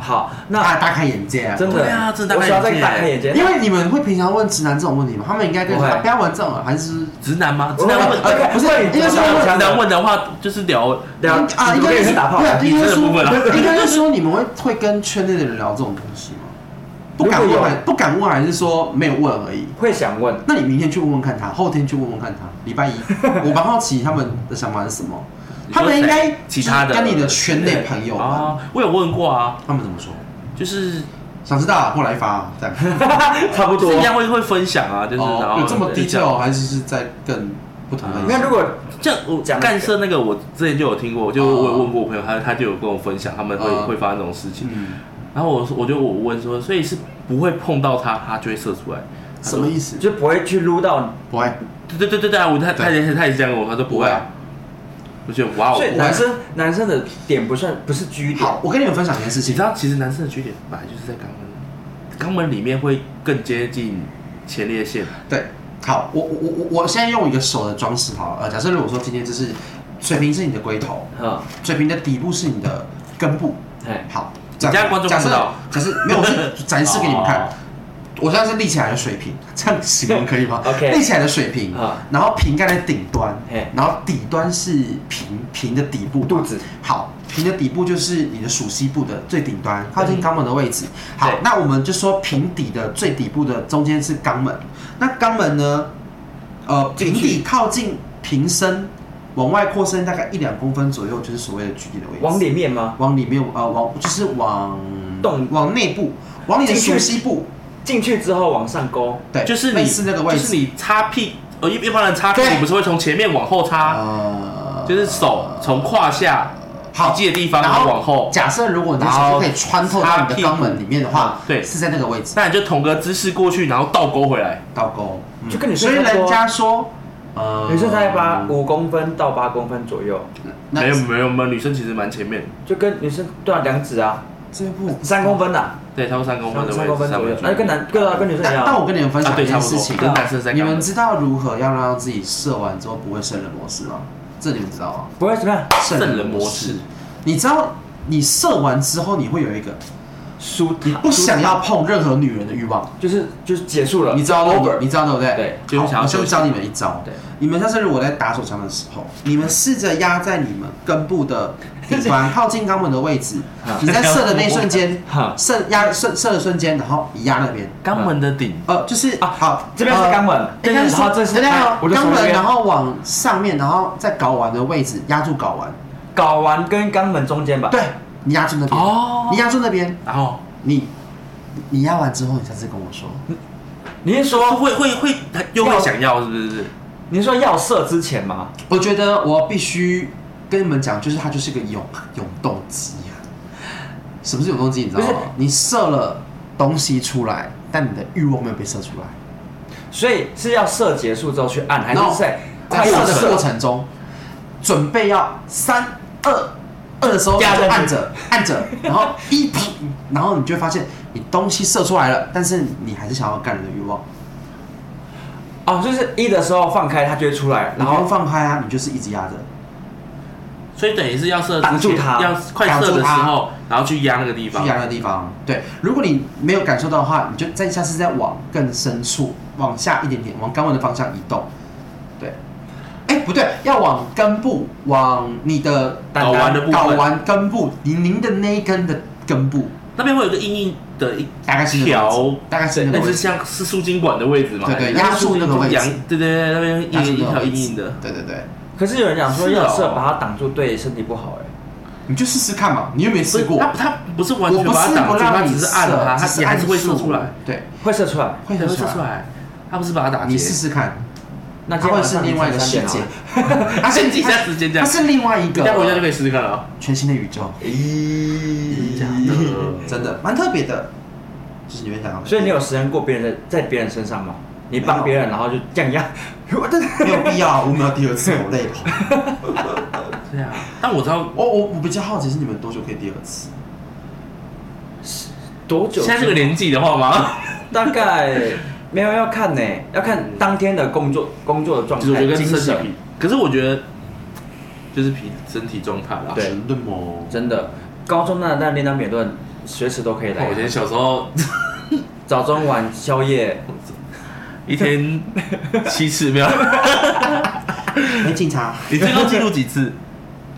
[SPEAKER 3] 好，
[SPEAKER 1] 大
[SPEAKER 3] 那
[SPEAKER 1] 大开眼界啊，
[SPEAKER 3] 真的，
[SPEAKER 2] 对啊真的
[SPEAKER 3] 我
[SPEAKER 2] 大开
[SPEAKER 3] 想要再
[SPEAKER 2] 眼界
[SPEAKER 3] 打开眼界，
[SPEAKER 1] 因为你们会平常问直男这种问题吗？他们应该跟你说
[SPEAKER 3] 不会
[SPEAKER 1] 啊不要玩这种了，还是
[SPEAKER 2] 直男吗？直
[SPEAKER 3] 我
[SPEAKER 2] 男
[SPEAKER 3] 会
[SPEAKER 2] 问，
[SPEAKER 1] 呃不是
[SPEAKER 3] 会
[SPEAKER 1] 应该说会
[SPEAKER 2] 直
[SPEAKER 3] 会
[SPEAKER 2] 男问的话就是聊，
[SPEAKER 3] 对啊
[SPEAKER 1] 啊，应
[SPEAKER 3] 你们
[SPEAKER 1] 该
[SPEAKER 3] 可以
[SPEAKER 1] 是
[SPEAKER 3] 去打炮，
[SPEAKER 1] 对，应该
[SPEAKER 2] 你这个部分
[SPEAKER 1] 说
[SPEAKER 2] 啊
[SPEAKER 1] 应该是说你们会会跟圈内的人聊这种东西吗？不敢
[SPEAKER 3] 如果
[SPEAKER 1] 问
[SPEAKER 3] 有
[SPEAKER 1] 还不敢问，还是说没有问而已？
[SPEAKER 3] 会想问，
[SPEAKER 1] 那你明天去问问看他，后天去问问看他，礼 拜一，我蛮好奇他们的想法是什么。
[SPEAKER 2] 你说
[SPEAKER 1] 他们应该
[SPEAKER 2] 谁其他
[SPEAKER 1] 就
[SPEAKER 2] 的
[SPEAKER 1] 是跟你的圈内朋友吧，
[SPEAKER 2] 啊，我有问过啊，
[SPEAKER 1] 他们怎么说？
[SPEAKER 2] 就是
[SPEAKER 1] 想知道啊过来发这样，
[SPEAKER 3] 差不
[SPEAKER 2] 就
[SPEAKER 3] 多
[SPEAKER 2] 是一。样会会分享啊， 就是然
[SPEAKER 1] 哦
[SPEAKER 2] 后
[SPEAKER 1] 有这么
[SPEAKER 2] 就
[SPEAKER 1] 低
[SPEAKER 2] 是这样
[SPEAKER 1] 调，还是是在更不同的意
[SPEAKER 3] 因
[SPEAKER 1] 思？
[SPEAKER 3] 为如果
[SPEAKER 2] 这样我
[SPEAKER 3] 讲
[SPEAKER 2] 干涉那个，我之前就有听过，就
[SPEAKER 1] 哦
[SPEAKER 2] 我有问过我朋友，他他就有跟我分享他们会、
[SPEAKER 1] 哦
[SPEAKER 2] 会发生这种事情。
[SPEAKER 1] 嗯，
[SPEAKER 2] 然后我说我就我问说，所以是不会碰到他，他就会射出来，
[SPEAKER 1] 什么意思？
[SPEAKER 3] 就不会去撸到，
[SPEAKER 1] 不会，
[SPEAKER 2] 对对对对对啊！我他他也是他也是这样跟我说，他说不会啊。我觉得哇哦
[SPEAKER 3] 所以，
[SPEAKER 1] 我还
[SPEAKER 3] 男生男生的点不算不是居点，
[SPEAKER 1] 好，我跟你们分享一件事
[SPEAKER 2] 你
[SPEAKER 1] 情
[SPEAKER 2] 知。道其实男生的缺点本来就是在肛门，肛门里面会更接近前列腺，
[SPEAKER 1] 对，好，我我我我我现在用一个手的装饰好了，呃，假设如果说今天这是水平是你的龟头，
[SPEAKER 3] 哈，
[SPEAKER 1] 水平的底部是你的根部，
[SPEAKER 3] 哎，
[SPEAKER 1] 好，
[SPEAKER 2] 你家观众
[SPEAKER 1] 假
[SPEAKER 2] 看不
[SPEAKER 1] 设
[SPEAKER 2] 到
[SPEAKER 1] 假设没有，我是展示给你们看
[SPEAKER 2] 哦。
[SPEAKER 1] 我现在是立起来的水平，这样形容可以 吗
[SPEAKER 3] OK
[SPEAKER 1] 立起来的水平
[SPEAKER 3] 啊，
[SPEAKER 1] 然后瓶盖的顶端
[SPEAKER 3] 嘿，
[SPEAKER 1] 然后底端是瓶瓶的底部，
[SPEAKER 3] 肚子。
[SPEAKER 1] 好，瓶的底部就是你的属膝部的最顶端，靠
[SPEAKER 2] 嗯
[SPEAKER 1] 近肛门的位置。好
[SPEAKER 3] 对，
[SPEAKER 1] 那我们就说瓶底的最底部的中间是肛门，那肛门呢，呃，
[SPEAKER 2] 进
[SPEAKER 1] 瓶
[SPEAKER 2] 去
[SPEAKER 1] 底靠近瓶身往外扩伸大概一两公分左右，就是所谓的居底的位置。
[SPEAKER 3] 往里面吗？
[SPEAKER 1] 往里面呃往就是往
[SPEAKER 3] 洞
[SPEAKER 1] 往内部，往你的熟悉部，
[SPEAKER 3] 进去之后往上勾，
[SPEAKER 1] 对，
[SPEAKER 2] 就是
[SPEAKER 1] 哎类
[SPEAKER 2] 你
[SPEAKER 1] 似那个位置，
[SPEAKER 2] 就是你擦屁，呃一一般人擦屁，
[SPEAKER 1] 对
[SPEAKER 2] 你不是会从前面往后擦，
[SPEAKER 1] 呃
[SPEAKER 2] 就是手从胯下
[SPEAKER 1] 好
[SPEAKER 2] 鸡的地方往后
[SPEAKER 1] 假设如果你的手就可以穿透到你的肛门里面的
[SPEAKER 2] 然后
[SPEAKER 1] 话
[SPEAKER 2] 擦屁股，对
[SPEAKER 1] 是在那个位置
[SPEAKER 2] 那你就捅个姿势过去，然后倒勾回来。
[SPEAKER 1] 倒钩，嗯
[SPEAKER 3] 就跟你
[SPEAKER 1] 所
[SPEAKER 3] 说
[SPEAKER 1] 以
[SPEAKER 3] 差不
[SPEAKER 1] 人
[SPEAKER 3] 多
[SPEAKER 1] 家说，呃，
[SPEAKER 3] 女生大概八五公分到八公分左右，
[SPEAKER 1] 那
[SPEAKER 2] 没有没有，我们女生其实蛮前面，
[SPEAKER 3] 就跟女生对啊两指啊
[SPEAKER 1] 这部
[SPEAKER 3] 三公分啊呐，
[SPEAKER 2] 对，差不多三公分的位置，
[SPEAKER 3] 三公分
[SPEAKER 2] 三
[SPEAKER 3] 左右
[SPEAKER 2] 分，
[SPEAKER 3] 那就跟男跟啊跟女生一
[SPEAKER 1] 但
[SPEAKER 3] 样
[SPEAKER 1] 但
[SPEAKER 3] 啊，
[SPEAKER 1] 我哎跟你们分
[SPEAKER 2] 啊
[SPEAKER 1] 享
[SPEAKER 2] 对
[SPEAKER 1] 一件
[SPEAKER 2] 差不
[SPEAKER 1] 事
[SPEAKER 2] 多
[SPEAKER 1] 情，
[SPEAKER 2] 跟男生在肛门
[SPEAKER 1] 你们知道如何要让自己射完之后不会圣人模式吗？这你们知道吗？
[SPEAKER 3] 不会怎么样，
[SPEAKER 2] 圣人模式，
[SPEAKER 1] 你知道你射完之后你会有一个
[SPEAKER 3] 舒
[SPEAKER 1] 你
[SPEAKER 3] 坦
[SPEAKER 1] 不想要碰任何女人的欲望，
[SPEAKER 3] 就是就是结束了，
[SPEAKER 1] 你知道对不对
[SPEAKER 3] over，
[SPEAKER 1] 你知道对不对？
[SPEAKER 3] 对
[SPEAKER 2] 就
[SPEAKER 1] 好
[SPEAKER 2] 想要
[SPEAKER 1] 我就
[SPEAKER 2] 休息
[SPEAKER 1] 教你们一招。
[SPEAKER 3] 对，
[SPEAKER 1] 你们下次如果在打手枪的时候，你们试着压在你们根部的底 端，靠近肛门的位置
[SPEAKER 3] 啊。
[SPEAKER 1] 你在射的那一瞬间
[SPEAKER 3] 哈，
[SPEAKER 1] 射压射射的瞬间，然后你压那边，
[SPEAKER 2] 肛门的顶，
[SPEAKER 1] 呃，就是
[SPEAKER 3] 啊
[SPEAKER 1] 好，
[SPEAKER 3] 这边是
[SPEAKER 1] 呃
[SPEAKER 3] 肛门
[SPEAKER 1] 应该是
[SPEAKER 3] 然后这是哎
[SPEAKER 1] 等一下哦
[SPEAKER 3] 我就手
[SPEAKER 1] 肛
[SPEAKER 3] 这
[SPEAKER 1] 门，
[SPEAKER 3] 边
[SPEAKER 1] 然后往上面，然后在睾丸的位置压住睾丸，
[SPEAKER 3] 睾丸跟肛门中间吧，
[SPEAKER 1] 对你压住那边，
[SPEAKER 2] 哦
[SPEAKER 1] 你压住那边，
[SPEAKER 2] 然后
[SPEAKER 1] 你你压完之后，你下次跟我说。
[SPEAKER 3] 你是
[SPEAKER 2] 哦
[SPEAKER 3] 说
[SPEAKER 2] 会会会，他又会想要是不是？
[SPEAKER 3] 你是说要射之前吗？
[SPEAKER 1] 我觉得我必须跟你们讲，就是它就是个永永动机啊。什么是永动机？你知道
[SPEAKER 3] 不
[SPEAKER 1] 吗
[SPEAKER 3] 是？
[SPEAKER 1] 你射了东西出来，但你的欲望没有被射出来。
[SPEAKER 3] 所以是要射结束之后去按，还是
[SPEAKER 1] No，
[SPEAKER 3] 在
[SPEAKER 1] 在
[SPEAKER 3] 快
[SPEAKER 1] 射
[SPEAKER 3] 要
[SPEAKER 1] 的过
[SPEAKER 3] 射？
[SPEAKER 1] 程中，准备要三二二的时候，你
[SPEAKER 3] 压
[SPEAKER 1] 就
[SPEAKER 3] 下去
[SPEAKER 1] 按着按着，然后一砰，然后你就会发现你东西射出来了，但是你还是想要干人的欲望，
[SPEAKER 3] 哦，就是一的时候放开，它就会出来，
[SPEAKER 1] 然
[SPEAKER 3] 然
[SPEAKER 1] 后
[SPEAKER 3] 后
[SPEAKER 1] 放开啊，你就是一直压着。
[SPEAKER 2] 所以等于是要射之前
[SPEAKER 3] 挡住它
[SPEAKER 2] 要快射的时候，然后去压那个地
[SPEAKER 1] 去
[SPEAKER 2] 方。
[SPEAKER 1] 压的地方。对，如果你没有感受到的话，你就再下次再往更深处，往下一点点，往肛门的方向移动。对，哎，不对，要往根部，往你的
[SPEAKER 3] 蛋
[SPEAKER 2] 睾丸的部
[SPEAKER 1] 睾
[SPEAKER 2] 分，
[SPEAKER 1] 丸根部，你您的那一根的根部，
[SPEAKER 2] 那边会有一个硬硬的一
[SPEAKER 1] 大概是那个位
[SPEAKER 2] 条
[SPEAKER 1] 置，大概是那个
[SPEAKER 2] 那
[SPEAKER 1] 位
[SPEAKER 2] 是
[SPEAKER 1] 置，
[SPEAKER 2] 像是输精管的位置嘛？
[SPEAKER 1] 对对
[SPEAKER 2] 还是
[SPEAKER 1] 压住那个位置
[SPEAKER 2] 阳对对对，那边
[SPEAKER 1] 大概是
[SPEAKER 2] 硬一
[SPEAKER 1] 那个
[SPEAKER 2] 条
[SPEAKER 1] 位置
[SPEAKER 2] 硬硬的。
[SPEAKER 1] 对对对，
[SPEAKER 3] 可是有人讲说
[SPEAKER 2] 是哦
[SPEAKER 3] 要射把它挡住对身体不好，哎，
[SPEAKER 1] 你就试试看嘛，你又没试过
[SPEAKER 2] 他。他不是完
[SPEAKER 1] 我
[SPEAKER 2] 全
[SPEAKER 1] 不
[SPEAKER 2] 把
[SPEAKER 1] 是
[SPEAKER 2] 它挡
[SPEAKER 1] 不
[SPEAKER 2] 住，他
[SPEAKER 1] 让你
[SPEAKER 2] 只是按
[SPEAKER 1] 射
[SPEAKER 2] 它，它
[SPEAKER 1] 只
[SPEAKER 2] 也还是会
[SPEAKER 1] 按
[SPEAKER 2] 射
[SPEAKER 1] 住
[SPEAKER 2] 出来，
[SPEAKER 1] 对，
[SPEAKER 3] 会射出来。
[SPEAKER 1] 会
[SPEAKER 2] 它
[SPEAKER 1] 射
[SPEAKER 2] 会射
[SPEAKER 1] 出
[SPEAKER 2] 出
[SPEAKER 1] 来。
[SPEAKER 2] 来。他不是把它打结，
[SPEAKER 1] 你试试看，
[SPEAKER 3] 那
[SPEAKER 1] 它
[SPEAKER 3] 今天
[SPEAKER 1] 会是另
[SPEAKER 3] 晚上
[SPEAKER 1] 外一个
[SPEAKER 3] 凌
[SPEAKER 1] 世
[SPEAKER 3] 晨
[SPEAKER 1] 界
[SPEAKER 3] 三点好了。
[SPEAKER 1] 它是
[SPEAKER 2] 先加时间这
[SPEAKER 1] 它
[SPEAKER 2] 样
[SPEAKER 1] 是另外一
[SPEAKER 2] 你
[SPEAKER 1] 个
[SPEAKER 2] 待会回家就可以试试看了。
[SPEAKER 1] 全新的宇宙。
[SPEAKER 3] 哎咦，
[SPEAKER 1] 真的蛮特别的，就是你会想到，
[SPEAKER 3] 所以你有实践过别人的在别人身上吗？你
[SPEAKER 1] 嗯
[SPEAKER 3] 帮别人，然后就这样 压，我的
[SPEAKER 1] 没有必要，我们要第二次好累哦。
[SPEAKER 2] 对啊，但我知道
[SPEAKER 1] 我我我比较好奇是你们多久可以第二次？
[SPEAKER 3] 多久？
[SPEAKER 2] 现在这个年纪的话嘛，
[SPEAKER 3] 大概
[SPEAKER 4] 没有要看呢、要看当天的工作工作的状
[SPEAKER 2] 其实我
[SPEAKER 4] 态、
[SPEAKER 2] 觉得跟
[SPEAKER 4] 精
[SPEAKER 2] 身体
[SPEAKER 4] 神
[SPEAKER 2] 比，，可是我觉得就是皮身体状态啦。
[SPEAKER 4] 对
[SPEAKER 1] 真的吗？
[SPEAKER 4] 真的。高中那那练当辩论，随时都可以来啊
[SPEAKER 2] 我以，前小时候
[SPEAKER 4] 早中晚宵夜，
[SPEAKER 2] 一天七次 没有，
[SPEAKER 1] 没哎警察
[SPEAKER 2] 你最高记录几次？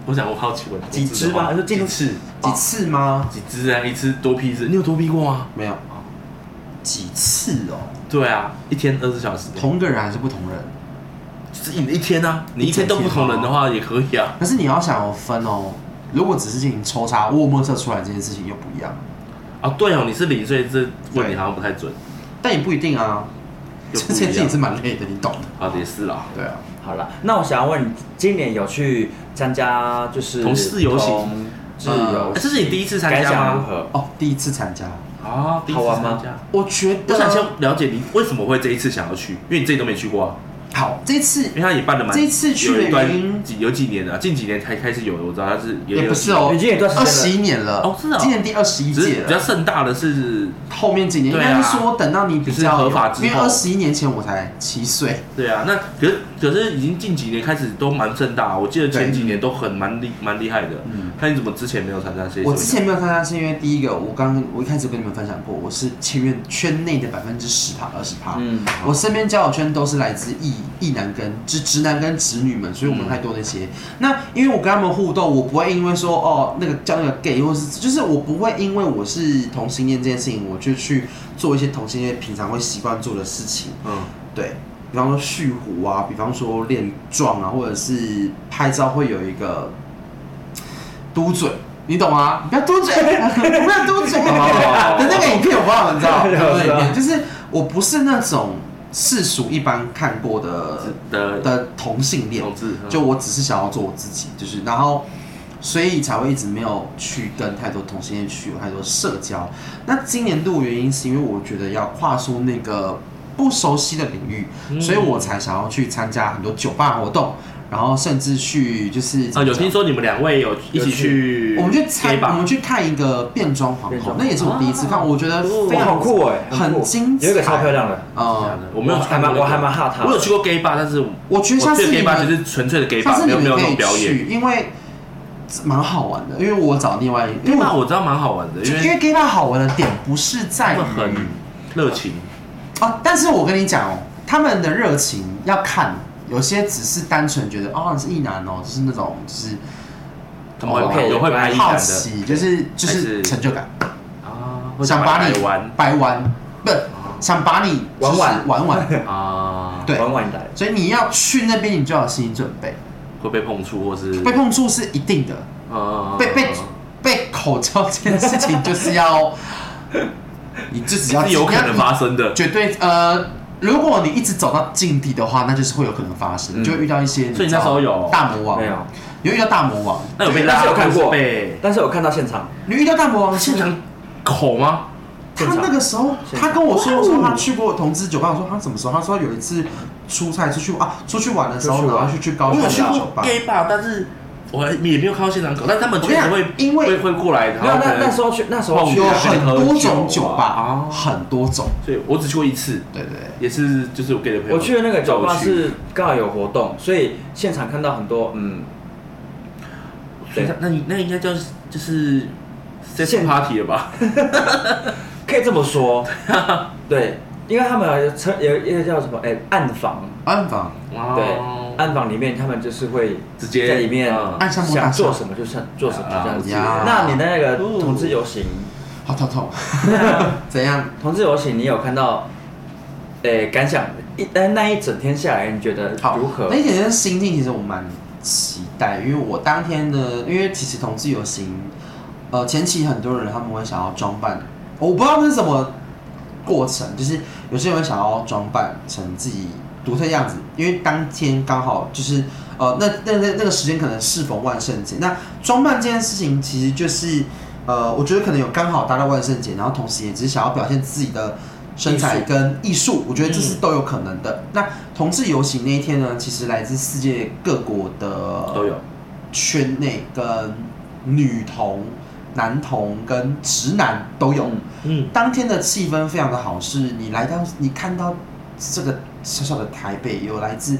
[SPEAKER 2] 我想我好奇问
[SPEAKER 4] 几只吧
[SPEAKER 2] 我
[SPEAKER 4] 就记录
[SPEAKER 2] 几次？
[SPEAKER 1] 几次吗？
[SPEAKER 2] 几只啊？一次多批一哦次？你有多批过啊吗？
[SPEAKER 1] 没有，几次哦？
[SPEAKER 2] 对啊，一天二十小时，
[SPEAKER 1] 同个人还是不同人？
[SPEAKER 2] 就是一一天啊，你一天都不同人的话也可以啊。
[SPEAKER 1] 可是你要想有分哦，如果只是进行抽查握摸测出来这件事情又不一样，
[SPEAKER 2] 啊，对哦，你是零岁，这问
[SPEAKER 1] 对
[SPEAKER 2] 你好像不太准。
[SPEAKER 1] 但也不一定啊。
[SPEAKER 2] 又
[SPEAKER 1] 这
[SPEAKER 2] 不一样
[SPEAKER 1] 件事情是蛮累的，你懂的。
[SPEAKER 2] 啊，也是啦。
[SPEAKER 1] 对啊，
[SPEAKER 4] 好了，那我想要问，今年有去参加就是
[SPEAKER 2] 同事游行
[SPEAKER 4] 同志游
[SPEAKER 2] 哎这是你第一次参
[SPEAKER 4] 感
[SPEAKER 2] 加
[SPEAKER 4] 想如
[SPEAKER 2] 吗？
[SPEAKER 4] 何？
[SPEAKER 1] 哦，第一次参加，
[SPEAKER 2] 啊，第一次
[SPEAKER 4] 好玩吗
[SPEAKER 2] 参加？
[SPEAKER 1] 我觉得
[SPEAKER 2] 我想先了解你为什么会这一次想要去，因为你自己都没去过啊。
[SPEAKER 1] 好，这次
[SPEAKER 2] 因为他也办了蛮
[SPEAKER 1] 这次去的
[SPEAKER 2] 有一段
[SPEAKER 1] 原因
[SPEAKER 2] 几有几年了啊，近几年才开始有的，我知道他是
[SPEAKER 1] 也
[SPEAKER 2] 有
[SPEAKER 1] 不是哦，
[SPEAKER 4] 已经有一段时间
[SPEAKER 1] 二
[SPEAKER 4] 了
[SPEAKER 1] 十一年了
[SPEAKER 2] 哦是哦
[SPEAKER 1] 今年第二十一
[SPEAKER 2] 只
[SPEAKER 1] 届
[SPEAKER 2] 是比较
[SPEAKER 1] 了。
[SPEAKER 2] 盛大的是，
[SPEAKER 1] 后面几年应
[SPEAKER 2] 对
[SPEAKER 1] 该
[SPEAKER 2] 啊
[SPEAKER 1] 是说等到你比较
[SPEAKER 2] 就是合法之后
[SPEAKER 1] 因为二十一年前我才七岁，
[SPEAKER 2] 对啊，那可是可是已经近几年开始都蛮盛大，我记得前几
[SPEAKER 1] 对
[SPEAKER 2] 年都很蛮厉蛮厉害的。
[SPEAKER 1] 嗯
[SPEAKER 2] 那你怎么之前没有参加这些？
[SPEAKER 1] 我之前没有参加是因为第一个，我刚我一开始跟你们分享过，我是签约圈内的百分之十趴二十趴，
[SPEAKER 4] 嗯，
[SPEAKER 1] 我身边交友圈都是来自异异男跟直直男跟直女们，所以我们太多那些。那因为我跟他们互动，我不会因为说哦那个叫那个 gay 或是就是我不会因为我是同性恋这件事情，我就去做一些同性恋平常会习惯做的事情。
[SPEAKER 2] 嗯，
[SPEAKER 1] 对，比方说蓄胡啊，比方说练壮啊，或者是拍照会有一个嘟嘴，你懂吗？你不要嘟嘴，不要嘟嘴
[SPEAKER 2] 哦
[SPEAKER 1] 的那个影片我不知道，你知道？
[SPEAKER 4] 我
[SPEAKER 1] 那
[SPEAKER 4] 知
[SPEAKER 1] 个
[SPEAKER 4] 道
[SPEAKER 1] 影片就是我不是那种世俗一般看过的
[SPEAKER 2] 嗯的
[SPEAKER 1] 的同性恋，
[SPEAKER 2] 同志嗯
[SPEAKER 1] 就我只是想要做我自己，就是然后。所以才会一直没有去跟太多同性恋去有太多社交。那今年度原因是因为我觉得要跨出那个不熟悉的领域，
[SPEAKER 2] 嗯
[SPEAKER 1] 所以我才想要去参加很多酒吧活动，然后甚至去就是
[SPEAKER 2] 啊，有听
[SPEAKER 1] 说
[SPEAKER 2] 说你们两位有一起去 gay 吧，
[SPEAKER 1] 我们去参我们去看一个变装皇
[SPEAKER 4] 变
[SPEAKER 1] 后
[SPEAKER 4] 装，
[SPEAKER 1] 那也是我第一
[SPEAKER 2] 哦
[SPEAKER 1] 次看，我觉得非
[SPEAKER 4] 哇，
[SPEAKER 1] 常
[SPEAKER 4] 好酷哎、
[SPEAKER 2] 欸
[SPEAKER 1] 很
[SPEAKER 4] 酷
[SPEAKER 1] 精彩
[SPEAKER 4] 有一个超漂亮的，
[SPEAKER 1] 啊！
[SPEAKER 2] 我没有去看过那个，
[SPEAKER 4] 我还蛮我还蛮怕他的
[SPEAKER 2] 我有去过 gay bar，但是我
[SPEAKER 1] 我觉得下
[SPEAKER 2] 去
[SPEAKER 1] 次
[SPEAKER 2] 的
[SPEAKER 1] 你
[SPEAKER 2] gay bar 就
[SPEAKER 1] 们
[SPEAKER 2] 是纯粹的 gay
[SPEAKER 1] 下
[SPEAKER 2] bar，
[SPEAKER 1] 次
[SPEAKER 2] 没
[SPEAKER 1] 你
[SPEAKER 2] 有没
[SPEAKER 1] 们
[SPEAKER 2] 有那
[SPEAKER 1] 可以
[SPEAKER 2] 种表演。
[SPEAKER 1] 去，因为蛮好玩的。因为我找另外一，因
[SPEAKER 2] gay
[SPEAKER 1] 为
[SPEAKER 2] bar
[SPEAKER 1] 我
[SPEAKER 2] 我知道蛮好玩的，
[SPEAKER 1] 就
[SPEAKER 2] 因
[SPEAKER 1] 因为嗯
[SPEAKER 2] 为
[SPEAKER 1] gay bar 好玩的点不是在
[SPEAKER 2] 他
[SPEAKER 1] 于
[SPEAKER 2] 们很热情。
[SPEAKER 1] 哦，但是我跟你讲哦，他们的热情要看，有些只是单纯觉得哦你是异男哦，就是那种就是
[SPEAKER 2] 他们会
[SPEAKER 1] 哦
[SPEAKER 2] 拍有会拍一
[SPEAKER 1] 好
[SPEAKER 2] 男的
[SPEAKER 1] 奇，就是就
[SPEAKER 2] 还
[SPEAKER 1] 是
[SPEAKER 2] 是
[SPEAKER 1] 成就感，
[SPEAKER 2] 啊，
[SPEAKER 1] 想把你
[SPEAKER 2] 玩
[SPEAKER 1] 白玩，不想把你
[SPEAKER 4] 玩玩
[SPEAKER 1] 就是玩玩，
[SPEAKER 2] 啊，
[SPEAKER 1] 对
[SPEAKER 4] 晚晚来，
[SPEAKER 1] 所以你要去那边，你就要有心理准备，
[SPEAKER 2] 会被碰触或是
[SPEAKER 1] 被碰触是一定的，
[SPEAKER 2] 啊
[SPEAKER 1] 被被被口罩这件事情就是 要，你就只要
[SPEAKER 2] 是有可能
[SPEAKER 1] 你要
[SPEAKER 2] 发生的，
[SPEAKER 1] 绝对呃，如果你一直走到境地的话，那就是会有可能发生，
[SPEAKER 4] 嗯
[SPEAKER 1] 就会遇到一些。
[SPEAKER 2] 所以
[SPEAKER 1] 知道
[SPEAKER 2] 那时候有
[SPEAKER 1] 大魔王，
[SPEAKER 4] 没有，
[SPEAKER 1] 有遇到大魔王，
[SPEAKER 2] 那有被
[SPEAKER 4] 但
[SPEAKER 2] 拉
[SPEAKER 4] 是有看过
[SPEAKER 2] 或是被
[SPEAKER 4] 但是我看到现场，
[SPEAKER 1] 你遇到大魔王
[SPEAKER 2] 现
[SPEAKER 1] 是
[SPEAKER 2] 场口吗？
[SPEAKER 1] 他
[SPEAKER 4] 现场
[SPEAKER 1] 那个时候，
[SPEAKER 4] 现场
[SPEAKER 1] 他跟我说，我说他去过同志酒吧，我说他什么时候？他说有一次出差出去啊，出去玩的时
[SPEAKER 4] 出
[SPEAKER 1] 候，
[SPEAKER 4] 去玩
[SPEAKER 1] 然后去去高
[SPEAKER 2] 我
[SPEAKER 1] 雄
[SPEAKER 2] 有
[SPEAKER 1] 的
[SPEAKER 2] 去
[SPEAKER 1] 酒
[SPEAKER 2] 过
[SPEAKER 1] 吧。
[SPEAKER 2] gay bar，但是我还也没有看到现场口，但他们确实
[SPEAKER 1] 我跟
[SPEAKER 2] 会
[SPEAKER 1] 你讲因为
[SPEAKER 2] 会会过来，
[SPEAKER 4] 没
[SPEAKER 2] 然
[SPEAKER 4] 有
[SPEAKER 2] 后可
[SPEAKER 4] 那
[SPEAKER 2] 能
[SPEAKER 4] 那时候去那时候去
[SPEAKER 1] 有很多种酒
[SPEAKER 2] 哦
[SPEAKER 1] 吧，很多种，
[SPEAKER 2] 所以我只去过一次，
[SPEAKER 1] 对对对。
[SPEAKER 2] 也是就是我 gay 的朋友，
[SPEAKER 4] 我去的那个酒吧
[SPEAKER 2] 叫我去，
[SPEAKER 4] 是刚好有活动，所以现场看到很多嗯，
[SPEAKER 2] 所以
[SPEAKER 4] 对
[SPEAKER 2] 那你那应该叫就是。
[SPEAKER 4] 现
[SPEAKER 2] sex party 了吧？
[SPEAKER 4] 可以这么说，对，因为他们有车有一个叫什么哎、暗房，
[SPEAKER 1] 暗房，
[SPEAKER 4] 对
[SPEAKER 2] 哦，
[SPEAKER 4] 暗房里面他们就是会
[SPEAKER 2] 直接
[SPEAKER 4] 在里面
[SPEAKER 2] 嗯
[SPEAKER 1] 暗巷摸大
[SPEAKER 4] 想
[SPEAKER 1] 巷
[SPEAKER 4] 做什么就算做什么这样子。
[SPEAKER 1] 啊
[SPEAKER 4] 那你的那个同志游 行，
[SPEAKER 1] 好痛 痛，
[SPEAKER 4] 那
[SPEAKER 1] 怎样？
[SPEAKER 4] 同志游行你有看到？诶，感想一呃那一整天下来，你觉得
[SPEAKER 1] 好
[SPEAKER 4] 如何
[SPEAKER 1] 那？一天的心境其实我蛮期待，因为我当天呢，因为其实同志游行，呃，前期很多人他们会想要装扮，我不知道那是什么过程，就是有些人会想要装扮成自己独特样子，因为当天刚好就是呃，那那那那个时间可能适逢万圣节，那装扮这件事情其实就是呃，我觉得可能有刚好搭到万圣节，然后同时也只是想要表现自己的身材
[SPEAKER 4] 艺术
[SPEAKER 1] 跟艺术，嗯我觉得这是都有可能的。那同志游行那一天呢，其实来自世界各国的
[SPEAKER 2] 都有
[SPEAKER 1] 圈内跟女童男同跟直男都有。
[SPEAKER 4] 嗯
[SPEAKER 2] 嗯，
[SPEAKER 1] 当天的气氛非常的好，是你来到你看到这个小小的台北，有来自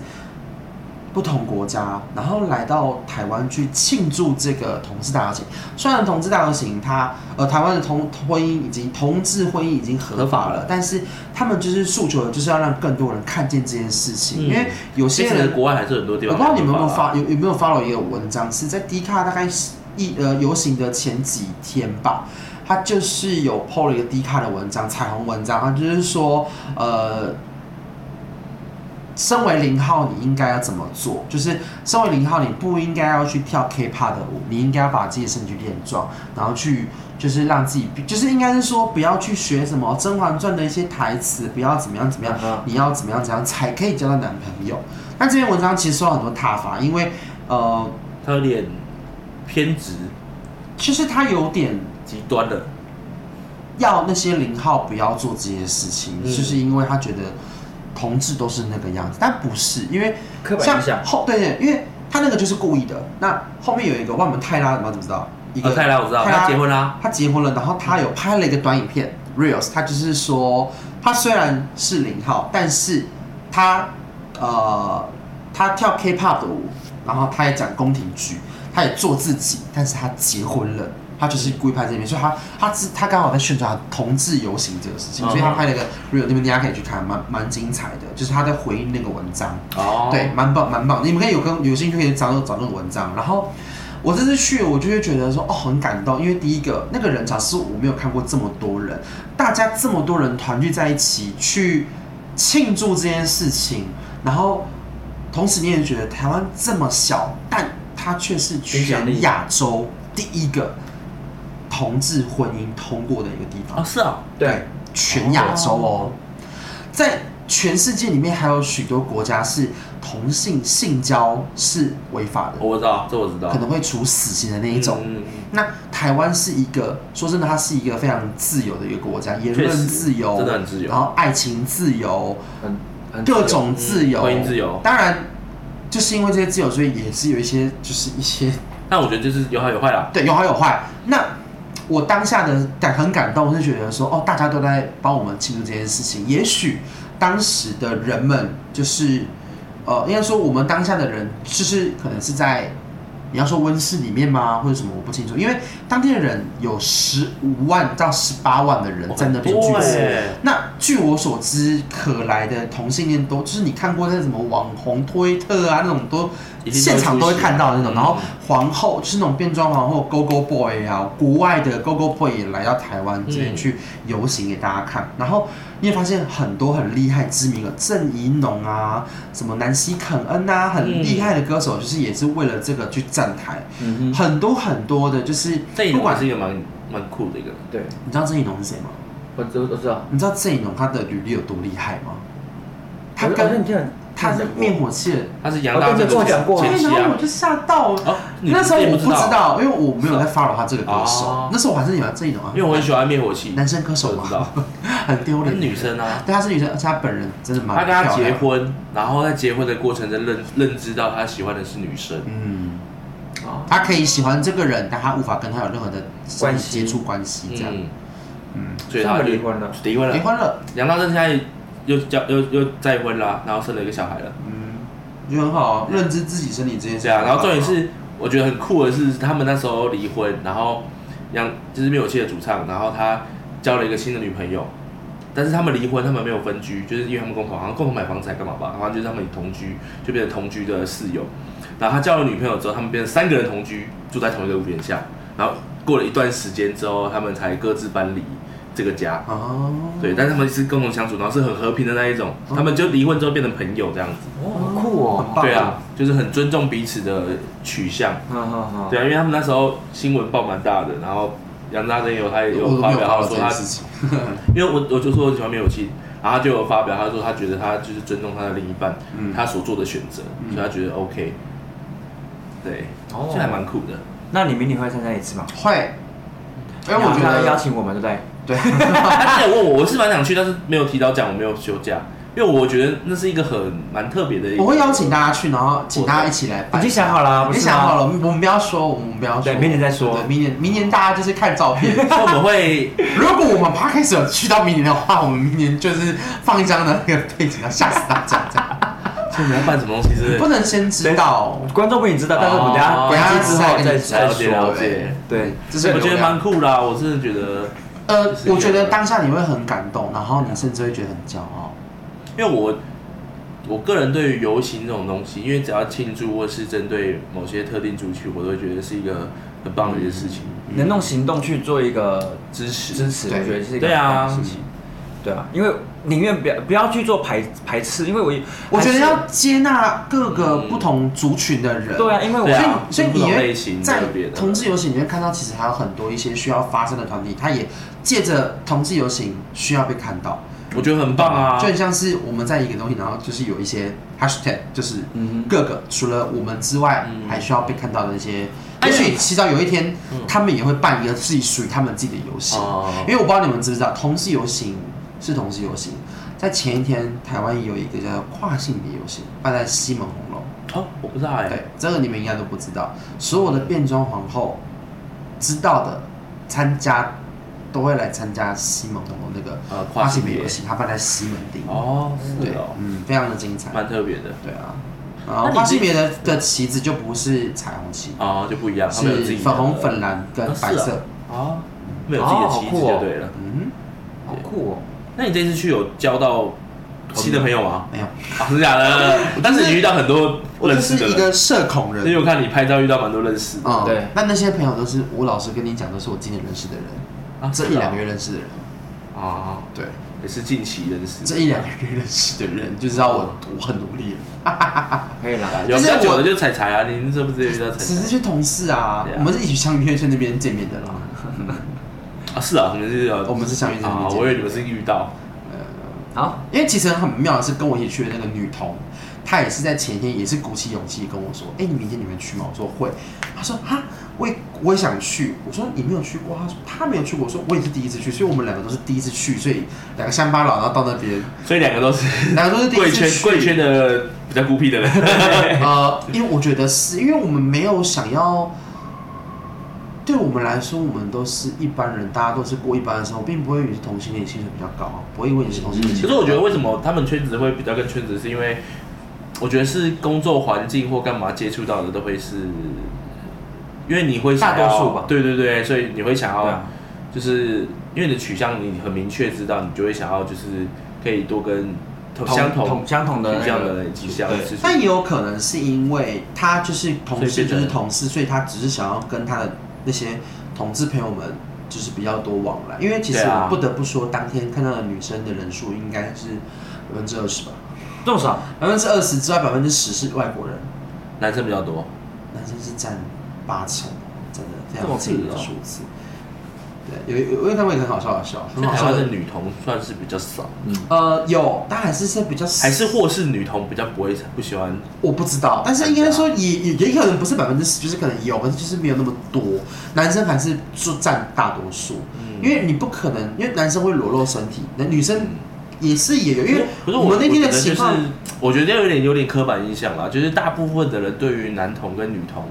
[SPEAKER 1] 不同国家，然后来到台湾去庆祝这个同志大游行。虽然同志大游行它呃台湾的同婚姻已经同志婚姻已经合法了，但是他们就是诉求的就是要让更多人看见这件事情，因
[SPEAKER 2] 嗯
[SPEAKER 1] 为有
[SPEAKER 2] 其
[SPEAKER 1] 些
[SPEAKER 2] 实
[SPEAKER 1] 人
[SPEAKER 2] 国外还是很多地
[SPEAKER 1] 我
[SPEAKER 2] 方啊
[SPEAKER 1] 不知道你们有没有
[SPEAKER 2] 合法
[SPEAKER 1] 发有有没有 follow 一个文章，是在 D 卡大概是一呃游行的前几天吧，他就是有 PO 了一个 D 卡的文章，彩虹文章，他就是说呃。身为零号，你应该要怎么做？就是身为零号，你不应该要去跳 K-pop 的舞，你应该要把自己的身体练壮，然后去就是让自己，就是应该是说不要去学什么《甄嬛传》的一些台词，不要怎么样怎么样，
[SPEAKER 4] 嗯
[SPEAKER 1] 你要怎么样怎么样才可以交到男朋友。那这篇文章其实受到很多挞伐，因为呃，
[SPEAKER 2] 他有点偏执
[SPEAKER 1] 其实他有点
[SPEAKER 2] 极端了。
[SPEAKER 1] 要那些零号不要做这些事情，
[SPEAKER 2] 嗯
[SPEAKER 1] 就是因为他觉得同志都是那个样子，但不是，因为
[SPEAKER 4] 刻板
[SPEAKER 1] 像
[SPEAKER 4] 印象
[SPEAKER 1] 后对对，因为他那个就是故意的。那后面有一个万门泰拉，你们知不知道？一个、
[SPEAKER 2] 呃泰拉我知道他结婚啦，
[SPEAKER 1] 他结婚了，然后他有拍了一个短影片 reels，他就是说他虽然是零号，但是他呃他跳 K-pop 的舞，然后他也讲宫廷剧，他也做自己，但是他结婚了。他就是故意拍这边，所以他他知他刚好在宣传同志游行这个事情，
[SPEAKER 2] 嗯
[SPEAKER 1] 所以他拍了一个 real，那边大家可以去看，蛮蛮精彩的，就是他在回应那个文章。
[SPEAKER 2] 哦
[SPEAKER 1] 对，，蛮棒蛮棒。你们可以有跟有兴趣可以找找那个文章。然后我这次去，我就会觉得说哦很感动，因为第一个那个人潮是我没有看过这么多人，大家这么多人团聚在一起去庆祝这件事情，然后同时你也觉得台湾这么小，但它却是
[SPEAKER 4] 影响力
[SPEAKER 1] 全亚洲第一个同志婚姻通过的一个地方
[SPEAKER 2] 哦。是啊，
[SPEAKER 4] 对，
[SPEAKER 1] 全亚洲哦，在全世界里面还有许多国家是同性性交是违法的，
[SPEAKER 2] 哦我知道，这我知道，
[SPEAKER 1] 可能会处死刑的那一种。
[SPEAKER 2] 嗯嗯嗯
[SPEAKER 1] 那台湾是一个，说真的，它是一个非常自由的一个国家，言
[SPEAKER 2] 确
[SPEAKER 1] 论
[SPEAKER 2] 实
[SPEAKER 1] 自由，
[SPEAKER 2] 真的很自由
[SPEAKER 1] 然后爱情自由，
[SPEAKER 4] 很很
[SPEAKER 1] 各种自由，
[SPEAKER 2] 嗯婚姻自由
[SPEAKER 1] 当然，就是因为这些自由，所以也是有一些，就是一些
[SPEAKER 2] 但我觉得就是有好有坏啦。
[SPEAKER 1] 对，有好有坏。那我当下的感很感动，是觉得说，哦，大家都在帮我们庆祝这件事情。也许当时的人们就是，呃，应该说我们当下的人，就是可能是在你要说温室里面吗，或者什么，我不清楚。因为当天的人有十五万到十八万的人在那边聚
[SPEAKER 2] 哇很多
[SPEAKER 1] 集
[SPEAKER 2] 欸。
[SPEAKER 1] 那据我所知，可来的同性恋都就是你看过那什么网红推特啊那种都
[SPEAKER 2] 一定都
[SPEAKER 1] 现
[SPEAKER 2] 会
[SPEAKER 1] 场都会看到的那种，
[SPEAKER 2] 出现嗯
[SPEAKER 1] 然后皇后就是那种变装皇后 Go Go Boy 啊，国外的 Go Go Boy 也来到台湾这边去游行给大家看，然后你也发现很多很厉害知名的郑怡农啊，什么南希肯恩啊，很厉害的歌手，就是也是为了这个去站台，
[SPEAKER 4] 嗯哼，
[SPEAKER 1] 很多很多的，就是
[SPEAKER 2] 这也
[SPEAKER 1] 不管
[SPEAKER 2] 是一个蛮蛮酷的一个人，
[SPEAKER 4] 对，
[SPEAKER 1] 你知道郑怡农是谁吗？
[SPEAKER 4] 我知我知道。
[SPEAKER 1] 你知道郑怡农他的履历有多厉害吗？他
[SPEAKER 4] 我我
[SPEAKER 1] 跟
[SPEAKER 4] 你听人
[SPEAKER 1] 他是灭火器的，
[SPEAKER 2] 他是杨大这
[SPEAKER 4] 哦对你跟
[SPEAKER 2] 个
[SPEAKER 4] 我讲过
[SPEAKER 2] 前
[SPEAKER 1] 对，
[SPEAKER 2] 妻
[SPEAKER 1] 然后
[SPEAKER 2] 啊
[SPEAKER 1] 我。就吓到了。
[SPEAKER 2] 哦，你
[SPEAKER 1] 那时候
[SPEAKER 2] 你
[SPEAKER 1] 我
[SPEAKER 2] 也
[SPEAKER 1] 不知，道，因为我没有在 follow 他这个歌
[SPEAKER 2] 哦
[SPEAKER 1] 手。那时候我还是喜欢郑怡农啊
[SPEAKER 2] 因为，我很喜欢灭火器，
[SPEAKER 1] 男生歌手
[SPEAKER 2] 我知道
[SPEAKER 1] 嘛，， 很丢
[SPEAKER 2] 那
[SPEAKER 1] 脸。
[SPEAKER 2] 女，生啊，
[SPEAKER 1] 对，她是女生，而且她本人真的蛮
[SPEAKER 2] 他跟他
[SPEAKER 1] 漂亮
[SPEAKER 2] 结
[SPEAKER 1] 的，
[SPEAKER 2] 婚，然后在结婚的过程中认认知到他喜欢的是女生，
[SPEAKER 1] 嗯，
[SPEAKER 4] 啊，
[SPEAKER 1] 她可以喜欢这个人，但她无法跟他有任何的
[SPEAKER 4] 关系
[SPEAKER 1] 接触关系，这样，
[SPEAKER 2] 嗯，
[SPEAKER 1] 嗯，
[SPEAKER 2] 所以他就
[SPEAKER 4] 他们离婚了
[SPEAKER 2] 离婚
[SPEAKER 1] 离
[SPEAKER 2] 了。
[SPEAKER 1] 婚了，
[SPEAKER 2] 杨大正现在又交又又再婚啦，然后生了一个小孩了，
[SPEAKER 1] 嗯，就很好，认知自己身体这件事
[SPEAKER 2] 这
[SPEAKER 1] 情
[SPEAKER 2] 样。
[SPEAKER 1] 很好。
[SPEAKER 2] 啊然后重点是，我觉得很酷的是，他们那时候离婚，然后杨就是灭火器的主唱，然后他交了一个新的女朋友，但是他们离婚，他们没有分居，就是因为他们共同好像共同买房子还干嘛吧，然后就是他们同居，就变成同居的室友。然后他交了女朋友之后，他们变成三个人同居，住在同一个屋檐下。然后过了一段时间之后，他们才各自搬离这个家。
[SPEAKER 1] 哦，
[SPEAKER 2] 对，但是他们是共同相处，然后是很和平的那一种。他们就离婚之后变成朋友这样子。
[SPEAKER 4] 哇，好酷哦
[SPEAKER 1] 很！嗯棒
[SPEAKER 2] 对啊，就是很尊重彼此的取向。
[SPEAKER 4] 好好好，
[SPEAKER 2] 对啊，因为他们那时候新闻报蛮大的，然后杨大真有他也
[SPEAKER 1] 我
[SPEAKER 2] 有
[SPEAKER 1] 都没
[SPEAKER 2] 发
[SPEAKER 1] 有
[SPEAKER 2] 表，他
[SPEAKER 1] follow 这
[SPEAKER 2] 说他
[SPEAKER 1] 件，事情。
[SPEAKER 2] 因为我我就说我喜欢灭火器，然后他就有发表，他说他觉得他就是尊重他的另一半，
[SPEAKER 1] 嗯
[SPEAKER 2] 他所做的选择，
[SPEAKER 1] 嗯
[SPEAKER 2] 所以他觉得 OK。对，
[SPEAKER 4] 哦
[SPEAKER 2] 这还蛮酷的。
[SPEAKER 4] 那你明年会参加一次吗？
[SPEAKER 1] 会，因为我觉
[SPEAKER 4] 他邀
[SPEAKER 1] 得
[SPEAKER 4] 请我们，对不对？
[SPEAKER 1] 对。
[SPEAKER 2] 他之前问我，我是蛮想去，但是没有提到讲我没有休假，因为我觉得那是一个很蛮特别的一个。
[SPEAKER 1] 我会邀请大家去，然后请大家一起来
[SPEAKER 4] 已
[SPEAKER 1] 办
[SPEAKER 4] 经。想好了，啊
[SPEAKER 1] 已
[SPEAKER 4] 不
[SPEAKER 1] 经
[SPEAKER 4] 是
[SPEAKER 1] 想好
[SPEAKER 4] 吗？
[SPEAKER 1] 了，我们不要说，我们不要说，
[SPEAKER 4] 对明年再说
[SPEAKER 1] 对，明年明年大家就是看照片。
[SPEAKER 2] 所以我们会
[SPEAKER 1] 如果我们 p o d c 有去到明年的话，我们明年就是放一张的那个背景，要吓死大家这样。
[SPEAKER 2] 所以我们要办什么东西之类的
[SPEAKER 1] 不。能先知道，
[SPEAKER 4] 观众不一定知道，但是我们等
[SPEAKER 2] 哦
[SPEAKER 4] 下
[SPEAKER 1] 等
[SPEAKER 4] 关
[SPEAKER 1] 下
[SPEAKER 4] 机之
[SPEAKER 1] 再
[SPEAKER 4] 后
[SPEAKER 1] 跟
[SPEAKER 4] 再
[SPEAKER 1] 你
[SPEAKER 4] 再
[SPEAKER 2] 了解了
[SPEAKER 4] 说。
[SPEAKER 2] 解，
[SPEAKER 4] 对，
[SPEAKER 1] 就是流
[SPEAKER 2] 我
[SPEAKER 1] 量
[SPEAKER 2] 觉得蛮酷的啊，我真的觉得，
[SPEAKER 1] 呃，
[SPEAKER 2] 是
[SPEAKER 1] 我觉得当下你会很感动，然后你甚至会觉得很骄傲。
[SPEAKER 2] 因为我我个人对于游行这种东西，因为只要庆祝或是针对某些特定族群，我都会觉得是一个很棒的一件事情，
[SPEAKER 3] 能用行动去做一个
[SPEAKER 2] 支持。
[SPEAKER 3] 支持，我
[SPEAKER 1] 对
[SPEAKER 3] 觉得是一个
[SPEAKER 2] 对
[SPEAKER 3] 很棒
[SPEAKER 2] 啊
[SPEAKER 3] 的事，情。对啊，因为宁愿不要不要去做排排斥，因为我
[SPEAKER 1] 我觉
[SPEAKER 3] 还
[SPEAKER 1] 得
[SPEAKER 3] 是
[SPEAKER 1] 要接纳各个
[SPEAKER 4] 嗯
[SPEAKER 1] 不同族群的人。
[SPEAKER 3] 对啊，因为我
[SPEAKER 2] 对
[SPEAKER 1] 所
[SPEAKER 2] 啊
[SPEAKER 1] 以所以
[SPEAKER 2] 不
[SPEAKER 1] 你
[SPEAKER 2] 同
[SPEAKER 1] 会
[SPEAKER 2] 类型
[SPEAKER 1] 在
[SPEAKER 2] 特别的
[SPEAKER 1] 同志游行里面看到，其实还有很多一些需要发声的团体，他也借着同志游行需要被看到，
[SPEAKER 2] 我觉得很棒啊
[SPEAKER 1] 就，很像是我们在一个东西，然后就是有一些 hashtag，就是
[SPEAKER 4] 嗯
[SPEAKER 1] 各个除了我们之外，
[SPEAKER 2] 嗯
[SPEAKER 1] 还需要被看到的一些。
[SPEAKER 2] 哎
[SPEAKER 1] 也
[SPEAKER 2] 呀
[SPEAKER 1] 许迟早有一天
[SPEAKER 2] 嗯，
[SPEAKER 1] 他们也会办一个自己属于他们自己的游行。
[SPEAKER 2] 哦
[SPEAKER 1] 因为我不知道你们知不知道，同志游行是同志游行，在前一天台湾也有一个叫跨性别游行，办在西门红楼。
[SPEAKER 2] 哦，我不知道哎
[SPEAKER 1] 对，，这个你们应该都不知道。所有的变装皇后知道的参加，都会来参加西门红楼那个
[SPEAKER 2] 呃，
[SPEAKER 1] 跨
[SPEAKER 2] 跨
[SPEAKER 1] 性
[SPEAKER 2] 性
[SPEAKER 1] 别
[SPEAKER 2] 别
[SPEAKER 1] 游行，它办在西门町。
[SPEAKER 2] 哦，是
[SPEAKER 1] 对
[SPEAKER 2] 哦，，
[SPEAKER 1] 嗯，非常的精彩。
[SPEAKER 2] 蛮特别的
[SPEAKER 1] 对啊，然后
[SPEAKER 2] 那你
[SPEAKER 1] 跨性别的的旗子就不是彩虹旗，
[SPEAKER 2] 哦，就不一样，他们有自
[SPEAKER 1] 是
[SPEAKER 2] 己的
[SPEAKER 1] 粉红、粉蓝跟
[SPEAKER 2] 哦是
[SPEAKER 1] 白
[SPEAKER 2] 啊
[SPEAKER 1] 色。
[SPEAKER 2] 哦，没有自己的旗
[SPEAKER 4] 哦好
[SPEAKER 2] 子
[SPEAKER 4] 酷哦
[SPEAKER 2] 就对了。
[SPEAKER 1] 嗯，
[SPEAKER 4] 好酷哦！
[SPEAKER 2] 那你这次去有交到新的朋友吗？
[SPEAKER 1] 没有，
[SPEAKER 2] 啊，真的假的？但是你遇到很多
[SPEAKER 1] 我就
[SPEAKER 2] 认识
[SPEAKER 1] 是
[SPEAKER 2] 的
[SPEAKER 1] 一
[SPEAKER 2] 人，
[SPEAKER 1] 个社恐
[SPEAKER 2] 因为
[SPEAKER 1] 人。
[SPEAKER 2] 我看你拍照遇到蛮多认识的
[SPEAKER 1] 嗯，
[SPEAKER 3] 对
[SPEAKER 1] 那那些朋友都是我老师跟你讲，都是我今年认识的人，
[SPEAKER 2] 啊
[SPEAKER 1] 这一两个月认识的人，
[SPEAKER 2] 啊，
[SPEAKER 1] 对，
[SPEAKER 2] 也是近期认识的。
[SPEAKER 1] 这一两个月认识的人就知道我我很努力了。
[SPEAKER 3] 可以啦。
[SPEAKER 1] 就
[SPEAKER 2] 有比
[SPEAKER 1] 是我
[SPEAKER 2] 较久的就彩彩啊，你这不是也遇到彩
[SPEAKER 1] 只是
[SPEAKER 2] 彩
[SPEAKER 1] 去同事啊
[SPEAKER 2] 对，啊
[SPEAKER 1] 我们是一起相约去那边见面的啦。
[SPEAKER 2] 啊？是啊，你们是有
[SPEAKER 1] 我们是相遇在那边
[SPEAKER 2] 啊，
[SPEAKER 1] 见面
[SPEAKER 2] 我以为你们是遇到
[SPEAKER 3] 好，
[SPEAKER 1] 因为其实很妙的是，跟我一起去的那个女童，她也是在前一天也是鼓起勇气跟我说：“哎、你明天你们去吗？”我说会。她说：“哈，我也我也想去。”我说：“你没有去过？”她说：“她没有去过。”我说：“我也是第一次去，所以我们两个都是第一次去，所以两个乡巴佬，然后到那边，
[SPEAKER 2] 所以两个都是
[SPEAKER 1] 两个都是第一
[SPEAKER 2] 贵
[SPEAKER 1] 次
[SPEAKER 2] 圈
[SPEAKER 1] 去。
[SPEAKER 2] 贵圈的比较孤 僻的人，
[SPEAKER 1] 呃，因为我觉得是因为我们没有想要，对我们来说，我们都是一般人，大家都是过一般的生活，并不会以为是同性恋薪水比较高，不会因为你是同性恋薪
[SPEAKER 2] 可
[SPEAKER 1] 水
[SPEAKER 2] 是
[SPEAKER 1] 比较高。
[SPEAKER 2] 嗯我觉得为什么他们圈子会比较跟圈子，是因为我觉得是工作环境或干嘛接触到的都会是，因为你会想要
[SPEAKER 4] 大多数吧
[SPEAKER 2] 对对对，所以你会想
[SPEAKER 4] 对
[SPEAKER 2] 要
[SPEAKER 4] 啊，
[SPEAKER 2] 就是因为你的取向你很明确知道，你就会想要就是可以多跟同相同
[SPEAKER 4] 相同的
[SPEAKER 2] 取向的
[SPEAKER 4] 那个
[SPEAKER 2] 人取向
[SPEAKER 4] 对
[SPEAKER 2] 接触，
[SPEAKER 1] 但也有可能是因为他就是同
[SPEAKER 2] 所
[SPEAKER 1] 事，
[SPEAKER 2] 以变
[SPEAKER 1] 就
[SPEAKER 2] 成
[SPEAKER 1] 是同事，所以他只是想要跟他的那些同志朋友们就是比较多往来。因为其实
[SPEAKER 2] 对啊
[SPEAKER 1] 我不得不说，当天看到的女生的人数应该是百分之二十吧，
[SPEAKER 4] 多少？
[SPEAKER 1] 百分之二十之外，百分之十是外国人，
[SPEAKER 2] 男生比较多。
[SPEAKER 1] 男生是占八成，真的非
[SPEAKER 2] 这么
[SPEAKER 1] 常惊人的
[SPEAKER 2] 低哦
[SPEAKER 1] 数字。对，有有，我有看过一个很好笑的笑，很
[SPEAKER 2] 所以
[SPEAKER 1] 好
[SPEAKER 2] 台
[SPEAKER 1] 笑
[SPEAKER 2] 湾的
[SPEAKER 1] 的，
[SPEAKER 2] 女童算是比较少，
[SPEAKER 1] 呃，有，但还是是比较
[SPEAKER 2] 还是或是女童比较不会不喜欢
[SPEAKER 1] 我不知道，但是应该说
[SPEAKER 2] 啊
[SPEAKER 1] 也也也可能不是百分之十，就是可能有，可是就是没有那么多。男生还是就占大多数，
[SPEAKER 2] 嗯嗯
[SPEAKER 1] 因为你不可能，因为男生会裸露身体，那女生也是也有，因为
[SPEAKER 2] 可是
[SPEAKER 1] 我们那天的
[SPEAKER 2] 我觉得
[SPEAKER 1] 情况，
[SPEAKER 2] 就是，我觉得有点有点刻板印象啦，就是大部分的人对于男童跟女童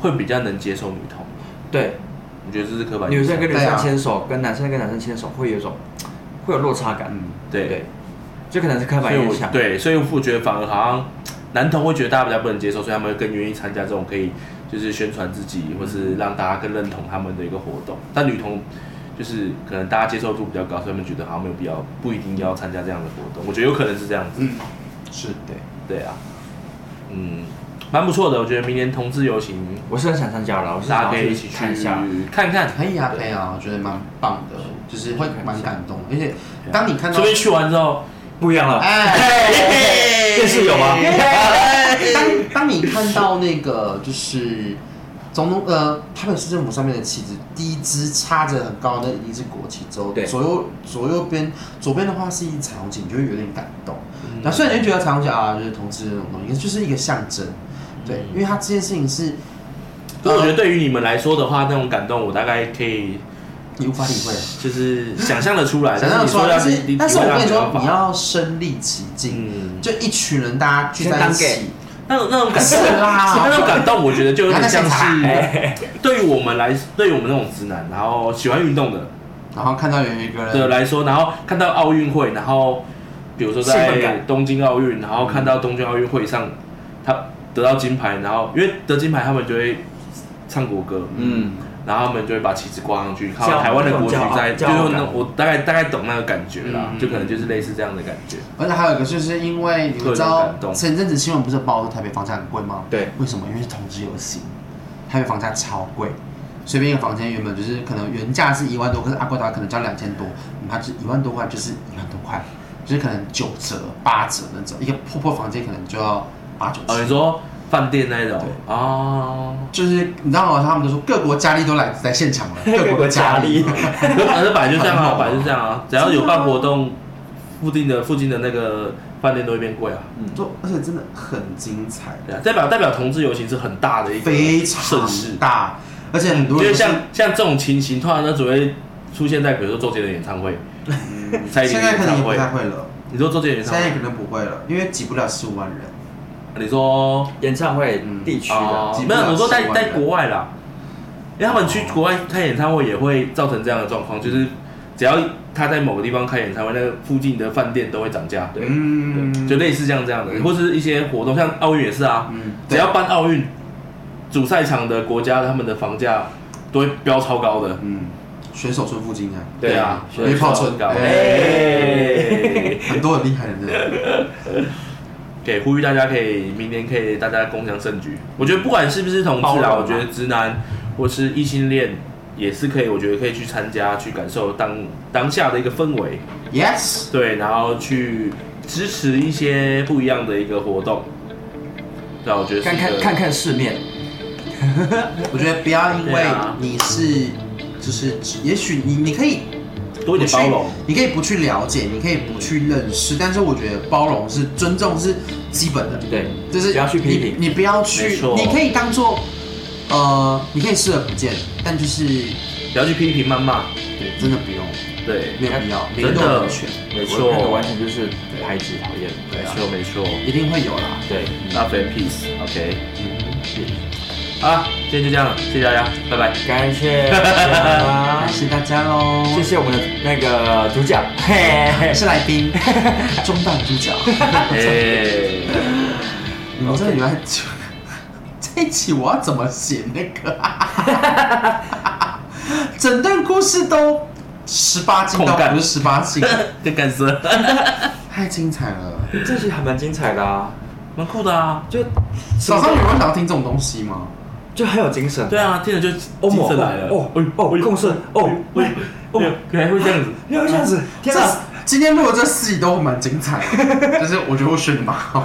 [SPEAKER 2] 会比较能接受女童，
[SPEAKER 4] 对，
[SPEAKER 2] 我觉得这是刻板
[SPEAKER 4] 女
[SPEAKER 2] 印象。
[SPEAKER 4] 生跟女
[SPEAKER 1] 对啊
[SPEAKER 4] 生牵手，跟男生跟男生牵手，会有一种会有落差感。
[SPEAKER 1] 嗯，
[SPEAKER 2] 对，，
[SPEAKER 4] 就可能是刻
[SPEAKER 2] 所
[SPEAKER 4] 板
[SPEAKER 2] 以
[SPEAKER 4] 印
[SPEAKER 2] 我
[SPEAKER 4] 象。
[SPEAKER 2] 对，所以我觉得反而好像男童会觉得大家比较不能接受，所以他们会更愿意参加这种可以就是宣传自己，或是让大家更认同他们的一个活动。但女童就是可能大家接受度比较高，所以他们觉得好像没有必要，不一定要参加这样的活动。我觉得有可能是这样子。
[SPEAKER 1] 嗯，是对，
[SPEAKER 2] 对啊，嗯，蛮不错的，我觉得明年同志游行
[SPEAKER 4] 我是很想参加了，我是
[SPEAKER 2] 大家
[SPEAKER 4] 想
[SPEAKER 2] 可
[SPEAKER 4] 要
[SPEAKER 2] 以一
[SPEAKER 4] 去
[SPEAKER 2] 起去
[SPEAKER 4] 看一下。
[SPEAKER 2] 看看，
[SPEAKER 1] 可以啊，可以啊，我觉得蛮棒的，就是会蛮感动的，而且
[SPEAKER 2] 啊
[SPEAKER 1] 当你看到
[SPEAKER 2] 这，边去完之后，
[SPEAKER 4] 不一样了，
[SPEAKER 1] 哎，
[SPEAKER 4] 电视有吗？
[SPEAKER 1] 当当你看到那个就是总统呃台北市政府上面的旗子，第一支插着很高的那一定是国旗之后，
[SPEAKER 4] 对
[SPEAKER 1] 左右左右边左边的话是一彩虹旗，你就会有点感动。
[SPEAKER 2] 嗯
[SPEAKER 1] 然后虽然你会觉得彩虹旗啊就是同志这种东西，就是一个象征，对，因为它这件事情是，呃
[SPEAKER 2] 可是我觉得对于你们来说的话，那种感动，我大概可以
[SPEAKER 1] 你无法体会啊。
[SPEAKER 2] 就是想象的出来，
[SPEAKER 1] 想象得出来，但
[SPEAKER 2] 但是
[SPEAKER 1] 是
[SPEAKER 2] 你
[SPEAKER 1] 但是我跟你说，你，
[SPEAKER 2] 体会到没办法
[SPEAKER 1] 要身临其境，
[SPEAKER 2] 嗯，
[SPEAKER 1] 就一群人大家聚在一
[SPEAKER 4] 先当
[SPEAKER 1] 起
[SPEAKER 4] gay，
[SPEAKER 2] 那种那种 感
[SPEAKER 1] 是
[SPEAKER 2] 动，
[SPEAKER 1] 啦
[SPEAKER 2] 那种感动，我觉得就有点像
[SPEAKER 1] 然后
[SPEAKER 2] 是
[SPEAKER 1] 那啊
[SPEAKER 2] 对于我们来，对于我们那种直男，然后喜欢运动的
[SPEAKER 1] 然后看到有一个
[SPEAKER 2] 的
[SPEAKER 1] 人，
[SPEAKER 2] 来说，然后看到奥运会，然后比如说
[SPEAKER 4] 兴奋
[SPEAKER 2] 在
[SPEAKER 4] 感
[SPEAKER 2] 东京奥运，然后看到东京奥运会上他得到金牌，然后因为得金牌他们就会唱国歌，
[SPEAKER 4] 嗯，
[SPEAKER 2] 然后他们就会把旗子挂上去，靠
[SPEAKER 4] 骄傲
[SPEAKER 2] 台湾的国旗
[SPEAKER 4] 那种骄傲
[SPEAKER 2] 在，就
[SPEAKER 4] 骄傲
[SPEAKER 2] 是那
[SPEAKER 4] 感
[SPEAKER 2] 种我大概大概懂那个感觉啦，
[SPEAKER 1] 嗯
[SPEAKER 2] 就可能就是类似这样的感觉。
[SPEAKER 1] 而且还有一个就是因为你们知
[SPEAKER 2] 个人
[SPEAKER 1] 道
[SPEAKER 2] 感动
[SPEAKER 1] 前阵子新闻不是报说台北房价很贵吗？
[SPEAKER 4] 对，
[SPEAKER 1] 为什么？因为是同志游行，台北房价超贵，随便一个房间原本就是可能原价是一万多，可是阿贵达可能交两千多，嗯它就一万多块就是一万多块，就是可能九折八折那种，一个破破房间可能就要八九
[SPEAKER 2] 哦，
[SPEAKER 1] 千
[SPEAKER 2] 你。说饭店那种
[SPEAKER 1] 对
[SPEAKER 2] 哦，
[SPEAKER 1] 就是你知道吗？他们都说各国佳丽都来在现 场了，各国佳丽，
[SPEAKER 2] 反啊正本来就这样啊，
[SPEAKER 1] 很猛啊
[SPEAKER 2] 本来就这样啊，只要有办活动，附近的附近的那个饭店都会变贵啊。
[SPEAKER 1] 就而且真的很精彩，
[SPEAKER 2] 对啊，代表代表同志游行是很大的一个
[SPEAKER 1] 非
[SPEAKER 2] 盛
[SPEAKER 1] 常
[SPEAKER 2] 事，
[SPEAKER 1] 大，而且很
[SPEAKER 2] 因
[SPEAKER 1] 多
[SPEAKER 2] 为
[SPEAKER 1] 人就是
[SPEAKER 2] 像像这种情形，通常都只会出现在比如说周杰伦演唱会、 蔡依林
[SPEAKER 1] 嗯现在
[SPEAKER 2] 演
[SPEAKER 1] 可能
[SPEAKER 2] 唱
[SPEAKER 1] 也不
[SPEAKER 2] 会
[SPEAKER 1] 太。会了，
[SPEAKER 2] 你说周杰伦演
[SPEAKER 1] 现
[SPEAKER 2] 唱会啊
[SPEAKER 1] 在，可能不会了，因为挤不了十五万人。
[SPEAKER 2] 你说
[SPEAKER 4] 演唱会
[SPEAKER 1] 嗯
[SPEAKER 4] 地区的，
[SPEAKER 2] 哦
[SPEAKER 1] 基，
[SPEAKER 2] 没
[SPEAKER 1] 本
[SPEAKER 2] 有，
[SPEAKER 1] 上
[SPEAKER 2] 我说在
[SPEAKER 1] 10万
[SPEAKER 2] 在
[SPEAKER 1] 人
[SPEAKER 2] 国外啦，因为他们
[SPEAKER 1] 哦
[SPEAKER 2] 去国外开演唱会也会造成这样的状况，就是只要他在某个地方开演唱会，那个附近的饭店都会涨价，
[SPEAKER 4] 对
[SPEAKER 1] 嗯，
[SPEAKER 2] 就类似像这样的，
[SPEAKER 1] 嗯
[SPEAKER 2] 或是一些活动，像奥运也是啊，
[SPEAKER 1] 嗯，
[SPEAKER 2] 只
[SPEAKER 1] 对
[SPEAKER 2] 要办奥运，主赛场的国家他们的房价都会飙超高的，
[SPEAKER 1] 嗯，选手村附近啊，
[SPEAKER 2] 对啊，
[SPEAKER 1] 对约炮村
[SPEAKER 2] 飙超高，
[SPEAKER 1] 哎
[SPEAKER 2] 哎，
[SPEAKER 1] 很多很厉害的人。
[SPEAKER 2] 给呼吁大家可以明年可以大家共享盛举。我觉得不管是不是同
[SPEAKER 4] 包
[SPEAKER 2] 志
[SPEAKER 4] 容
[SPEAKER 2] 啊，
[SPEAKER 4] 啊
[SPEAKER 2] 我觉得直男或是异性恋也是可以，我觉得可以去参加，去感受当当下的一个氛围，
[SPEAKER 1] Yes，
[SPEAKER 2] 对，然后去支持一些不一样的一个活动。对啊，我觉得是
[SPEAKER 3] 看
[SPEAKER 2] 一
[SPEAKER 3] 看
[SPEAKER 2] 个
[SPEAKER 3] 看看世面，
[SPEAKER 1] 我觉得不要因
[SPEAKER 2] 对
[SPEAKER 1] 为
[SPEAKER 2] 啊
[SPEAKER 1] 你是就是，也许你你可以
[SPEAKER 2] 多一点包容。
[SPEAKER 1] 你可以不去了解，你可以不去认识，但是我觉得包容是尊重是基本的，
[SPEAKER 4] 对，
[SPEAKER 1] 就是
[SPEAKER 4] 不要去批评
[SPEAKER 1] 你，你不要
[SPEAKER 2] 没
[SPEAKER 1] 去
[SPEAKER 2] 错，
[SPEAKER 1] 你可以当做呃，你可以视而不见，但就是
[SPEAKER 2] 不要去批评谩骂，
[SPEAKER 1] 对，真的不用，
[SPEAKER 2] 对，
[SPEAKER 1] 没有必要，每个人
[SPEAKER 2] 真
[SPEAKER 1] 都有
[SPEAKER 2] 的
[SPEAKER 1] 人选，，啊
[SPEAKER 2] 没
[SPEAKER 4] 我看的
[SPEAKER 2] 错，
[SPEAKER 4] 完全就是排挤讨厌，
[SPEAKER 2] 没错，没错，
[SPEAKER 1] 一定会有啦。
[SPEAKER 4] 对，
[SPEAKER 2] 那 v e n peace，OK，好啦，今天就这样了，谢谢大家，拜 拜。
[SPEAKER 4] 感谢大家
[SPEAKER 1] 感嗯谢大家喽，
[SPEAKER 4] 谢谢我们的那个主角，嘿嘿
[SPEAKER 1] 是来宾，中档主 角，
[SPEAKER 2] 哎，
[SPEAKER 1] 你们真的有在这一期我要怎么写那个、啊？整段故事都十八禁，
[SPEAKER 2] 空
[SPEAKER 1] 到
[SPEAKER 2] 干
[SPEAKER 1] 不是十八禁，
[SPEAKER 2] 更干涩，
[SPEAKER 1] 太精彩了。
[SPEAKER 4] 这集还蛮精彩的啊，
[SPEAKER 2] 蛮酷的啊。
[SPEAKER 4] 就
[SPEAKER 1] 早上有人想要听这种东西吗？
[SPEAKER 4] 就很有精神，
[SPEAKER 2] 对啊，听着就
[SPEAKER 4] 哦，
[SPEAKER 2] 精神来了。哎
[SPEAKER 4] 哦哦哦，共生哦，喂
[SPEAKER 2] 喂，
[SPEAKER 4] 哦，
[SPEAKER 2] 哦，原来会这样子。
[SPEAKER 4] 原来这样子，
[SPEAKER 2] 啊
[SPEAKER 4] 天
[SPEAKER 1] 这
[SPEAKER 4] 哪！
[SPEAKER 1] 今天录的这四集都蛮精彩的，就是我觉得我选的蛮好。